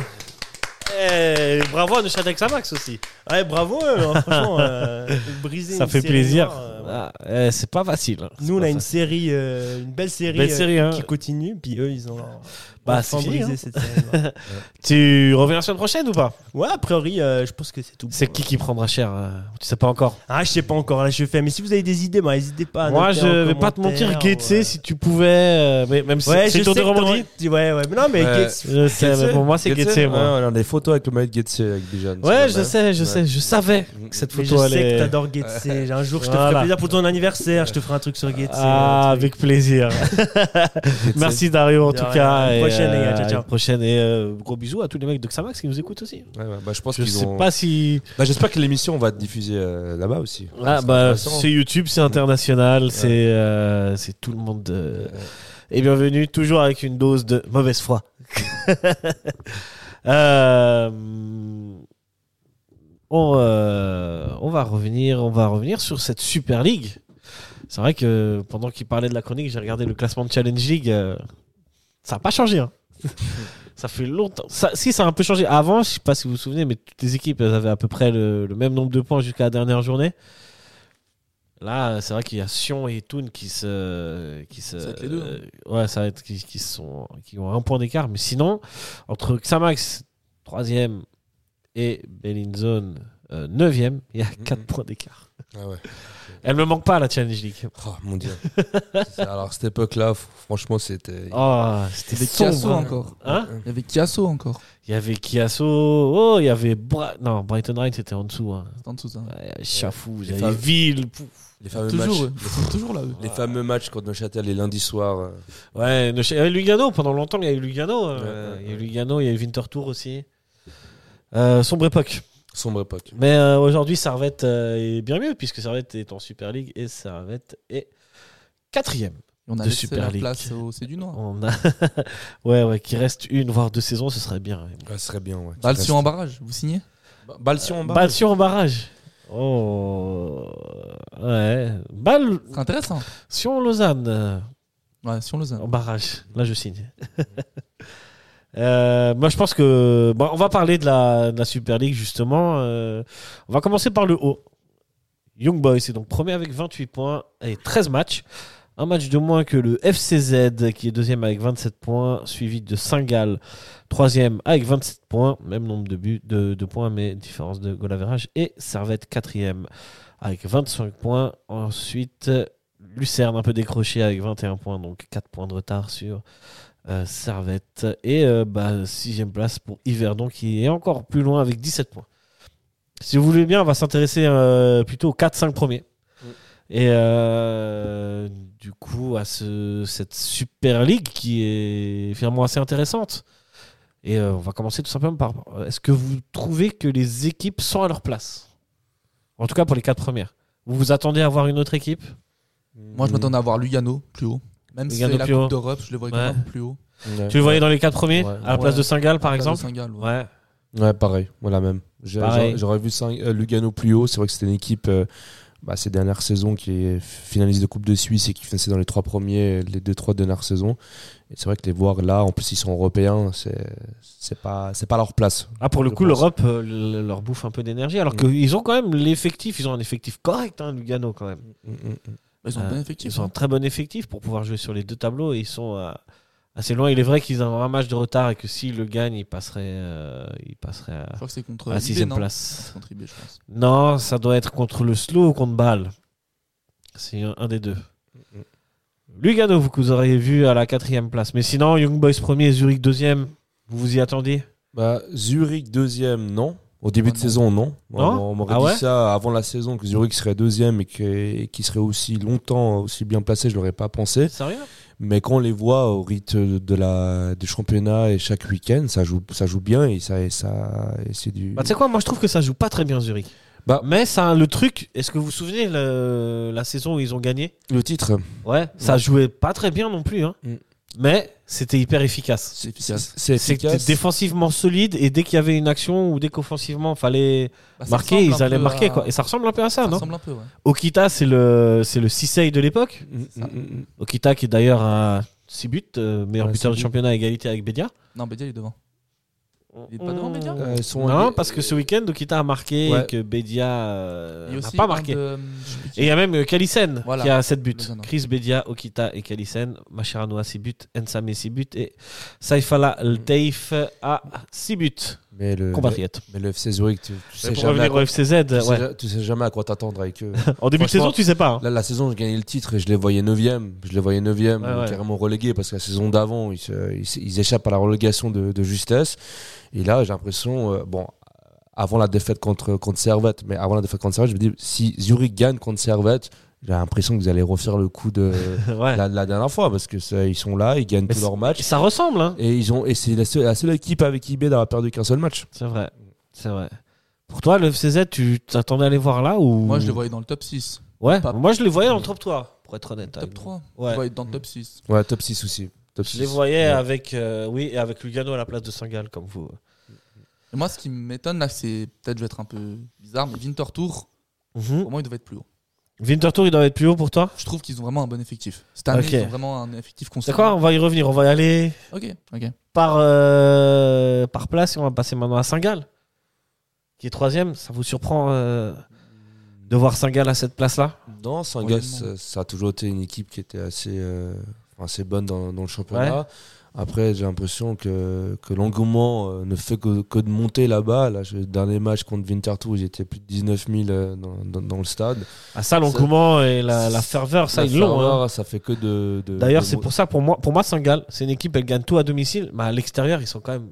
[SPEAKER 4] Eh, Bravo à Neuchâtel Xamax aussi.
[SPEAKER 8] Ouais, bravo, euh, franchement, euh, briser
[SPEAKER 4] Ça
[SPEAKER 8] une
[SPEAKER 4] fait
[SPEAKER 8] série
[SPEAKER 4] plaisir.
[SPEAKER 8] noire, euh,
[SPEAKER 4] Ah, eh, c'est pas facile. hein. C'est
[SPEAKER 8] Nous, on a
[SPEAKER 4] pas
[SPEAKER 8] une
[SPEAKER 4] facile.
[SPEAKER 8] série, euh, une belle série,
[SPEAKER 4] Belle série, hein.
[SPEAKER 8] qui continue, puis eux, ils ont leur-
[SPEAKER 4] Bah,
[SPEAKER 8] enfin
[SPEAKER 4] c'est fini,
[SPEAKER 8] brisé
[SPEAKER 4] hein.
[SPEAKER 8] cette série.
[SPEAKER 4] Tu reviens la semaine prochaine ou pas
[SPEAKER 8] ouais, a priori, euh, je pense que c'est tout.
[SPEAKER 4] C'est qui qui prendra cher euh, Tu sais pas encore.
[SPEAKER 8] Ah, je sais pas encore, là, je fais. Mais si vous avez des idées, bah, n'hésitez pas. à
[SPEAKER 4] Moi,
[SPEAKER 8] noter
[SPEAKER 4] je
[SPEAKER 8] en
[SPEAKER 4] vais pas te
[SPEAKER 8] commentaire,
[SPEAKER 4] mentir, Gaëtse,
[SPEAKER 8] ouais.
[SPEAKER 4] si tu pouvais. euh, mais même si c'est
[SPEAKER 8] Ouais, je
[SPEAKER 4] le tour
[SPEAKER 8] sais
[SPEAKER 4] de
[SPEAKER 8] que t'en-
[SPEAKER 4] Romandie.
[SPEAKER 8] tu- Ouais, ouais, mais non, mais
[SPEAKER 6] Ouais.
[SPEAKER 8] Gates-
[SPEAKER 4] Je sais, mais pour moi, c'est
[SPEAKER 6] Getse,
[SPEAKER 4] Gaëtse, moi.
[SPEAKER 6] ouais, on a des photos avec le maillot de Getse avec Bijan.
[SPEAKER 4] Ouais, je
[SPEAKER 6] c'est normal.
[SPEAKER 4] sais, je
[SPEAKER 6] Ouais.
[SPEAKER 4] sais, je savais que cette
[SPEAKER 8] mais
[SPEAKER 4] photo
[SPEAKER 8] je sais
[SPEAKER 4] allait.
[SPEAKER 8] que t'adores Gates. Un jour, je te ferai
[SPEAKER 4] Voilà.
[SPEAKER 8] plaisir pour ton anniversaire. Je te ferai un truc sur Gates.
[SPEAKER 4] Ah, avec plaisir.
[SPEAKER 6] Getse.
[SPEAKER 4] Merci Dario en
[SPEAKER 8] uh, De
[SPEAKER 4] tout
[SPEAKER 8] rien.
[SPEAKER 4] cas.
[SPEAKER 8] À
[SPEAKER 4] et,
[SPEAKER 8] une
[SPEAKER 4] euh,
[SPEAKER 8] prochaine, les gars. Ciao,
[SPEAKER 4] à
[SPEAKER 8] ciao.
[SPEAKER 4] une prochaine. Et euh, gros bisous à tous les mecs de Xamax qui nous écoutent aussi.
[SPEAKER 6] Ouais, ouais, bah, je pense
[SPEAKER 4] Je
[SPEAKER 6] qu'ils
[SPEAKER 4] sais
[SPEAKER 6] ont.
[SPEAKER 4] pas si.
[SPEAKER 6] Bah, J'espère que l'émission on va être diffusée euh, là-bas aussi.
[SPEAKER 4] Ah,
[SPEAKER 6] C'est
[SPEAKER 4] bah,
[SPEAKER 6] intéressant.
[SPEAKER 4] c'est YouTube, c'est international, c'est euh, c'est tout le monde. euh, Et bienvenue, toujours avec une dose de mauvaise foi. Euh, on, euh, on va revenir, on va revenir sur cette Super League. C'est vrai que pendant qu'il parlait de la chronique, j'ai regardé le classement de Challenge League. euh, ça n'a pas changé. hein. ça fait longtemps. Ça- si, ça a un peu changé. Avant, je sais pas si vous vous souvenez, mais toutes les équipes elles avaient à peu près le, le même nombre de points jusqu'à la dernière journée. Là, c'est vrai qu'il y a Sion et Toon qui se, qui se,
[SPEAKER 5] Ça va être les deux, hein.
[SPEAKER 4] euh, ouais, ça va être qui, qui sont, qui ont un point d'écart. Mais sinon, entre Xamax troisième et Bellinzone euh, neuvième, il y a
[SPEAKER 6] Mhm.
[SPEAKER 5] Mm-hmm.
[SPEAKER 4] quatre points d'écart.
[SPEAKER 6] Ah ouais.
[SPEAKER 4] Elle me manque pas, la Challenge League.
[SPEAKER 6] Oh mon dieu. C'est- Alors, cette époque-là, f- franchement, c'était.
[SPEAKER 4] Oh,
[SPEAKER 5] Il y
[SPEAKER 4] c'était
[SPEAKER 5] avait Chiasso
[SPEAKER 4] sombre. hein.
[SPEAKER 5] encore.
[SPEAKER 4] Hein
[SPEAKER 5] Il y avait Chiasso encore.
[SPEAKER 4] Il y avait Kiasso. Oh, il y avait. Bra- Non, Brighton Rhine, c'était en dessous. Hein.
[SPEAKER 5] C'est en dessous, ça.
[SPEAKER 4] Ouais, il y avait Chafou, il y
[SPEAKER 6] Les
[SPEAKER 4] avait
[SPEAKER 6] femmes.
[SPEAKER 4] Ville. pouf.
[SPEAKER 6] Les fameux matchs.
[SPEAKER 5] Toujours, eux. ils sont toujours là. eux.
[SPEAKER 6] Les fameux matchs contre Neuchâtel les lundis soirs. euh.
[SPEAKER 4] Ouais, Neuch- il y avait Lugano, pendant longtemps, il y a eu Lugano. euh,
[SPEAKER 6] Ouais, ouais,
[SPEAKER 4] Il y a eu Lugano, il y a eu Winterthur aussi. Euh, sombre époque.
[SPEAKER 6] Sombre époque.
[SPEAKER 4] Mais euh, aujourd'hui, Servette euh, est bien mieux, puisque Servette est en Super League et Servette est quatrième.
[SPEAKER 5] Et On a
[SPEAKER 4] De
[SPEAKER 5] laissé
[SPEAKER 4] Super
[SPEAKER 5] la
[SPEAKER 4] League.
[SPEAKER 5] place au C'est du Noir.
[SPEAKER 4] On a... ouais, ouais, qu'il reste une, voire deux saisons, ce serait bien. hein, ouais.
[SPEAKER 6] Ouais, ce serait bien, ouais.
[SPEAKER 5] Balsion en Bah, barrage, vous signez
[SPEAKER 6] Balsion en bas.
[SPEAKER 4] Balsion en barrage. Oh. Ouais.
[SPEAKER 5] C'est intéressant.
[SPEAKER 4] Balsion Lausanne euh,
[SPEAKER 5] Ouais, sur Lausanne.
[SPEAKER 4] en barrage. Là, je signe. Euh, moi, je pense que. bon, on va parler de la, de la Super League, justement. Euh, on va commencer par le haut. Young Boys est donc premier avec 28 points et 13 matchs. Un match de moins que le FCZ, qui est deuxième avec 27 points, suivi de Saint-Gall, troisième avec 27 points, même nombre de, buts, de, de points, mais différence de goal average. Et Servette, quatrième avec 25 points. Ensuite, Lucerne, un peu décroché avec 21 points, donc 4 points de retard sur euh, Servette. Et euh, bah, sixième place pour Yverdon, qui est encore plus loin avec 17 points. Si vous voulez bien, on va s'intéresser euh, plutôt aux 4-5 premiers.
[SPEAKER 6] Mm.
[SPEAKER 4] Et euh, du coup, à ce, cette Super League qui est finalement assez intéressante. Et euh, on va commencer tout simplement par euh, est-ce que vous trouvez que les équipes sont à leur place En tout cas pour les 4 premières. Vous vous attendez à voir une autre équipe
[SPEAKER 5] Moi, je
[SPEAKER 6] Mm.
[SPEAKER 5] m'attendais à voir Lugano plus haut. Même si
[SPEAKER 4] Lugano
[SPEAKER 5] c'est la
[SPEAKER 4] plus haut.
[SPEAKER 5] Coupe d'Europe, je le voyais
[SPEAKER 4] Ouais.
[SPEAKER 5] quand même plus haut.
[SPEAKER 6] Ouais.
[SPEAKER 4] Tu le voyais dans les quatre premiers,
[SPEAKER 6] Ouais.
[SPEAKER 4] à la place
[SPEAKER 5] Ouais.
[SPEAKER 4] de Singal par
[SPEAKER 5] À la place de
[SPEAKER 4] exemple
[SPEAKER 5] Saint-Gall, ouais.
[SPEAKER 4] Ouais.
[SPEAKER 6] Ouais, pareil, voilà même. J'ai-
[SPEAKER 4] Pareil.
[SPEAKER 6] j'aurais- J'aurais vu Saint- euh, Lugano plus haut. C'est vrai que c'était une équipe euh, bah, ces dernières saisons qui est finaliste de Coupe de Suisse et qui finissait dans les trois premiers, les deux, trois dernières saisons. Et c'est vrai que les voir là, en plus ils sont européens, c'est c'est pas, c'est pas leur place.
[SPEAKER 4] Ah, pour le
[SPEAKER 6] Je
[SPEAKER 4] coup,
[SPEAKER 6] pense.
[SPEAKER 4] l'Europe euh, le- leur bouffe un peu d'énergie, alors
[SPEAKER 6] Mm.
[SPEAKER 4] qu'ils ont quand même l'effectif, ils ont un effectif correct, hein, Lugano quand même.
[SPEAKER 6] Mm,
[SPEAKER 5] Bah, Ils ont un bon
[SPEAKER 4] Euh,
[SPEAKER 5] effectif.
[SPEAKER 4] Ils ont un
[SPEAKER 5] hein.
[SPEAKER 4] très bon effectif pour pouvoir jouer sur les deux tableaux et ils sont euh, assez loin. Il est vrai qu'ils ont un match de retard et que s'ils le gagnent, ils passeraient, euh, ils passeraient à,
[SPEAKER 5] Je crois que c'est contre
[SPEAKER 4] à la
[SPEAKER 5] IB,
[SPEAKER 4] sixième
[SPEAKER 5] non
[SPEAKER 4] place.
[SPEAKER 5] C'est contre IB, je pense.
[SPEAKER 4] Non, ça doit être contre le Slow ou contre Bâle. C'est un, un des deux. Lugano, vous, que vous auriez vu à la quatrième place. Mais sinon, Young Boys premier, Zurich deuxième. Vous vous y attendiez
[SPEAKER 6] Bah, Zurich deuxième, non. Au début
[SPEAKER 5] Ah,
[SPEAKER 6] de
[SPEAKER 5] non.
[SPEAKER 6] saison, non.
[SPEAKER 4] Non
[SPEAKER 6] on on m'aurait
[SPEAKER 4] Ah
[SPEAKER 6] dit
[SPEAKER 4] ouais
[SPEAKER 6] ça avant la saison que Zurich serait deuxième et que- et qu'il serait aussi longtemps, aussi bien placé, je l'aurais pas pensé.
[SPEAKER 4] Sérieux
[SPEAKER 6] Mais quand on les voit au rythme de la, du championnat et chaque week-end, ça joue, ça joue bien et ça, et ça, et c'est du.
[SPEAKER 4] Bah, tu sais quoi, moi je trouve que ça joue pas très bien Zurich.
[SPEAKER 6] Bah.
[SPEAKER 4] mais ça, le truc, est-ce que vous vous souvenez le- la saison où ils ont gagné
[SPEAKER 6] le titre,
[SPEAKER 4] Ouais, ça jouait pas très bien non plus. Hein.
[SPEAKER 6] Mm.
[SPEAKER 4] Mais c'était hyper efficace.
[SPEAKER 5] C'est efficace.
[SPEAKER 6] c'est
[SPEAKER 4] C'était
[SPEAKER 6] efficace.
[SPEAKER 4] défensivement solide et dès qu'il y avait une action ou dès qu'offensivement fallait
[SPEAKER 5] Bah, ça
[SPEAKER 4] marquer,
[SPEAKER 5] ressemble
[SPEAKER 4] ils
[SPEAKER 5] un
[SPEAKER 4] allaient
[SPEAKER 5] peu
[SPEAKER 4] marquer
[SPEAKER 5] à-
[SPEAKER 4] quoi. Et ça ressemble un peu à ça,
[SPEAKER 5] Ça
[SPEAKER 4] non
[SPEAKER 5] ressemble un peu, ouais.
[SPEAKER 4] Okita, c'est le c'est le Sisei de l'époque.
[SPEAKER 6] Mm, mm, mm.
[SPEAKER 4] Okita qui est d'ailleurs à 6 buts, euh, meilleur
[SPEAKER 6] Ouais,
[SPEAKER 4] buteur
[SPEAKER 6] six
[SPEAKER 4] du
[SPEAKER 6] buts.
[SPEAKER 4] championnat à égalité avec Bedia.
[SPEAKER 5] Non, Bedia, il est devant. Il est pas devant, Bedia
[SPEAKER 6] Euh, ils sont-
[SPEAKER 4] Non,
[SPEAKER 6] euh,
[SPEAKER 4] parce que ce week-end, Okita a marqué
[SPEAKER 6] Ouais.
[SPEAKER 4] et que Bedia
[SPEAKER 5] Il y a
[SPEAKER 4] euh, n'a
[SPEAKER 5] aussi
[SPEAKER 4] pas
[SPEAKER 5] un
[SPEAKER 4] marqué.
[SPEAKER 5] de- je sais plus qui.
[SPEAKER 4] Et il y a même euh, Kalisen
[SPEAKER 5] Voilà. hein.
[SPEAKER 4] qui a 7 buts.
[SPEAKER 5] Lozano.
[SPEAKER 4] Chris Bedia, Okita et Kalisen. Mascherano a 6 buts. Ensame 6 buts. Et Saifala Lteif a 6 buts.
[SPEAKER 6] mais
[SPEAKER 5] Euh,
[SPEAKER 6] le,
[SPEAKER 4] Compatriote.
[SPEAKER 6] mais le FC Zurich, tu, tu sais
[SPEAKER 4] Pour
[SPEAKER 6] jamais à
[SPEAKER 4] revenir
[SPEAKER 6] quoi-
[SPEAKER 4] au FCZ,
[SPEAKER 6] tu sais
[SPEAKER 4] ouais.
[SPEAKER 6] ja- tu sais jamais à quoi t'attendre avec eux.
[SPEAKER 4] en début de
[SPEAKER 6] Franchement,
[SPEAKER 4] saison, tu sais pas. hein.
[SPEAKER 6] Là, la saison, je gagnais le titre et je les voyais 9e. Je les voyais 9e,
[SPEAKER 4] Ouais, ouais.
[SPEAKER 6] carrément relégués parce que la saison d'avant, ils, se- ils se- ils échappent à la relégation de, de justesse. Et là, j'ai l'impression, euh, bon, avant la défaite contre, contre Servette, mais avant la défaite contre Servette, je me dis, si Zurich gagne contre Servette, j'ai l'impression qu'ils allaient refaire le coup de
[SPEAKER 4] Ouais.
[SPEAKER 6] la, la dernière fois parce que ça- ils sont là, ils gagnent
[SPEAKER 4] Mais
[SPEAKER 6] tous leurs matchs.
[SPEAKER 4] Ça ressemble, hein.
[SPEAKER 6] Et, ils ont, et c'est la seule, la seule équipe avec IB d'avoir perdu qu'un seul match.
[SPEAKER 4] C'est vrai. C'est vrai. Pour toi, le FCZ, tu t'attendais à les voir là ou
[SPEAKER 5] Moi, je le voyais dans le top 6.
[SPEAKER 4] Ouais,
[SPEAKER 5] Pas-
[SPEAKER 4] moi je les voyais dans le top 3, pour être honnête.
[SPEAKER 5] Top
[SPEAKER 4] avec
[SPEAKER 5] 3.
[SPEAKER 4] vous.
[SPEAKER 5] Je
[SPEAKER 4] Ouais.
[SPEAKER 5] le voyais dans le top 6.
[SPEAKER 6] Ouais, top 6 aussi. Top
[SPEAKER 4] Je
[SPEAKER 6] 6.
[SPEAKER 4] les voyais
[SPEAKER 6] Ouais.
[SPEAKER 4] avec, euh, oui, et avec Lugano à la place de Saint-Gall, comme vous.
[SPEAKER 5] Et moi, ce qui m'étonne, là, c'est peut-être je vais être un peu bizarre, mais Winterthur, pour moi, il devait être plus haut.
[SPEAKER 4] Winterthur, il doit être plus haut pour toi
[SPEAKER 5] Je trouve qu'ils ont vraiment un bon effectif. Cette année,
[SPEAKER 4] Ok.
[SPEAKER 5] ils ont vraiment un effectif constant.
[SPEAKER 4] D'accord, on va y revenir. On va y aller
[SPEAKER 5] Ok, ok.
[SPEAKER 4] par, euh, par place et on va passer maintenant à Saint-Gall, qui est troisième. Ça vous surprend euh, de voir Saint-Gall à cette place-là
[SPEAKER 6] Non, Saint-Gall, ça, ça a toujours été une équipe qui était assez euh, assez bonne dans, dans le championnat. Après, j'ai l'impression que, que l'engouement euh, ne fait que, que de monter là-bas. Là, je- le dernier match contre Winterthur, j'étais plus de 19 000 euh, dans, dans- dans le stade.
[SPEAKER 8] Ah, ça, l'engouement et la, la ferveur, ça,
[SPEAKER 6] La
[SPEAKER 8] ils l'ont. hein.
[SPEAKER 6] ferveur, Ça fait que de. de-
[SPEAKER 8] D'ailleurs,
[SPEAKER 6] de
[SPEAKER 8] c'est
[SPEAKER 6] mo-
[SPEAKER 8] pour ça, pour moi, pour moi Saint-Gall, c'est une équipe, elle gagne tout à domicile, mais à l'extérieur, ils sont quand même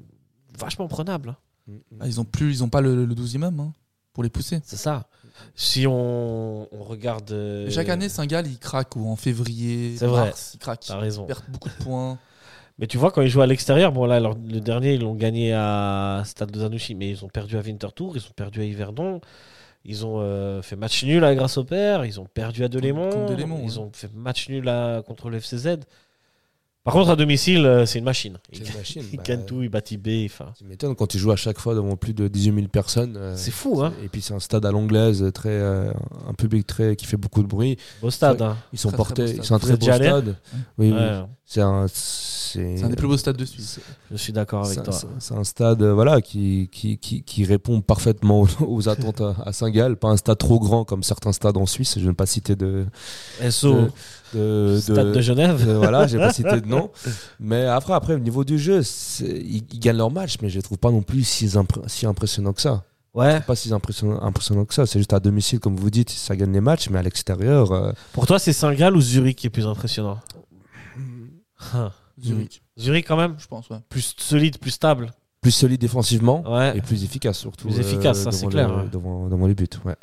[SPEAKER 8] vachement prenables. hein.
[SPEAKER 6] Mm,
[SPEAKER 5] Ah, ils ont plus, ils ont pas le, le 12 imam hein, pour les pousser.
[SPEAKER 8] C'est ça. Si on, on regarde. euh,
[SPEAKER 5] Chaque année, Saint-Gall, il craque ou en février,
[SPEAKER 8] C'est vrai. Ah.
[SPEAKER 5] mars, il craque.
[SPEAKER 8] T'as raison.
[SPEAKER 5] Ils perdent beaucoup de points.
[SPEAKER 8] Mais tu vois, quand ils jouent à l'extérieur, bon là, leur- le dernier, ils l'ont gagné à Stade de Zanouchi, mais ils ont perdu à Winterthur, ils ont perdu à Yverdon, ils ont euh, fait match nul à Grasse au Père, ils ont perdu à Delémont,
[SPEAKER 5] contre Delémont,
[SPEAKER 8] ils
[SPEAKER 5] ouais.
[SPEAKER 8] ont fait match nul à, contre le FCZ. Par contre, à domicile, euh, c'est une machine. Ils,
[SPEAKER 6] C'est une machine.
[SPEAKER 8] ils
[SPEAKER 6] bah,
[SPEAKER 8] gagnent tout, ils battent IB. enfin,
[SPEAKER 6] Tu m'étonnes quand tu joues à chaque fois devant plus de 18 000 personnes. euh,
[SPEAKER 8] C'est fou, hein
[SPEAKER 6] Et puis c'est un stade à l'anglaise, très, euh, un public très, qui fait beaucoup de bruit.
[SPEAKER 8] Beau stade. hein.
[SPEAKER 6] Ils sont
[SPEAKER 5] Très, très beau
[SPEAKER 6] portés,
[SPEAKER 5] stade.
[SPEAKER 6] ils sont un
[SPEAKER 8] Vous
[SPEAKER 6] très
[SPEAKER 8] êtes
[SPEAKER 6] beau
[SPEAKER 8] déjà allé
[SPEAKER 6] stade. Oui, oui.
[SPEAKER 8] Ouais,
[SPEAKER 6] C'est un, c'est,
[SPEAKER 5] C'est un des plus beaux stades de Suisse.
[SPEAKER 8] je suis d'accord avec
[SPEAKER 6] c'est-
[SPEAKER 8] toi.
[SPEAKER 6] c'est- c'est un stade euh, voilà, qui, qui, qui, qui répond parfaitement aux, aux attentes à, à Saint-Gall. Pas un stade trop grand comme certains stades en Suisse. Je ne vais pas citer de.
[SPEAKER 8] SO,
[SPEAKER 6] de- de-
[SPEAKER 8] Stade de Genève.
[SPEAKER 6] euh, voilà, j'ai pas cité de nom. Mais après, après, au niveau du jeu, c'est- ils, ils gagnent leur match, mais je les trouve pas non plus si, impré- si impressionnant que ça.
[SPEAKER 8] Ouais.
[SPEAKER 6] Pas si impressionnant, impressionnant que ça. C'est juste à domicile, comme vous dites, ça gagne les matchs, mais à l'extérieur, euh,
[SPEAKER 8] Pour toi, c'est Saint-Gall ou Zurich qui est plus impressionnant Hein.
[SPEAKER 5] Zurich,
[SPEAKER 8] Zurich, quand même,
[SPEAKER 5] je pense. Ouais.
[SPEAKER 8] plus solide, plus stable.
[SPEAKER 6] plus solide défensivement
[SPEAKER 8] Ouais.
[SPEAKER 6] et plus efficace surtout. euh,
[SPEAKER 8] Plus efficace, ça,
[SPEAKER 6] devant
[SPEAKER 8] c'est
[SPEAKER 6] le-
[SPEAKER 8] clair, ouais.
[SPEAKER 6] Devant, devant les buts, ouais.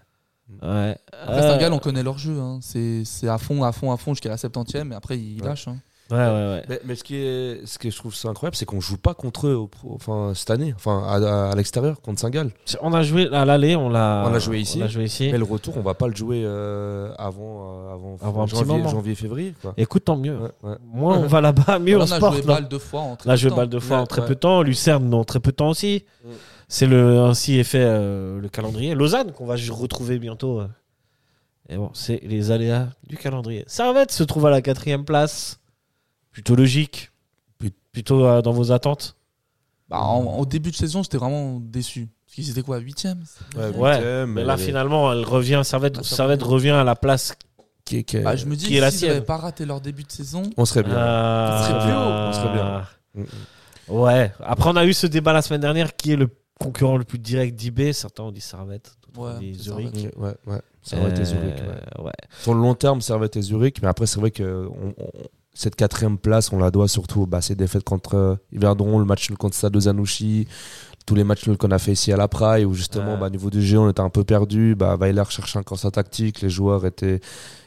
[SPEAKER 8] Ouais.
[SPEAKER 5] Après, Saint-Gall, on connaît leur jeu. hein. C'est c'est à fond, à fond, à fond jusqu'à la 70e et après, ils
[SPEAKER 6] Ouais.
[SPEAKER 5] lâchent. hein.
[SPEAKER 8] Ouais, ouais, ouais.
[SPEAKER 6] Mais, mais ce, qui est, ce que je trouve ça incroyable, c'est qu'on joue pas contre eux au pro- enfin, cette année, enfin à, à- à l'extérieur, contre Saint-Gall.
[SPEAKER 8] On a joué à l'aller, on l'a.
[SPEAKER 6] On l'a joué ici.
[SPEAKER 8] Ah, on l'a joué ici.
[SPEAKER 6] Mais le retour, on va pas le jouer euh, avant, euh, avant,
[SPEAKER 8] Avant un petit
[SPEAKER 6] janvier,
[SPEAKER 8] moment.
[SPEAKER 6] janvier, février. quoi.
[SPEAKER 8] Écoute, tant mieux.
[SPEAKER 6] Ouais, ouais.
[SPEAKER 8] Moins on va là-bas, mieux
[SPEAKER 5] Là,
[SPEAKER 8] on
[SPEAKER 5] on
[SPEAKER 8] se
[SPEAKER 5] a joué
[SPEAKER 8] porte. non
[SPEAKER 5] balle deux fois. En très
[SPEAKER 8] Là,
[SPEAKER 5] peu
[SPEAKER 8] je
[SPEAKER 5] de
[SPEAKER 8] balle
[SPEAKER 5] temps. Mm.
[SPEAKER 8] de fois en
[SPEAKER 6] Ouais,
[SPEAKER 8] très
[SPEAKER 6] ouais.
[SPEAKER 8] peu de temps. Lucerne, non, très peu de temps aussi. C'est le ainsi est fait euh, le calendrier. Lausanne, qu'on va ju- retrouver bientôt. euh. Et bon, c'est les aléas du calendrier. Servette se trouve à la quatrième place. Plutôt logique. Plut- Plutôt euh, dans vos attentes.
[SPEAKER 5] Bah, en, en début de saison, j'étais vraiment déçu. Parce qu'ils étaient quoi 8e
[SPEAKER 8] Ouais,
[SPEAKER 6] huitième,
[SPEAKER 8] Mais là,
[SPEAKER 6] euh,
[SPEAKER 8] finalement, elle revient. Servette,
[SPEAKER 5] Ah, ça
[SPEAKER 8] Servette revient à la place.
[SPEAKER 6] qui- qui-
[SPEAKER 5] bah, Je me dis,
[SPEAKER 8] Qui est la
[SPEAKER 5] s'ils n'avaient
[SPEAKER 8] sienne.
[SPEAKER 5] pas raté leur début de saison,
[SPEAKER 6] On serait bien.
[SPEAKER 8] Ah.
[SPEAKER 5] On serait plus
[SPEAKER 6] haut. On serait bien. Mm,
[SPEAKER 8] Ouais. Après, on a eu ce débat la semaine dernière qui est le concurrent le plus direct d'IB. Certains ont dit Servette, d'autres
[SPEAKER 5] Ouais,
[SPEAKER 8] ont dit
[SPEAKER 5] c'est
[SPEAKER 8] Zurich.
[SPEAKER 5] Servette.
[SPEAKER 6] Ouais, ouais, ouais. Servette et Zurich. ouais.
[SPEAKER 8] Euh, ouais.
[SPEAKER 6] Sur le long terme, Servette et Zurich. Mais après, c'est vrai que euh, on- on- cette quatrième place, on la doit surtout bah, ces défaites contre euh, Yverdon, le match nul contre Stade de Zanouchi, tous les matchs nuls qu'on a fait ici à la Praille, où justement,
[SPEAKER 8] Ouais.
[SPEAKER 6] bah, au niveau du jeu, on était un peu perdu. Bah, Weiler cherchait encore sa tactique. Les joueurs étaient.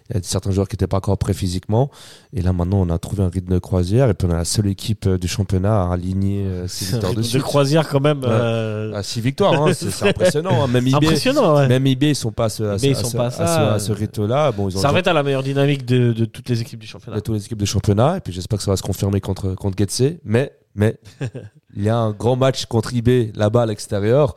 [SPEAKER 6] Il y a certains joueurs qui n'étaient pas encore prêts physiquement. Et là, maintenant, on a trouvé un rythme de croisière. Et puis, on est la seule équipe euh, du championnat à aligner euh, six
[SPEAKER 8] C'est un
[SPEAKER 6] victoires de
[SPEAKER 8] rythme de
[SPEAKER 6] suite.
[SPEAKER 8] croisière quand même.
[SPEAKER 6] Ouais.
[SPEAKER 8] euh,
[SPEAKER 6] À six victoires, hein, c'est c'est impressionnant. hein. Même IB,
[SPEAKER 8] impressionnant. ouais.
[SPEAKER 6] même IB, ils sont pas à ce, à ce-
[SPEAKER 8] IB, ils
[SPEAKER 6] à
[SPEAKER 8] sont
[SPEAKER 6] ce-
[SPEAKER 8] pas
[SPEAKER 6] à
[SPEAKER 8] ça.
[SPEAKER 6] ce- à ce rythme-là. Bon, ils ont
[SPEAKER 8] Servette a la meilleure dynamique de, de toutes les équipes du
[SPEAKER 6] de
[SPEAKER 8] championnat.
[SPEAKER 6] toutes les équipes de championnat. Et puis j'espère que ça va se confirmer contre, contre Getse. Mais, mais il y a un grand match contre IB là-bas à l'extérieur.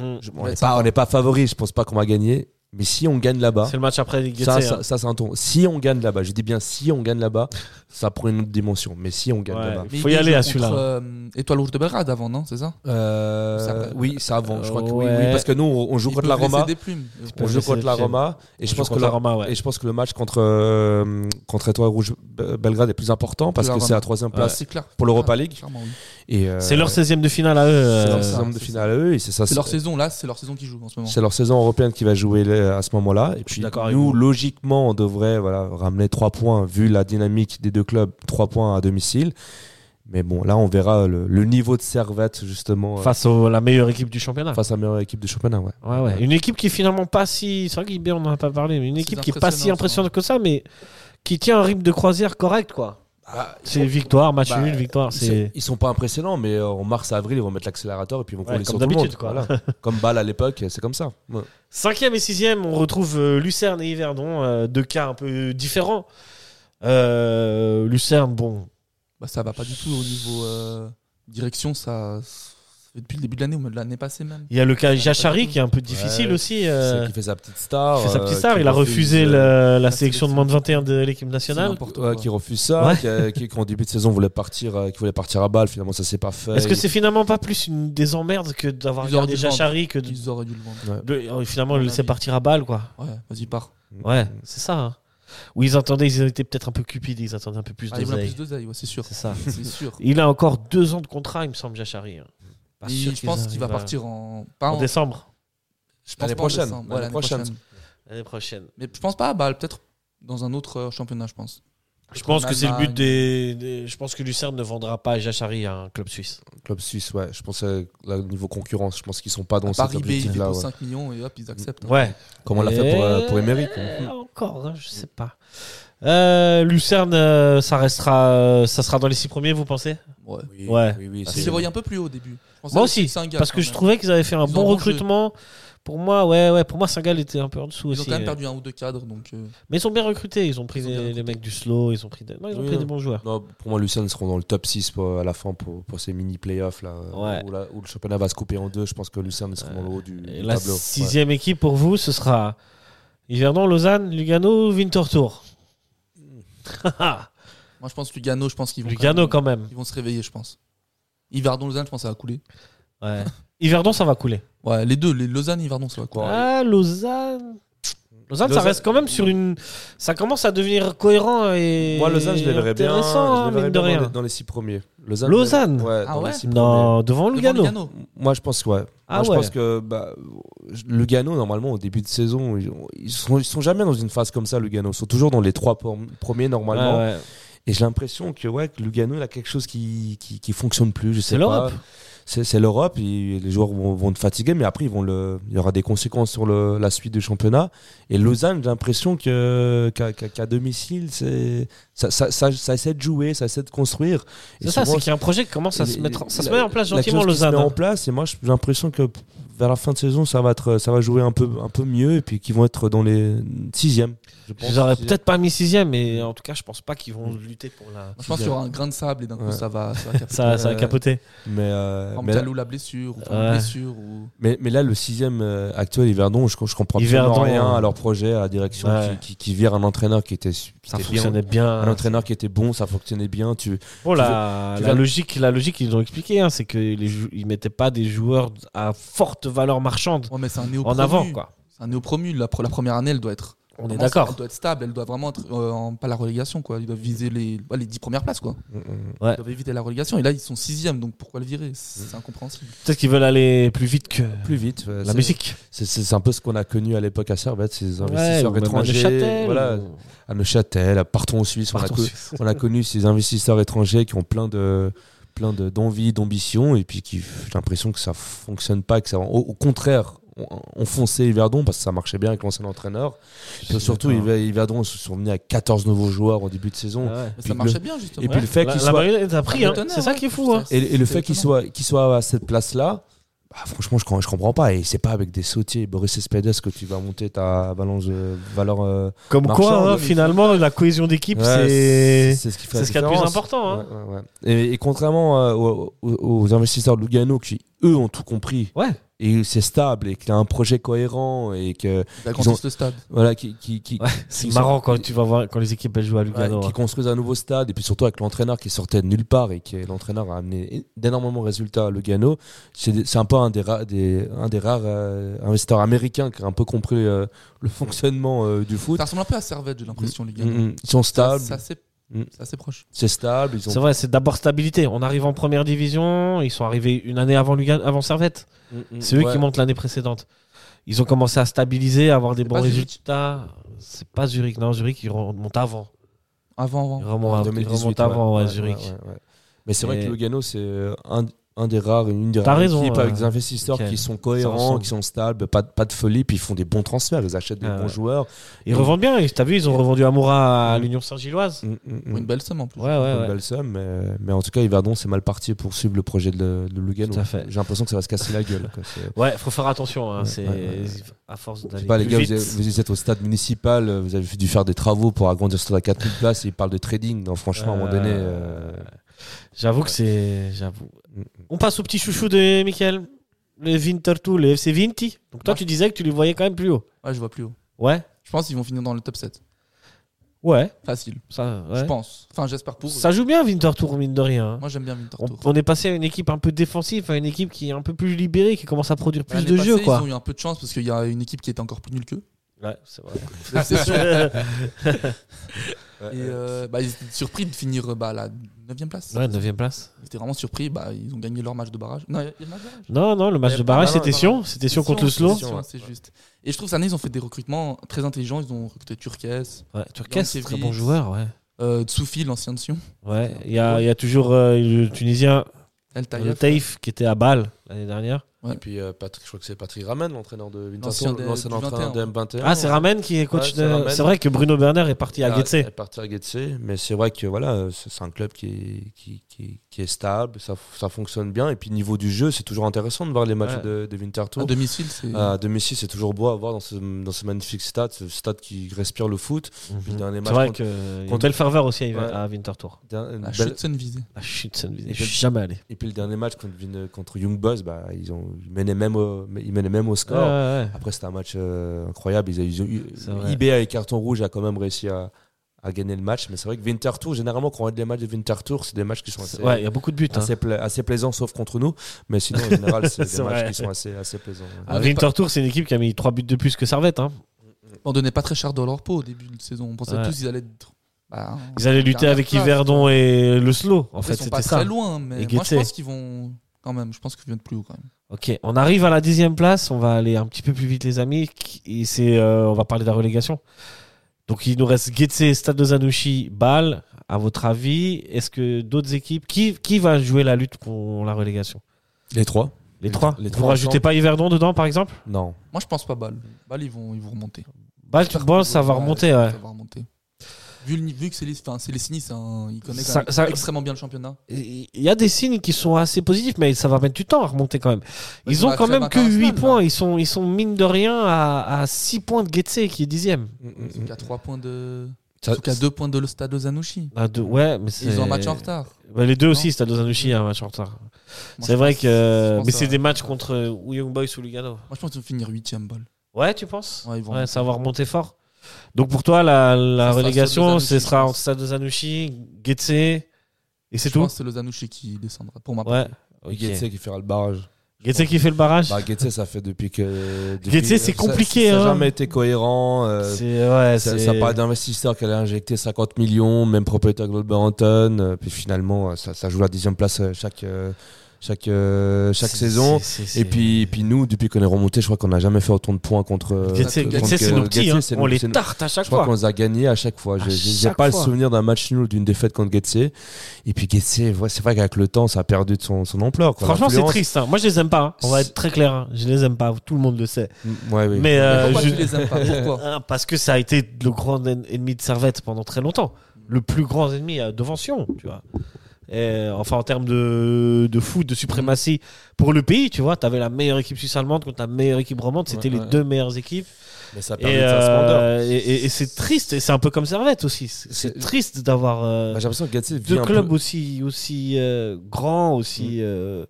[SPEAKER 8] Mhm.
[SPEAKER 6] Je- On n'est pas, on n'est pas favori, je pense pas qu'on va gagner. Mais si on gagne là-bas,
[SPEAKER 8] C'est le match après Ligue
[SPEAKER 6] ça,
[SPEAKER 8] Getse, hein.
[SPEAKER 6] ça, ça, c'est un ton. Si on gagne là-bas, je dis bien si on gagne là-bas, ça prend une autre dimension. Mais si on gagne
[SPEAKER 8] Ouais.
[SPEAKER 6] là-bas.
[SPEAKER 5] mais
[SPEAKER 8] Faut y
[SPEAKER 5] ils
[SPEAKER 8] aller
[SPEAKER 5] jouent
[SPEAKER 8] à celui-là.
[SPEAKER 5] contre, euh, Étoile Rouge de Belgrade avant, non C'est ça
[SPEAKER 6] Euh,
[SPEAKER 5] Ça va.
[SPEAKER 6] oui, c'est avant. Je crois que oui,
[SPEAKER 8] Ouais.
[SPEAKER 6] oui, parce que nous, on on joue
[SPEAKER 5] Ils
[SPEAKER 6] contre la
[SPEAKER 5] peuvent laisser
[SPEAKER 6] Roma.
[SPEAKER 5] des plumes.
[SPEAKER 6] On
[SPEAKER 8] peuvent
[SPEAKER 6] joue
[SPEAKER 8] laisser
[SPEAKER 6] contre la
[SPEAKER 8] des pieds.
[SPEAKER 6] Roma. Et je
[SPEAKER 8] On
[SPEAKER 6] pense
[SPEAKER 8] joue
[SPEAKER 6] que
[SPEAKER 8] contre
[SPEAKER 6] la,
[SPEAKER 8] Roma, ouais.
[SPEAKER 6] Et je pense que le match contre, euh, contre Étoile Rouge Be- Belgrade est plus important parce
[SPEAKER 5] Que la
[SPEAKER 6] que c'est
[SPEAKER 5] Roma.
[SPEAKER 6] la troisième
[SPEAKER 5] Ah,
[SPEAKER 6] place
[SPEAKER 5] c'est clair.
[SPEAKER 6] pour l'Europa League.
[SPEAKER 5] Clairement, oui.
[SPEAKER 6] Et, euh,
[SPEAKER 8] C'est leur 16e de finale à eux.
[SPEAKER 6] c'est
[SPEAKER 8] euh,
[SPEAKER 6] leur saison de
[SPEAKER 5] c'est
[SPEAKER 6] finale à eux. Et c'est ça.
[SPEAKER 5] C'est leur saison, là, c'est leur saison qu'ils jouent en ce moment.
[SPEAKER 6] c'est leur saison européenne qui va jouer là, à ce moment-là. Et
[SPEAKER 8] Je suis
[SPEAKER 6] puis
[SPEAKER 8] d'accord avec
[SPEAKER 6] nous,
[SPEAKER 8] vous.
[SPEAKER 6] logiquement, on devrait voilà, ramener trois points vu la dynamique des deux clubs, trois points à domicile. Mais bon, là, on verra le, le niveau de Servette justement euh, face,
[SPEAKER 8] Face à la meilleure équipe du championnat.
[SPEAKER 6] à la meilleure équipe de championnat. Ouais.
[SPEAKER 8] Ouais, ouais. Une équipe qui est finalement pas si. C'est vrai qu'IB, on n'en a pas parlé, mais une
[SPEAKER 5] C'est
[SPEAKER 8] équipe qui est pas si
[SPEAKER 5] impressionnant,
[SPEAKER 8] impressionnante que ça, mais qui tient un rythme de croisière correct, quoi. c'est victoire, match
[SPEAKER 6] bah,
[SPEAKER 8] nul, victoire.
[SPEAKER 6] Ils sont-
[SPEAKER 8] C'est.
[SPEAKER 6] ils sont pas impressionnants, mais euh, en mars, avril, ils vont mettre l'accélérateur et puis ils vont
[SPEAKER 8] Ouais,
[SPEAKER 6] rouler
[SPEAKER 8] comme
[SPEAKER 6] sur tout le
[SPEAKER 8] d'habitude,
[SPEAKER 6] monde.
[SPEAKER 8] quoi.
[SPEAKER 6] Voilà. comme Bâle à l'époque, c'est comme ça. Ouais.
[SPEAKER 8] Cinquième et sixième, on retrouve euh, Lucerne et Yverdon, euh, deux cas un peu différents. Euh, Lucerne, bon.
[SPEAKER 5] Bah, ça va pas du tout au niveau euh, direction, ça, ça fait depuis le début de l'année, ou de l'année passée même.
[SPEAKER 8] Il y a le cas
[SPEAKER 5] Ouais, pas
[SPEAKER 8] Jachari
[SPEAKER 5] du tout.
[SPEAKER 8] qui est un peu difficile
[SPEAKER 6] Ouais,
[SPEAKER 8] aussi.
[SPEAKER 6] C'est
[SPEAKER 8] euh,
[SPEAKER 6] qui fait sa petite star.
[SPEAKER 8] qui fait sa petite
[SPEAKER 6] euh,
[SPEAKER 8] star,
[SPEAKER 6] qui
[SPEAKER 8] il a refusé
[SPEAKER 6] refuse, euh,
[SPEAKER 8] le- la
[SPEAKER 5] la
[SPEAKER 8] sélection de moins de 21 de l'équipe nationale.
[SPEAKER 5] C'est n'importe
[SPEAKER 6] Ouais,
[SPEAKER 5] quoi.
[SPEAKER 6] qui refuse ça,
[SPEAKER 8] Euh, Ouais.
[SPEAKER 6] qui, a- qui, qui en début de saison voulait partir, euh, qui voulait partir à balle, finalement ça s'est pas fait.
[SPEAKER 8] Est-ce que c'est finalement pas plus une des emmerdes que d'avoir
[SPEAKER 5] bah, Ils auraient
[SPEAKER 8] regardé
[SPEAKER 5] dû le vendre.
[SPEAKER 8] Jachari que de,
[SPEAKER 5] Ils auraient dû le vendre.
[SPEAKER 8] de- euh, finalement
[SPEAKER 5] À
[SPEAKER 8] le
[SPEAKER 5] mon
[SPEAKER 8] laisser
[SPEAKER 5] avis.
[SPEAKER 8] partir à balle, quoi
[SPEAKER 6] Mm.
[SPEAKER 5] Ouais, vas-y, pars.
[SPEAKER 8] Ouais, c'est ça. hein. où ils attendaient, ils étaient peut-être un peu cupides, ils attendaient un peu plus
[SPEAKER 5] Ah,
[SPEAKER 8] de
[SPEAKER 5] il voulait plus d'oseille, ouais, c'est sûr.
[SPEAKER 8] C'est ça.
[SPEAKER 5] C'est sûr.
[SPEAKER 8] Il a encore deux ans de contrat, il me semble, Jachari. hein. Pas
[SPEAKER 5] Et
[SPEAKER 8] sûr
[SPEAKER 5] je pense qu'il va
[SPEAKER 8] arrivent à-
[SPEAKER 5] partir en. Pas
[SPEAKER 8] en
[SPEAKER 5] en-
[SPEAKER 8] décembre,
[SPEAKER 5] Je pense
[SPEAKER 6] L'année
[SPEAKER 5] pas en
[SPEAKER 6] prochaine,
[SPEAKER 5] décembre, ouais,
[SPEAKER 6] l'année
[SPEAKER 5] l'année
[SPEAKER 6] prochaine.
[SPEAKER 5] prochaine.
[SPEAKER 8] l'année prochaine.
[SPEAKER 5] Mais je pense pas à Bâle, peut-être dans un autre euh, championnat, je pense.
[SPEAKER 8] Je pense que c'est le but
[SPEAKER 5] Allemagne.
[SPEAKER 8] des, des- Je pense que Lucerne ne vendra pas Jachari à un club suisse.
[SPEAKER 6] Club suisse, ouais. Je pense euh, là, au niveau concurrence, je pense qu'ils sont pas dans cette
[SPEAKER 5] Paris B, il
[SPEAKER 6] objectif-là.
[SPEAKER 5] dépose
[SPEAKER 6] ouais.
[SPEAKER 5] 5 millions et hop, ils acceptent. hein.
[SPEAKER 8] Ouais.
[SPEAKER 6] Comme on l'a fait pour, euh, pour Emery. quoi.
[SPEAKER 8] Euh, Encore, hein, je sais pas. Euh, Lucerne, euh, ça restera, euh, ça sera dans les six premiers, vous pensez
[SPEAKER 5] Ouais.
[SPEAKER 6] Oui,
[SPEAKER 8] Ouais.
[SPEAKER 6] oui, oui,
[SPEAKER 5] Parce
[SPEAKER 6] c'est-
[SPEAKER 5] qu'ils voyaient un peu plus haut au début. Je pensais
[SPEAKER 8] Moi
[SPEAKER 5] que
[SPEAKER 8] aussi,
[SPEAKER 5] Singal,
[SPEAKER 8] parce
[SPEAKER 5] quand
[SPEAKER 8] que je
[SPEAKER 5] même.
[SPEAKER 8] trouvais qu'ils avaient fait un
[SPEAKER 5] Ils ont
[SPEAKER 8] bon
[SPEAKER 5] un bon
[SPEAKER 8] recrutement. Pour moi, ouais, ouais, pour moi, Singal était un peu en dessous
[SPEAKER 5] Ils
[SPEAKER 8] aussi.
[SPEAKER 5] ont quand même
[SPEAKER 8] euh.
[SPEAKER 5] perdu un ou deux cadres, donc. euh,
[SPEAKER 8] Mais ils ont bien recruté. Ils ont pris
[SPEAKER 5] Ils ont bien
[SPEAKER 8] les, les
[SPEAKER 5] recruté.
[SPEAKER 8] mecs du slow. Ils ont pris, des- non, ils ont
[SPEAKER 6] Oui,
[SPEAKER 8] pris
[SPEAKER 6] hein.
[SPEAKER 8] des bons joueurs.
[SPEAKER 6] Non, pour moi, Lucien, ils seront dans le top 6 pour- à la fin pour, pour ces mini playoffs là, euh,
[SPEAKER 8] Ouais. Euh,
[SPEAKER 6] où, la- où le championnat va se couper en deux. Je pense que Lucien, ils seront dans le haut du,
[SPEAKER 8] Et
[SPEAKER 6] du
[SPEAKER 8] la
[SPEAKER 6] tableau. Ouais.
[SPEAKER 8] sixième équipe pour vous, ce sera Yverdon, Lausanne, Lugano, Winterthur.
[SPEAKER 5] Hmm. Moi, je pense Lugano, je pense qu'ils vont.
[SPEAKER 8] Lugano
[SPEAKER 5] même-
[SPEAKER 8] quand même.
[SPEAKER 5] Ils vont se réveiller, je pense. Yverdon, Lausanne, je pense que ça va couler.
[SPEAKER 8] Ouais. Yverdon, ça va couler.
[SPEAKER 5] Ouais, les deux, les Lausanne, Yverdon, ça va couler.
[SPEAKER 8] Ah, Lausanne. Lausanne, ça
[SPEAKER 6] Lausanne-
[SPEAKER 8] reste quand même sur une. Ça commence à devenir cohérent et.
[SPEAKER 6] Moi, Lausanne, je les verrais bien, je les
[SPEAKER 8] Intéressant, hein,
[SPEAKER 6] verrais
[SPEAKER 8] mine de
[SPEAKER 6] bien dans,
[SPEAKER 8] rien.
[SPEAKER 6] les, dans les six premiers. Lausanne,
[SPEAKER 8] Lausanne
[SPEAKER 6] ouais,
[SPEAKER 5] Ah
[SPEAKER 6] dans les
[SPEAKER 5] ouais
[SPEAKER 6] six premiers.
[SPEAKER 8] Non, devant
[SPEAKER 5] Devant
[SPEAKER 8] Lugano.
[SPEAKER 5] Lugano.
[SPEAKER 6] Moi, je pense, ouais.
[SPEAKER 8] Ah
[SPEAKER 6] Moi, je
[SPEAKER 8] ouais.
[SPEAKER 6] pense que bah, Lugano, normalement, au début de saison, ils, ont- ils sont, ils sont jamais dans une phase comme ça, Lugano. Ils sont toujours dans les trois pom- premiers, normalement.
[SPEAKER 8] Ouais, ouais.
[SPEAKER 6] Et j'ai l'impression que, ouais, que Lugano, il a quelque chose qui, qui, qui fonctionne plus. Je sais
[SPEAKER 8] C'est l'Europe.
[SPEAKER 6] pas. C'est c'est l'Europe. et Les joueurs vont, vont te fatiguer, mais après, ils vont le, il y aura des conséquences sur le, la suite du championnat. Et Lausanne, j'ai l'impression que- qu'à qu'à- qu'à domicile, c'est- ça, ça, ça, ça essaie de jouer, ça essaie de construire. Et
[SPEAKER 8] C'est ça, c'est
[SPEAKER 6] souvent,
[SPEAKER 8] qu'il y a un projet qui commence à
[SPEAKER 6] et
[SPEAKER 8] se mettre, en- ça se
[SPEAKER 6] la-
[SPEAKER 8] met en place
[SPEAKER 6] la
[SPEAKER 8] gentiment
[SPEAKER 6] chose qui se
[SPEAKER 8] Lausanne. hein.
[SPEAKER 6] met en place et moi j'ai l'impression que p- vers la fin de saison ça va être euh, ça va jouer un peu un peu mieux et puis qu'ils vont être dans les sixièmes. Je pense.
[SPEAKER 8] Ils auraient
[SPEAKER 6] Sixième.
[SPEAKER 8] peut-être pas mis sixième, mais en tout cas, je pense pas qu'ils
[SPEAKER 6] Mm.
[SPEAKER 8] vont lutter pour la.
[SPEAKER 5] Je pense qu'il y aura un grain de sable et d'un coup,
[SPEAKER 6] Ouais.
[SPEAKER 5] ça va, ça va capoter.
[SPEAKER 8] Ça, ça va
[SPEAKER 5] Euh,
[SPEAKER 8] capoter.
[SPEAKER 6] mais, euh,
[SPEAKER 5] par exemple,
[SPEAKER 6] mais, là,
[SPEAKER 5] Diallo, la blessure, ou
[SPEAKER 8] Ouais.
[SPEAKER 5] la blessure, ou.
[SPEAKER 6] mais- mais là, le sixième euh, actuel Yverdon je, je comprends
[SPEAKER 8] Yverdon,
[SPEAKER 6] absolument rien
[SPEAKER 8] euh,
[SPEAKER 6] à leur projet à la direction
[SPEAKER 8] ouais.
[SPEAKER 6] qui, qui- qui vire un entraîneur qui était qui était
[SPEAKER 8] Ça
[SPEAKER 6] bien.
[SPEAKER 8] fonctionnait bien.
[SPEAKER 6] un entraîneur qui était bon ça fonctionnait bien tu
[SPEAKER 8] Bon, la,
[SPEAKER 6] tu
[SPEAKER 8] la
[SPEAKER 6] vas-
[SPEAKER 8] logique, la logique, ils ont expliqué, hein, c'est qu'ils ne mettaient pas des joueurs à forte valeur marchande
[SPEAKER 5] Ouais, mais c'est un néo
[SPEAKER 8] en avant, quoi.
[SPEAKER 5] C'est un néo promu. La, pro- la première année, elle doit être.
[SPEAKER 8] On est
[SPEAKER 5] vraiment,
[SPEAKER 8] d'accord.
[SPEAKER 5] Elle doit être stable. Elle doit vraiment être. euh, en- pas la relégation, quoi. Ils doivent viser les, ouais, les 10 premières places, quoi.
[SPEAKER 8] Ouais.
[SPEAKER 5] Ils doivent éviter la relégation. Et là, ils sont 6 donc pourquoi le virer C'est
[SPEAKER 6] Mmh.
[SPEAKER 5] incompréhensible.
[SPEAKER 8] Peut-être qu'ils veulent aller plus vite que
[SPEAKER 6] plus vite euh,
[SPEAKER 8] la
[SPEAKER 6] c'est-
[SPEAKER 8] musique.
[SPEAKER 6] c'est c'est un peu ce qu'on a connu à l'époque à Servette ces investisseurs
[SPEAKER 8] ou même à
[SPEAKER 6] étrangers
[SPEAKER 8] Neuchâtel,
[SPEAKER 6] voilà
[SPEAKER 8] ou-
[SPEAKER 6] à Neuchâtel à Parton en Suisse on a
[SPEAKER 8] Partons
[SPEAKER 6] co-
[SPEAKER 8] Suisse.
[SPEAKER 6] on a connu ces investisseurs étrangers qui ont plein de plein de- d'envie, d'ambition, et puis qui j'ai l'impression que ça fonctionne pas, que ça au, au contraire on, on fonçait Yverdon parce que ça marchait bien avec l'ancien entraîneur. Puis surtout
[SPEAKER 8] d'accord.
[SPEAKER 6] Yver- Yverdon se sont venus à 14 nouveaux joueurs au début de saison.
[SPEAKER 8] Ah ouais.
[SPEAKER 5] Mais
[SPEAKER 6] Puis
[SPEAKER 5] ça
[SPEAKER 6] le-
[SPEAKER 5] marchait bien, justement.
[SPEAKER 6] Et puis le fait
[SPEAKER 8] La-
[SPEAKER 6] qu'ils
[SPEAKER 8] la
[SPEAKER 6] soient
[SPEAKER 8] marionnette a pris,
[SPEAKER 5] Ça
[SPEAKER 8] hein.
[SPEAKER 5] m'étonnait,
[SPEAKER 8] c'est ça
[SPEAKER 5] ouais.
[SPEAKER 8] qui est fou. hein.
[SPEAKER 6] et, et le
[SPEAKER 5] C'est
[SPEAKER 6] fait qu'ils
[SPEAKER 5] étonnant.
[SPEAKER 6] soient qu'ils soient à cette place là. franchement, je, com- je comprends pas. Et c'est pas avec des sautiers, Boris Espedes, que tu vas monter ta balance de valeur. euh,
[SPEAKER 8] Comme
[SPEAKER 6] Marchand,
[SPEAKER 8] quoi, hein,
[SPEAKER 6] ouais, mais-
[SPEAKER 8] finalement, la cohésion d'équipe,
[SPEAKER 6] Ouais,
[SPEAKER 8] c'est.
[SPEAKER 6] ce qui fait
[SPEAKER 8] c'est
[SPEAKER 6] la
[SPEAKER 8] ce qu'il y a de plus
[SPEAKER 6] différence.
[SPEAKER 8] important, hein.
[SPEAKER 6] Ouais, ouais, ouais. Et, et contrairement euh, aux, aux- aux investisseurs de Lugano qui, eux, ont tout compris,
[SPEAKER 8] Ouais.
[SPEAKER 6] et c'est stable, et qu'il y a un projet cohérent, et que
[SPEAKER 5] Ils agrandissent
[SPEAKER 6] ont-
[SPEAKER 5] le stade.
[SPEAKER 6] voilà, qui, qui, qui,
[SPEAKER 8] C'est
[SPEAKER 6] Ils
[SPEAKER 8] marrant
[SPEAKER 6] sont-
[SPEAKER 8] quand tu vas voir quand les équipes elles jouent à Lugano.
[SPEAKER 6] qui
[SPEAKER 8] hein.
[SPEAKER 6] construisent un nouveau stade, et puis surtout avec l'entraîneur qui sortait de nulle part, et qui l'entraîneur a amené d'énormément de résultats à Lugano. C'est des- c'est un peu un des, ra- des- un des rares euh, investisseurs américains qui a un peu compris euh, le fonctionnement euh, du foot.
[SPEAKER 5] Ça ressemble un peu à Servette, j'ai l'impression, les gars.
[SPEAKER 6] Mm, mm. Ils sont stables,
[SPEAKER 5] C'est assez,
[SPEAKER 6] Mm.
[SPEAKER 5] c'est assez proche.
[SPEAKER 6] c'est stable, ils ont
[SPEAKER 8] C'est vrai, c'est d'abord stabilité. On arrive en première division, ils sont arrivés une année avant Lugano, avant Servette.
[SPEAKER 6] Mm, mm.
[SPEAKER 8] C'est eux
[SPEAKER 6] Ouais.
[SPEAKER 8] qui montent l'année précédente. Ils ont commencé à stabiliser, à avoir des
[SPEAKER 5] C'est
[SPEAKER 8] bons
[SPEAKER 5] pas Zurich.
[SPEAKER 8] résultats. C'est pas Zurich, non, Zurich ils remontent avant.
[SPEAKER 5] Avant,
[SPEAKER 8] Ils
[SPEAKER 5] avant.
[SPEAKER 8] remontent,
[SPEAKER 6] En
[SPEAKER 8] avant- ils
[SPEAKER 6] 2018,
[SPEAKER 8] remontent avant
[SPEAKER 6] ouais.
[SPEAKER 8] ouais,
[SPEAKER 6] Ouais,
[SPEAKER 8] Zurich.
[SPEAKER 6] ouais, ouais, ouais. Mais c'est vrai
[SPEAKER 8] Et-
[SPEAKER 6] que Lugano, c'est euh, un, un des rares, une des
[SPEAKER 8] T'as
[SPEAKER 6] rares
[SPEAKER 8] raison,
[SPEAKER 6] équipes
[SPEAKER 8] euh,
[SPEAKER 6] avec des investisseurs
[SPEAKER 8] Mickaël.
[SPEAKER 6] qui sont
[SPEAKER 8] Ça ressemble.
[SPEAKER 6] cohérents, qui sont stables, pas, de- pas de folie, puis ils font des bons transferts, ils achètent des
[SPEAKER 8] Ah
[SPEAKER 6] bons
[SPEAKER 8] ouais.
[SPEAKER 6] joueurs.
[SPEAKER 8] Ils revendent bien, et t'as vu, ils ont revendu Amoura à l'Union Saint-Gilloise.
[SPEAKER 6] Mm, mm, mm.
[SPEAKER 5] Pour une belle somme en plus.
[SPEAKER 8] Ouais, ouais,
[SPEAKER 6] Une
[SPEAKER 8] ouais.
[SPEAKER 6] belle somme, mais, mais en tout cas, Yverdon, c'est mal parti pour suivre le projet de, de Lugano.
[SPEAKER 8] Tout à fait.
[SPEAKER 6] J'ai l'impression que ça va se casser la gueule. quoi. C'est-
[SPEAKER 8] Ouais, faut faire attention. hein, c'est
[SPEAKER 6] ouais, ouais.
[SPEAKER 8] à force
[SPEAKER 6] Je
[SPEAKER 8] d'aller.
[SPEAKER 6] sais pas, les
[SPEAKER 8] plus
[SPEAKER 6] gars,
[SPEAKER 8] vite.
[SPEAKER 6] vous êtes, vous êtes au stade municipal, euh, vous avez dû faire des travaux pour agrandir ce stade à 4000 places et ils parlent de trading. Non, franchement, à un moment donné.
[SPEAKER 8] Euh,
[SPEAKER 6] euh,
[SPEAKER 8] J'avoue que c'est. J'avoue.
[SPEAKER 6] Mm.
[SPEAKER 8] On passe au petit chouchou de Michael. Le Vintertour, le FC Vinti. Donc toi,
[SPEAKER 5] Moi,
[SPEAKER 8] tu disais que tu les voyais quand même plus haut.
[SPEAKER 5] Ouais, je vois plus haut.
[SPEAKER 8] Ouais.
[SPEAKER 5] Je pense qu'ils vont finir dans le top 7.
[SPEAKER 8] Ouais.
[SPEAKER 5] Facile.
[SPEAKER 8] Ça,
[SPEAKER 5] Je
[SPEAKER 8] ouais.
[SPEAKER 5] pense. Enfin, j'espère pour. eux.
[SPEAKER 8] ça joue bien Wintertour, mine de rien. hein.
[SPEAKER 5] Moi, j'aime bien
[SPEAKER 8] On,
[SPEAKER 5] Winterthur.
[SPEAKER 8] on est passé à une équipe un peu défensive, à une équipe qui est un peu plus libérée, qui commence à produire plus
[SPEAKER 5] L'année
[SPEAKER 8] de
[SPEAKER 5] passée,
[SPEAKER 8] jeux, quoi.
[SPEAKER 5] Ils ont eu un peu de chance parce qu'il y a une équipe qui était encore plus nulle qu'eux.
[SPEAKER 8] Ouais, c'est vrai.
[SPEAKER 5] C'est sûr.
[SPEAKER 6] Ouais,
[SPEAKER 5] Et
[SPEAKER 6] ouais.
[SPEAKER 5] euh, bah, ils étaient surpris de finir euh, bah, à la 9 place.
[SPEAKER 8] Ouais, 9 place.
[SPEAKER 5] Ils étaient vraiment surpris. Bah, ils ont gagné leur match de barrage. Non, il y a- il y a le match de barrage.
[SPEAKER 8] Non, non, le match
[SPEAKER 6] Ouais,
[SPEAKER 8] de
[SPEAKER 6] pas
[SPEAKER 8] barrage,
[SPEAKER 6] mal, ouais,
[SPEAKER 8] c'était
[SPEAKER 6] pas
[SPEAKER 8] Sion. C'était Sion contre le
[SPEAKER 5] Sion,
[SPEAKER 8] Slow.
[SPEAKER 5] c'est Sion, C'est juste. Et je trouve que cette année, ils ont fait des recrutements très intelligents. Ils ont recruté Turquès,
[SPEAKER 8] Ouais, Turquesse,
[SPEAKER 5] Yankevic.
[SPEAKER 8] très bon joueur, ouais.
[SPEAKER 5] euh, Tsoufi, l'ancien de Sion,
[SPEAKER 8] Ouais, il y a, il y a toujours euh, le Tunisien,
[SPEAKER 5] El
[SPEAKER 8] le
[SPEAKER 5] Taïef,
[SPEAKER 8] Taïf, qui était à Bâle l'année dernière.
[SPEAKER 5] Ouais.
[SPEAKER 6] Et puis, euh, Patrick, je crois que c'est Patrick Raman, l'entraîneur de
[SPEAKER 5] L'ancien
[SPEAKER 6] Vincenzo,
[SPEAKER 5] de-
[SPEAKER 6] l'ancien
[SPEAKER 5] du
[SPEAKER 6] entraîneur
[SPEAKER 5] 21.
[SPEAKER 6] de M21.
[SPEAKER 8] Ah, c'est Ramen qui est coach
[SPEAKER 6] Ouais, c'est
[SPEAKER 8] de.
[SPEAKER 6] Ramen.
[SPEAKER 8] C'est vrai que Bruno Berner est parti à
[SPEAKER 6] Ah,
[SPEAKER 8] Getse.
[SPEAKER 6] Elle est partie à Getse, mais c'est vrai que voilà, c'est c'est un club qui est, qui, qui, qui est stable, ça, ça fonctionne bien. Et puis niveau du jeu, c'est toujours intéressant de voir les matchs
[SPEAKER 8] Ouais.
[SPEAKER 6] de, de Winterthur.
[SPEAKER 5] à domicile. c'est-
[SPEAKER 8] Mm. Euh,
[SPEAKER 6] À domicile, c'est toujours beau à voir dans ce, dans ce magnifique stade, ce stade qui respire le foot. Puis le dernier
[SPEAKER 8] Mhm. C'est
[SPEAKER 6] match
[SPEAKER 8] vrai
[SPEAKER 6] contre-
[SPEAKER 8] que. il y a Une
[SPEAKER 6] contre-
[SPEAKER 8] belle ferveur aussi à,
[SPEAKER 6] Ouais.
[SPEAKER 8] à Winterthur.
[SPEAKER 6] D'un-
[SPEAKER 5] La
[SPEAKER 6] belle-
[SPEAKER 5] chute se ne visait.
[SPEAKER 8] Ah, chute, ça ne je suis jamais allé.
[SPEAKER 6] Et puis le dernier match contre, Vin- contre Young Boys, bah, ils, ont, ils, menaient même au, ils menaient même au score.
[SPEAKER 8] Ouais, ouais, ouais.
[SPEAKER 6] Après, c'était un match euh, incroyable. Ils, ils ont eu-
[SPEAKER 8] C'est vrai.
[SPEAKER 6] IBA et Carton Rouge a quand même réussi à, à gagner le match. Mais c'est vrai que Winterthur, généralement, quand on regarde les matchs de Winterthur, c'est des matchs qui sont assez,
[SPEAKER 8] Ouais, il y a beaucoup de buts. hein.
[SPEAKER 6] assez, pla- assez plaisants, sauf contre nous. Mais sinon, en général, c'est
[SPEAKER 8] C'est
[SPEAKER 6] des matchs
[SPEAKER 8] vrai.
[SPEAKER 6] qui sont assez, assez plaisants. ouais.
[SPEAKER 8] Ah, Winterthur, c'est une équipe qui a mis 3 buts de plus que Servette. hein.
[SPEAKER 5] On donnait pas très cher dans leur peau au début de saison. On pensait
[SPEAKER 8] Ouais.
[SPEAKER 5] tous qu'ils allaient être. bah,
[SPEAKER 8] Ils allaient lutter
[SPEAKER 5] dernière
[SPEAKER 8] avec
[SPEAKER 5] place.
[SPEAKER 8] Yverdon et le Slow. En
[SPEAKER 5] Ils
[SPEAKER 8] fait,
[SPEAKER 5] sont pas
[SPEAKER 8] c'était ça.
[SPEAKER 5] très loin, mais moi
[SPEAKER 8] Et
[SPEAKER 5] je
[SPEAKER 8] Guettet.
[SPEAKER 5] pense qu'ils vont quand même. Je pense qu'ils viennent plus haut quand même.
[SPEAKER 8] Ok, on arrive à la dixième place. On va aller un petit peu plus vite, les amis. Et c'est, euh, on va parler de la relégation. Donc, il nous reste Getse, Stade de Zanouchi, Bâle. À votre avis, est-ce que d'autres équipes. Qui, qui va jouer la lutte pour la relégation
[SPEAKER 6] Les trois
[SPEAKER 8] Les
[SPEAKER 6] Les
[SPEAKER 8] trois
[SPEAKER 6] trois- les
[SPEAKER 8] Vous
[SPEAKER 6] trois
[SPEAKER 8] rajoutez
[SPEAKER 6] ensemble.
[SPEAKER 8] pas Yverdon dedans, par exemple
[SPEAKER 6] Non.
[SPEAKER 5] Moi je pense pas Bâle. Bâle ils vont, ils vont remonter.
[SPEAKER 8] Bâle, tu
[SPEAKER 5] J'espère
[SPEAKER 8] penses,
[SPEAKER 5] qu'ils
[SPEAKER 8] ça va
[SPEAKER 5] vont-
[SPEAKER 8] remonter, ouais.
[SPEAKER 5] Ça va remonter. Vu, le ni- vu que Célis- enfin, Célestini, c'est un- il connaît quand
[SPEAKER 8] Ça-
[SPEAKER 5] même
[SPEAKER 8] ça- Mm,
[SPEAKER 5] extrêmement bien le championnat.
[SPEAKER 8] Il y a des signes qui sont assez positifs, mais ça va mettre du temps à remonter quand même. Ils
[SPEAKER 5] ils ont
[SPEAKER 8] ont
[SPEAKER 5] la
[SPEAKER 8] quand
[SPEAKER 5] crème
[SPEAKER 8] même que 8
[SPEAKER 5] internationale,
[SPEAKER 8] points.
[SPEAKER 4] hein.
[SPEAKER 5] là.
[SPEAKER 8] Ils sont, ils sont mine de rien à, à 6 points de Getse qui est dixième.
[SPEAKER 5] Ils
[SPEAKER 8] mm.
[SPEAKER 5] sont qu'à 3 points de.
[SPEAKER 6] Ça-
[SPEAKER 5] en tout cas 2 points de le stade de Zanouchi.
[SPEAKER 8] Ah, deux- ouais, mais
[SPEAKER 5] Ils ont un
[SPEAKER 8] c'est-
[SPEAKER 5] match en retard.
[SPEAKER 8] Bah, les deux
[SPEAKER 5] Non.
[SPEAKER 8] aussi, Stade de Zanussi a un match en retard.
[SPEAKER 5] Moi,
[SPEAKER 8] C'est
[SPEAKER 5] je
[SPEAKER 8] vrai
[SPEAKER 5] pense-
[SPEAKER 8] que.
[SPEAKER 5] je pense
[SPEAKER 8] mais
[SPEAKER 5] ça
[SPEAKER 8] c'est
[SPEAKER 5] va-
[SPEAKER 8] des matchs contre euh, ou Young Boys ou Lugano.
[SPEAKER 5] Moi je pense qu'ils vont finir 8ème ball.
[SPEAKER 8] Ouais, tu penses
[SPEAKER 5] Ouais, ils vont
[SPEAKER 8] ça va remonter fort. Donc pour toi, la, la
[SPEAKER 5] Ça sera Stade de
[SPEAKER 8] relégation,
[SPEAKER 5] Zanussi,
[SPEAKER 8] ce
[SPEAKER 5] je
[SPEAKER 8] sera
[SPEAKER 5] pense.
[SPEAKER 8] entre Stade de Zanussi, Getse, et c'est
[SPEAKER 5] je
[SPEAKER 8] tout
[SPEAKER 5] pense que c'est le Zanouchi qui descendra. Pour ma part.
[SPEAKER 8] Ouais.
[SPEAKER 6] Getse qui fera le barrage.
[SPEAKER 8] Getse qui fait le barrage
[SPEAKER 6] Bah, Getse, ça fait depuis que. depuis-
[SPEAKER 8] Getse,
[SPEAKER 6] ça-
[SPEAKER 8] c'est compliqué,
[SPEAKER 6] Ça
[SPEAKER 8] hein.
[SPEAKER 6] n'a jamais été cohérent. euh,
[SPEAKER 8] C'est. Ouais,
[SPEAKER 6] Ça,
[SPEAKER 8] c'est-
[SPEAKER 6] ça parle d'investisseurs qui allaient injecter 50 millions, même propriétaire Wolverhampton. euh, Puis finalement, euh, ça, ça joue la dixième place euh, chaque, euh, chaque, euh, chaque
[SPEAKER 8] c'est-
[SPEAKER 6] saison.
[SPEAKER 8] c'est- c'est-
[SPEAKER 6] Et puis, puis nous, depuis qu'on est remonté, je crois qu'on n'a jamais fait autant de points contre. euh,
[SPEAKER 8] Getse,
[SPEAKER 5] contre-
[SPEAKER 8] Getse, c'est
[SPEAKER 6] contre-
[SPEAKER 8] nos petits.
[SPEAKER 6] Getse,
[SPEAKER 8] hein.
[SPEAKER 6] c'est
[SPEAKER 8] On
[SPEAKER 6] nos-
[SPEAKER 8] les
[SPEAKER 6] c'est nos-
[SPEAKER 8] tarte à chaque
[SPEAKER 6] Je crois qu'on
[SPEAKER 8] fois.
[SPEAKER 6] les a gagnés à chaque fois.
[SPEAKER 8] À
[SPEAKER 6] J'ai- J'ai j'ai
[SPEAKER 8] chaque
[SPEAKER 6] pas
[SPEAKER 8] fois.
[SPEAKER 6] le souvenir d'un match nul ou d'une défaite contre Getse. Et puis Getse, ouais, c'est vrai qu'avec le temps, ça a perdu de son, son ampleur. quoi.
[SPEAKER 8] Franchement, c'est
[SPEAKER 6] L'influence-
[SPEAKER 8] triste. hein. Moi, je les aime pas. hein. On va être très clair. hein. Je les aime pas. Tout le monde le sait.
[SPEAKER 6] Mm, Ouais, oui.
[SPEAKER 8] Mais euh,
[SPEAKER 5] Pourquoi
[SPEAKER 8] je-
[SPEAKER 5] tu les aimes pas Pourquoi
[SPEAKER 8] Ah, Parce que ça a été le grand en- ennemi de Servette pendant très longtemps. Le plus grand ennemi euh, devant Sion, tu vois. Et, enfin, en termes de, de foot, de suprématie pour le pays, tu vois, t'avais la meilleure équipe suisse allemande contre la meilleure équipe romande, c'était
[SPEAKER 6] Ouais,
[SPEAKER 8] les
[SPEAKER 6] ouais.
[SPEAKER 8] deux meilleures équipes.
[SPEAKER 6] Mais ça a perdu
[SPEAKER 8] Et,
[SPEAKER 6] de sa splendeur.
[SPEAKER 8] euh, et, et- et c'est triste, et c'est un peu comme Servette aussi. C'est c'est
[SPEAKER 6] C'est-
[SPEAKER 8] triste d'avoir euh,
[SPEAKER 6] Bah, J'ai l'impression que Getse vit
[SPEAKER 8] deux
[SPEAKER 6] un
[SPEAKER 8] clubs
[SPEAKER 6] peu-
[SPEAKER 8] aussi, aussi euh, grands, aussi, euh,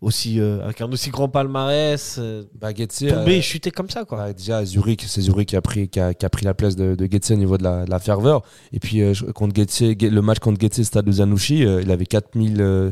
[SPEAKER 8] aussi euh, avec un aussi grand palmarès, euh,
[SPEAKER 6] Bah, Getse,
[SPEAKER 8] tomber
[SPEAKER 6] euh,
[SPEAKER 8] et chuter comme ça, quoi.
[SPEAKER 6] Ouais, déjà à Zurich, c'est Zurich qui a pris, qui a, qui a pris la place de, de Getse au niveau de la, de la ferveur. Et puis euh, je- contre Getse, Ge- le match contre Getse, stade de Zanouchi, euh, il avait 4000, euh,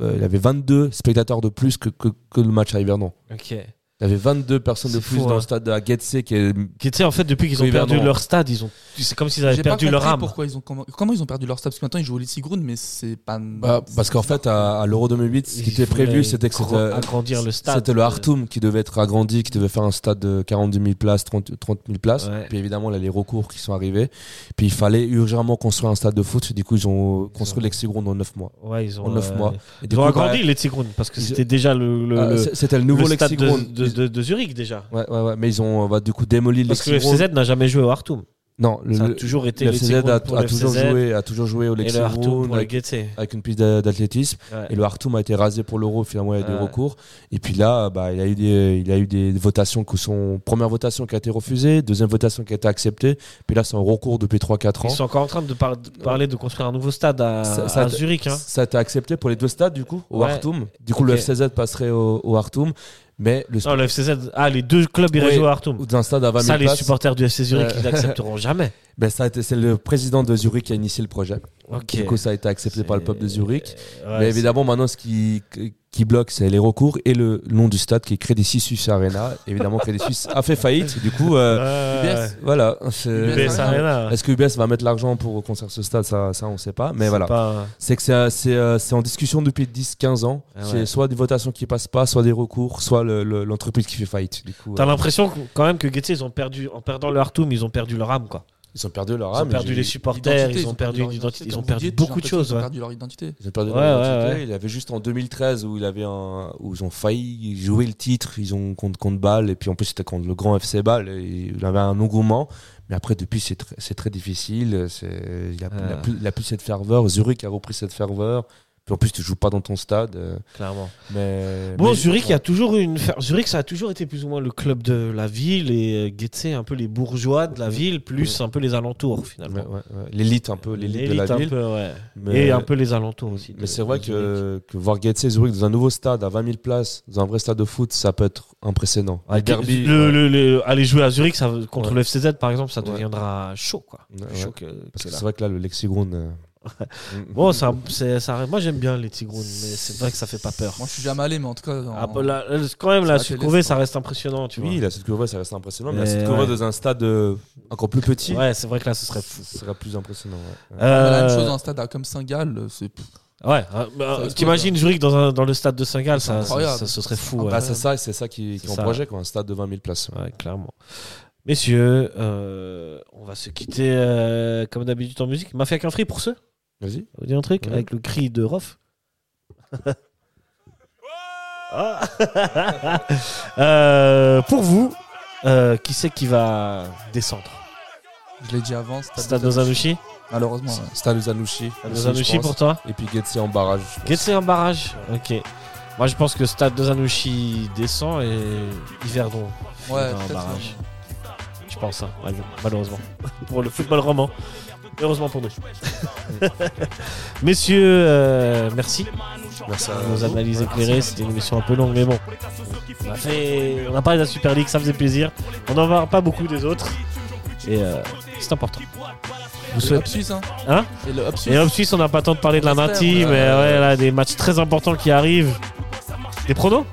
[SPEAKER 6] euh, il avait 22 spectateurs de plus que, que, que le match à Yverdon.
[SPEAKER 8] Ok.
[SPEAKER 6] Il avait 22 personnes de
[SPEAKER 8] C'est
[SPEAKER 6] plus
[SPEAKER 8] fou,
[SPEAKER 6] dans
[SPEAKER 8] hein.
[SPEAKER 6] le stade à Getse qui est
[SPEAKER 8] Qui, tu sais, en fait, depuis qu'ils ont
[SPEAKER 6] Oui,
[SPEAKER 8] perdu
[SPEAKER 6] vraiment.
[SPEAKER 8] leur stade, ils ont. C'est comme s'ils avaient
[SPEAKER 5] J'ai pas
[SPEAKER 8] perdu leur
[SPEAKER 5] compris
[SPEAKER 8] âme.
[SPEAKER 5] Pourquoi ils ont comment, comment ils ont perdu leur stade Parce que maintenant ils jouent au Litsi Ground, mais c'est pas.
[SPEAKER 6] Bah, parce qu'en fait, à, à l'Euro 2008, ce qui
[SPEAKER 8] Ils
[SPEAKER 6] était prévu,
[SPEAKER 8] voulaient
[SPEAKER 6] c'était que c'était, euh,
[SPEAKER 8] gr- agrandir le stade.
[SPEAKER 6] c'était le Hartum qui devait être agrandi, qui devait faire un stade de 42 000 places, 30, 30 000 places.
[SPEAKER 8] Ouais.
[SPEAKER 6] Puis évidemment, là, les recours qui sont arrivés. Puis il fallait urgemment construire un stade de foot. Du coup, ils ont construit l'Hexagon en 9 mois.
[SPEAKER 8] Ouais, ils ont.
[SPEAKER 6] En 9
[SPEAKER 8] euh,
[SPEAKER 6] mois. Et
[SPEAKER 8] Ils
[SPEAKER 6] du
[SPEAKER 8] ont
[SPEAKER 6] coup, bah,
[SPEAKER 8] agrandi les Tigrons parce que
[SPEAKER 6] ils-
[SPEAKER 8] c'était déjà le, le,
[SPEAKER 6] bah,
[SPEAKER 8] le-
[SPEAKER 6] euh, c- c'était le
[SPEAKER 8] le
[SPEAKER 6] nouveau
[SPEAKER 8] stade
[SPEAKER 6] L'Hexagon.
[SPEAKER 8] de, de, de- de Zurich déjà.
[SPEAKER 6] Ouais, ouais, ouais. Mais ils ont euh, bah, du coup démoli
[SPEAKER 8] Parce que le
[SPEAKER 6] l'Hexagon.
[SPEAKER 8] FCZ n'a jamais joué au Hartum.
[SPEAKER 6] Non, le,
[SPEAKER 8] Ça a
[SPEAKER 6] le-
[SPEAKER 8] toujours été
[SPEAKER 6] le
[SPEAKER 8] les
[SPEAKER 6] FCZ a,
[SPEAKER 8] Tigrons pour
[SPEAKER 6] a
[SPEAKER 8] le
[SPEAKER 6] toujours
[SPEAKER 8] FCZ
[SPEAKER 6] joué, a toujours joué au
[SPEAKER 8] et le Hartum
[SPEAKER 6] Lexington
[SPEAKER 8] pour le
[SPEAKER 6] avec,
[SPEAKER 8] Getse.
[SPEAKER 6] avec une piste d'a- d'athlétisme.
[SPEAKER 8] Ouais.
[SPEAKER 6] Et le Hartum a été rasé pour l'euro, finalement, il y a des
[SPEAKER 8] Ouais.
[SPEAKER 6] recours. Et puis là, bah, il, a eu des, il a eu des votations qui sont. Première votation qui a été refusée, deuxième votation qui a été acceptée. Puis là, c'est en recours depuis 3-4 ans.
[SPEAKER 8] Ils sont encore en train de, par- de parler de construire un nouveau stade à,
[SPEAKER 6] Ça- ça
[SPEAKER 8] à
[SPEAKER 6] a-
[SPEAKER 8] Zurich. hein.
[SPEAKER 6] Ça a été accepté pour les deux stades, du coup, au
[SPEAKER 8] Ouais.
[SPEAKER 6] Hartum. Du coup, le
[SPEAKER 8] Ok.
[SPEAKER 6] FCZ passerait au, au Hartum. Mais le
[SPEAKER 8] Non, le FCZ. Ah, les deux clubs iraient
[SPEAKER 6] Oui.
[SPEAKER 8] jouer au Hartum.
[SPEAKER 6] ou d'un stade à 20 000
[SPEAKER 8] Ça, les
[SPEAKER 6] places,
[SPEAKER 8] supporters du FC Zurich,
[SPEAKER 6] Ouais.
[SPEAKER 8] ils n'accepteront jamais.
[SPEAKER 6] ben, ça a été- c'est le président de Zurich qui a initié le projet.
[SPEAKER 4] Ok.
[SPEAKER 6] Du coup, ça a été accepté par le peuple de Zurich.
[SPEAKER 4] Ouais,
[SPEAKER 6] Mais
[SPEAKER 4] c'est-
[SPEAKER 6] évidemment, maintenant, ce qui, qui bloque, c'est les recours et le nom du stade qui est Crédit Suisse Arena. Évidemment, Crédit Suisse a fait faillite. Du coup, euh,
[SPEAKER 4] Ouais,
[SPEAKER 5] UBS.
[SPEAKER 6] voilà. c'est-
[SPEAKER 4] UBS Arena.
[SPEAKER 6] Est-ce que UBS va mettre l'argent pour construire ce stade Ça, ça on ne sait pas. Mais
[SPEAKER 4] C'est
[SPEAKER 6] voilà.
[SPEAKER 4] pas-
[SPEAKER 6] C'est que c'est, euh, c'est, euh, c'est en discussion depuis 10-15 ans.
[SPEAKER 4] Ah ouais.
[SPEAKER 6] C'est soit des votations qui passent pas, soit des recours, soit le- le- l'entreprise qui fait faillite. Du coup,
[SPEAKER 4] T'as
[SPEAKER 6] euh,
[SPEAKER 4] l'impression qu- quand même que Getsy, ils ont perdu, en perdant leur Hartum, ils ont perdu leur âme, quoi.
[SPEAKER 6] euh, ils ont perdu leur
[SPEAKER 4] Ils ont
[SPEAKER 6] âme.
[SPEAKER 4] perdu
[SPEAKER 6] j'ai-
[SPEAKER 4] les supporters,
[SPEAKER 5] Identité,
[SPEAKER 4] ils ont perdu une identité, ils
[SPEAKER 5] comme
[SPEAKER 4] ont
[SPEAKER 5] vous
[SPEAKER 4] perdu
[SPEAKER 5] dites,
[SPEAKER 4] beaucoup
[SPEAKER 5] j'ai
[SPEAKER 4] de
[SPEAKER 5] l'impression
[SPEAKER 4] choses.
[SPEAKER 5] qu'ils ont
[SPEAKER 4] ouais.
[SPEAKER 5] perdu leur identité.
[SPEAKER 6] Ils ont perdu
[SPEAKER 4] Ouais,
[SPEAKER 6] leur identité.
[SPEAKER 4] ouais, ouais.
[SPEAKER 6] Il avait juste en 2013 où il avait un, où ils ont failli jouer le titre. Ils ont contre contre Bâle et puis en plus c'était contre le grand FC Bâle. et Il avait un engouement, mais après depuis c'est très, c'est très difficile. C'est- Il n'y a, il a
[SPEAKER 4] Ah.
[SPEAKER 6] plus, il a plus cette ferveur. Zurich a repris cette ferveur. Puis en plus tu joues pas dans ton stade. euh,
[SPEAKER 4] Clairement.
[SPEAKER 6] Mais
[SPEAKER 4] Bon,
[SPEAKER 6] mais-
[SPEAKER 4] Zurich, il y a toujours une. fer- Zurich, ça a toujours été plus ou moins le club de la ville et euh, Getse, un peu les bourgeois de la ville, plus un peu les alentours,
[SPEAKER 6] Ouais,
[SPEAKER 4] finalement.
[SPEAKER 6] ouais, ouais. L'élite un peu, l'élite de la
[SPEAKER 4] L'élite un
[SPEAKER 6] ville.
[SPEAKER 4] peu, ouais.
[SPEAKER 6] Mais-
[SPEAKER 4] Et un peu les alentours aussi. de-
[SPEAKER 6] Mais c'est vrai
[SPEAKER 4] de Zurich.
[SPEAKER 6] que, que voir Getse Zurich dans un nouveau stade à 20 000 places, dans un vrai stade de foot, ça peut être impressionnant.
[SPEAKER 4] Ouais,
[SPEAKER 6] Les derbies,
[SPEAKER 4] Ah, le-
[SPEAKER 6] ouais.
[SPEAKER 4] le- le- aller jouer à Zurich ça, contre
[SPEAKER 6] Ouais.
[SPEAKER 4] le FCZ, par exemple, ça
[SPEAKER 6] Ouais.
[SPEAKER 4] deviendra chaud, quoi.
[SPEAKER 6] Ouais,
[SPEAKER 4] Plus chaud
[SPEAKER 6] ouais.
[SPEAKER 4] que,
[SPEAKER 6] Parce
[SPEAKER 4] que
[SPEAKER 6] que
[SPEAKER 4] là.
[SPEAKER 6] c'est vrai que là, le Lexigrone. euh, mm,
[SPEAKER 4] Bon,
[SPEAKER 6] mm.
[SPEAKER 4] ça, c'est- ça- moi j'aime bien les Tigrons, mais c'est vrai que ça fait pas peur.
[SPEAKER 5] Moi, je suis jamais allé, mais en tout cas. en-
[SPEAKER 4] Ah, bah, là, là, quand même,
[SPEAKER 5] Ça
[SPEAKER 4] la
[SPEAKER 5] va te
[SPEAKER 4] surcouver,
[SPEAKER 5] laisser,
[SPEAKER 4] ça reste impressionnant, tu
[SPEAKER 6] oui, la Sud Courvois, ça reste impressionnant, mais la
[SPEAKER 4] Mais
[SPEAKER 6] Sud Courvois
[SPEAKER 4] ouais.
[SPEAKER 6] dans un stade euh, encore plus petit,
[SPEAKER 4] vois. Ouais, c'est vrai que là, ce serait fou.
[SPEAKER 6] ce sera plus impressionnant. ouais. Ouais.
[SPEAKER 5] on a La même
[SPEAKER 4] Euh,
[SPEAKER 5] chose dans un stade à- comme Saint-Gall, euh, c'est pff,
[SPEAKER 4] Ouais, hein, bah,
[SPEAKER 5] Ça reste
[SPEAKER 4] t'imagines Zurich dans, un- dans le stade de Saint-Gall, ça, ça,
[SPEAKER 5] incroyable.
[SPEAKER 4] ça- ce serait fou.
[SPEAKER 5] Ah,
[SPEAKER 4] ouais.
[SPEAKER 6] Bah, c'est ça, c'est ça qui, qui
[SPEAKER 4] C'est
[SPEAKER 6] est en
[SPEAKER 4] ça.
[SPEAKER 6] projet, quoi, un stade de 20 000 places.
[SPEAKER 4] Ouais, clairement. Messieurs, euh, on va se quitter euh, comme d'habitude en musique. Mafia qu'un free pour ceux
[SPEAKER 6] Vas-y.
[SPEAKER 4] Vous dites un truc
[SPEAKER 6] Ouais.
[SPEAKER 4] avec le cri de Rof Ah. Euh, Pour vous, euh, qui c'est qui va descendre
[SPEAKER 5] je l'ai dit avant, stade,
[SPEAKER 4] Stade
[SPEAKER 5] de-
[SPEAKER 4] Nozanushi
[SPEAKER 5] Malheureusement, ouais.
[SPEAKER 6] Stade Zanushi.
[SPEAKER 4] Stade Nozanushi pour toi
[SPEAKER 6] Et puis Getse en barrage. je pense.
[SPEAKER 4] Getse un barrage Ok. Moi je pense que Stade Nozanushi descend et Yverdon finit
[SPEAKER 5] Ouais,
[SPEAKER 4] en
[SPEAKER 5] peut-être,
[SPEAKER 4] barrage. Je pense, hein, mal- malheureusement. pour le football roman. Heureusement pour nous. Messieurs, euh, merci.
[SPEAKER 6] Merci à
[SPEAKER 4] pour nos analyses éclairées. C'était une émission un peu longue, mais bon. On a, fait, on a parlé de la Super League, ça faisait plaisir. On n'en parle pas beaucoup des autres. Et euh, c'est important. Je Vous
[SPEAKER 5] Le
[SPEAKER 4] souhaite.
[SPEAKER 5] Hop Suisse, hein.
[SPEAKER 4] Hein
[SPEAKER 5] Et le Hop Suisse.
[SPEAKER 4] Et Hop Suisse, on n'a pas le temps de parler de la Nati, mais
[SPEAKER 5] J'espère, ouais.
[SPEAKER 4] ouais, là, des matchs très importants qui arrivent. Des pronos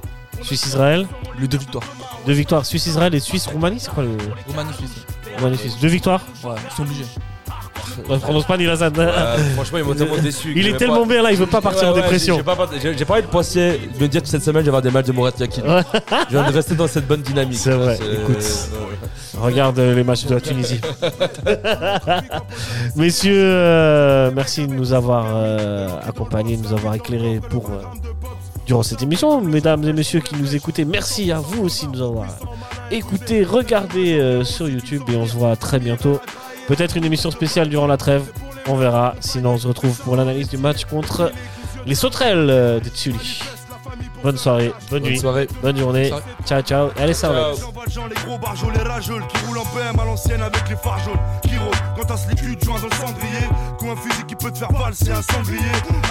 [SPEAKER 4] Suisse-Israël.
[SPEAKER 5] Les deux victoires.
[SPEAKER 4] Deux victoires. Suisse-Israël et Suisse-Roumanie, c'est quoi le.
[SPEAKER 5] Roumanie Suisse.
[SPEAKER 4] Roumanie-Suisse Deux victoires
[SPEAKER 5] Ouais, ils sont obligés.
[SPEAKER 4] On ne prononce pas ni la Zan.
[SPEAKER 6] Euh, franchement, ils m'ont tellement déçu.
[SPEAKER 4] Il
[SPEAKER 6] que
[SPEAKER 4] est
[SPEAKER 6] j'ai
[SPEAKER 4] tellement
[SPEAKER 6] pas-
[SPEAKER 4] bien là, il veut pas partir en
[SPEAKER 6] Ouais, ouais,
[SPEAKER 4] dépression.
[SPEAKER 6] j'ai- J'ai pas, part- j'ai- j'ai pas envie de penser, de me dire que cette semaine, je vais avoir des matchs de Mourad Yakin.
[SPEAKER 4] Ouais.
[SPEAKER 6] Je viens de rester dans cette bonne dynamique.
[SPEAKER 4] C'est vrai, écoute. Regarde euh, les matchs de la Tunisie. Messieurs, euh, merci de nous avoir euh, accompagnés, de nous avoir éclairés pour, euh, durant cette émission. Mesdames et messieurs qui nous écoutez, merci à vous aussi de nous avoir écoutés, regardés euh, sur YouTube et on se voit très bientôt. Peut-être une émission spéciale durant la trêve, on verra. Sinon, on se retrouve pour l'analyse du match contre les sauterelles euh, de Tsuli. Bonne soirée, bonne,
[SPEAKER 6] Bonne
[SPEAKER 4] nuit,
[SPEAKER 6] soirée.
[SPEAKER 4] bonne journée. Ciao,
[SPEAKER 5] Ciao.
[SPEAKER 4] ciao. Et allez, ça va.
[SPEAKER 9] Jean Valjean, les gros barjols, les rageuls qui roulent en BM à l'ancienne avec les phares jaunes. Qui rôdent quand t'as slip, tu te joins dans le cendrier. Comme un fusil qui peut te faire valser un cendrier.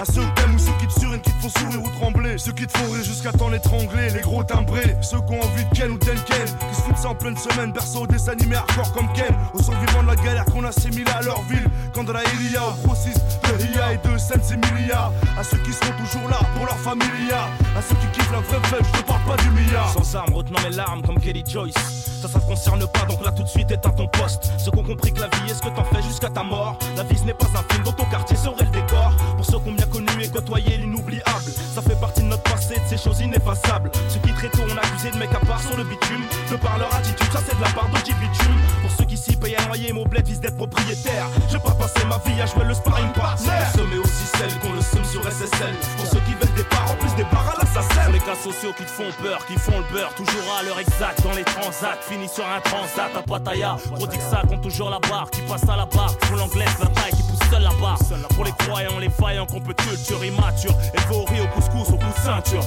[SPEAKER 9] À ceux que t'aimes ou ceux qui te surinent, qui te font sourire ou trembler. Ceux qui te font rire jusqu'à temps l'étrangler. Les gros timbrés, ceux qui ont envie de Ken ou Ken Qui se foutent ça en pleine semaine, berceau au dessin animé hardcore comme Ken. Aux survivants de la galère qu'on assimile à leur ville. Quand de la Ilia au grossiste de Ria et de Sense Emilia. À ceux qui sont toujours là pour leur familia. À ceux qui kiffent la vraie fête, je te parle pas du milliard.
[SPEAKER 8] Sans armes, retenant mes larmes comme Kelly Joyce. Ça, ça te concerne pas, donc là tout de suite éteins ton poste. Ceux qui ont compris que la vie est ce que t'en fais jusqu'à ta mort. La vie ce n'est pas un film dont ton quartier serait le décor. Pour ceux qu'on bien connu et côtoyé l'inoubliable. Ça fait partie de notre passé, de ces choses ineffaçables. Ceux qui très tôt ont accusé de mec à part sur le bitume. De par leur attitude, ça c'est de la part de bitume. Pour ceux qui s'y payent à noyer, mon bled vise d'être propriétaire. Je vais pas passer ma vie à jouer le sparring partner. Pour ceux, mais aussi celles qu'on le somme sur SSL. Pour ceux qui veulent des parts, en plus des parts à l'assassin. Les cas sociaux qui te font peur, qui font le beurre. Toujours à l'heure exacte dans les transats. Fini sur un transat à Pattaya. Gros dit que ça compte toujours la barre. Qui passe à la barre. Pour l'anglaise, la taille qui pousse seule la barre. Pour les croyants, les faillants qu'on peut culture immature. Et faut au riz, au couscous, au coup de ceinture.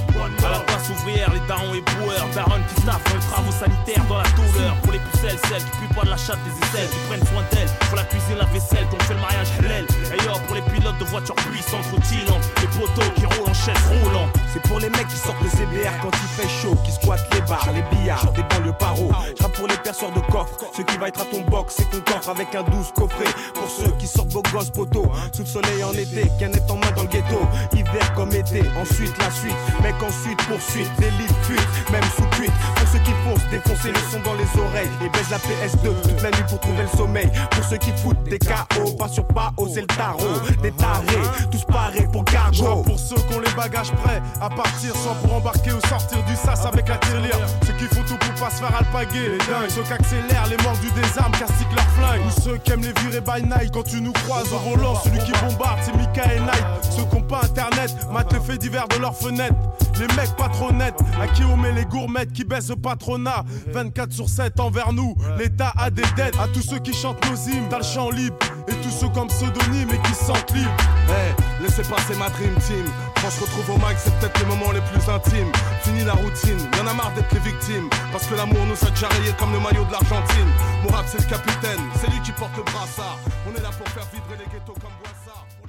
[SPEAKER 8] À la place ouvrière, les darons et boueurs. Daronne qui taffent dans les travaux sanitaires dans la douleur. Pour les pucelles, celles qui puent pas de la chatte des aisselles. Qui prennent soin d'elles. Pour la cuisine, la vaisselle, qu'on fait le mariage halal. Et yo, pour les pilotes de voitures puissantes, rutilantes. Les poteaux qui roulent en chaise roulante.
[SPEAKER 9] C'est pour les mecs qui sortent des CBR quand il fait chaud, qui squattent les bars, les billards, des banlieues paro. J'rappe pour les perceurs de coffres, ce qui va être à ton box, c'est ton coffre avec un douce coffret. Pour ceux qui sortent vos gosses
[SPEAKER 8] 12 poteaux. Sous le soleil en été, canette en main dans le ghetto. Hiver comme été, ensuite la suite. Mec, ensuite poursuite, délite, fuite, même sous cuite. Pour ceux qui foncent, défoncer le son dans les oreilles. Et baisse la PS2 toute la nuit pour trouver le sommeil. Pour ceux qui te foutent des KO, pas sur pas, oser le tarot. Des tarés, tous parés pour
[SPEAKER 10] Je rappe
[SPEAKER 8] cargo.
[SPEAKER 10] pour ceux qui ont les bagages prêts à partir, soit pour embarquer ou sortir du sas avec la tirelire. Ceux qui font tout pour pas se faire alpaguer, les dingues. Ceux qui accélèrent les morts du désarme, castiquent leur flingue. Ou ceux qui aiment les virer by night. Quand tu nous croises au volant, celui qui bombarde, c'est Michael Knight. Ceux qui ont pas internet, matent le fait divers de leur fenêtre. Les mecs pas trop nets, à qui on met les gourmettes qui baissent le patronat. 24 sur 7 envers nous, l'État a des dettes. À tous ceux qui chantent nos hymnes dans le champ libre. Et tous ceux comme pseudonyme et qui sentent libre.
[SPEAKER 8] Eh, laissez passer ma dream team. Quand on se retrouve au mag, c'est peut-être les moments les plus intimes. Fini la routine, y'en a marre d'être les victimes. Parce que l'amour nous a déjà rayés comme le maillot de l'Argentine. Mon rap, c'est le capitaine, c'est lui qui porte le brassard. On est là pour faire vibrer les ghettos comme Boissard. On est-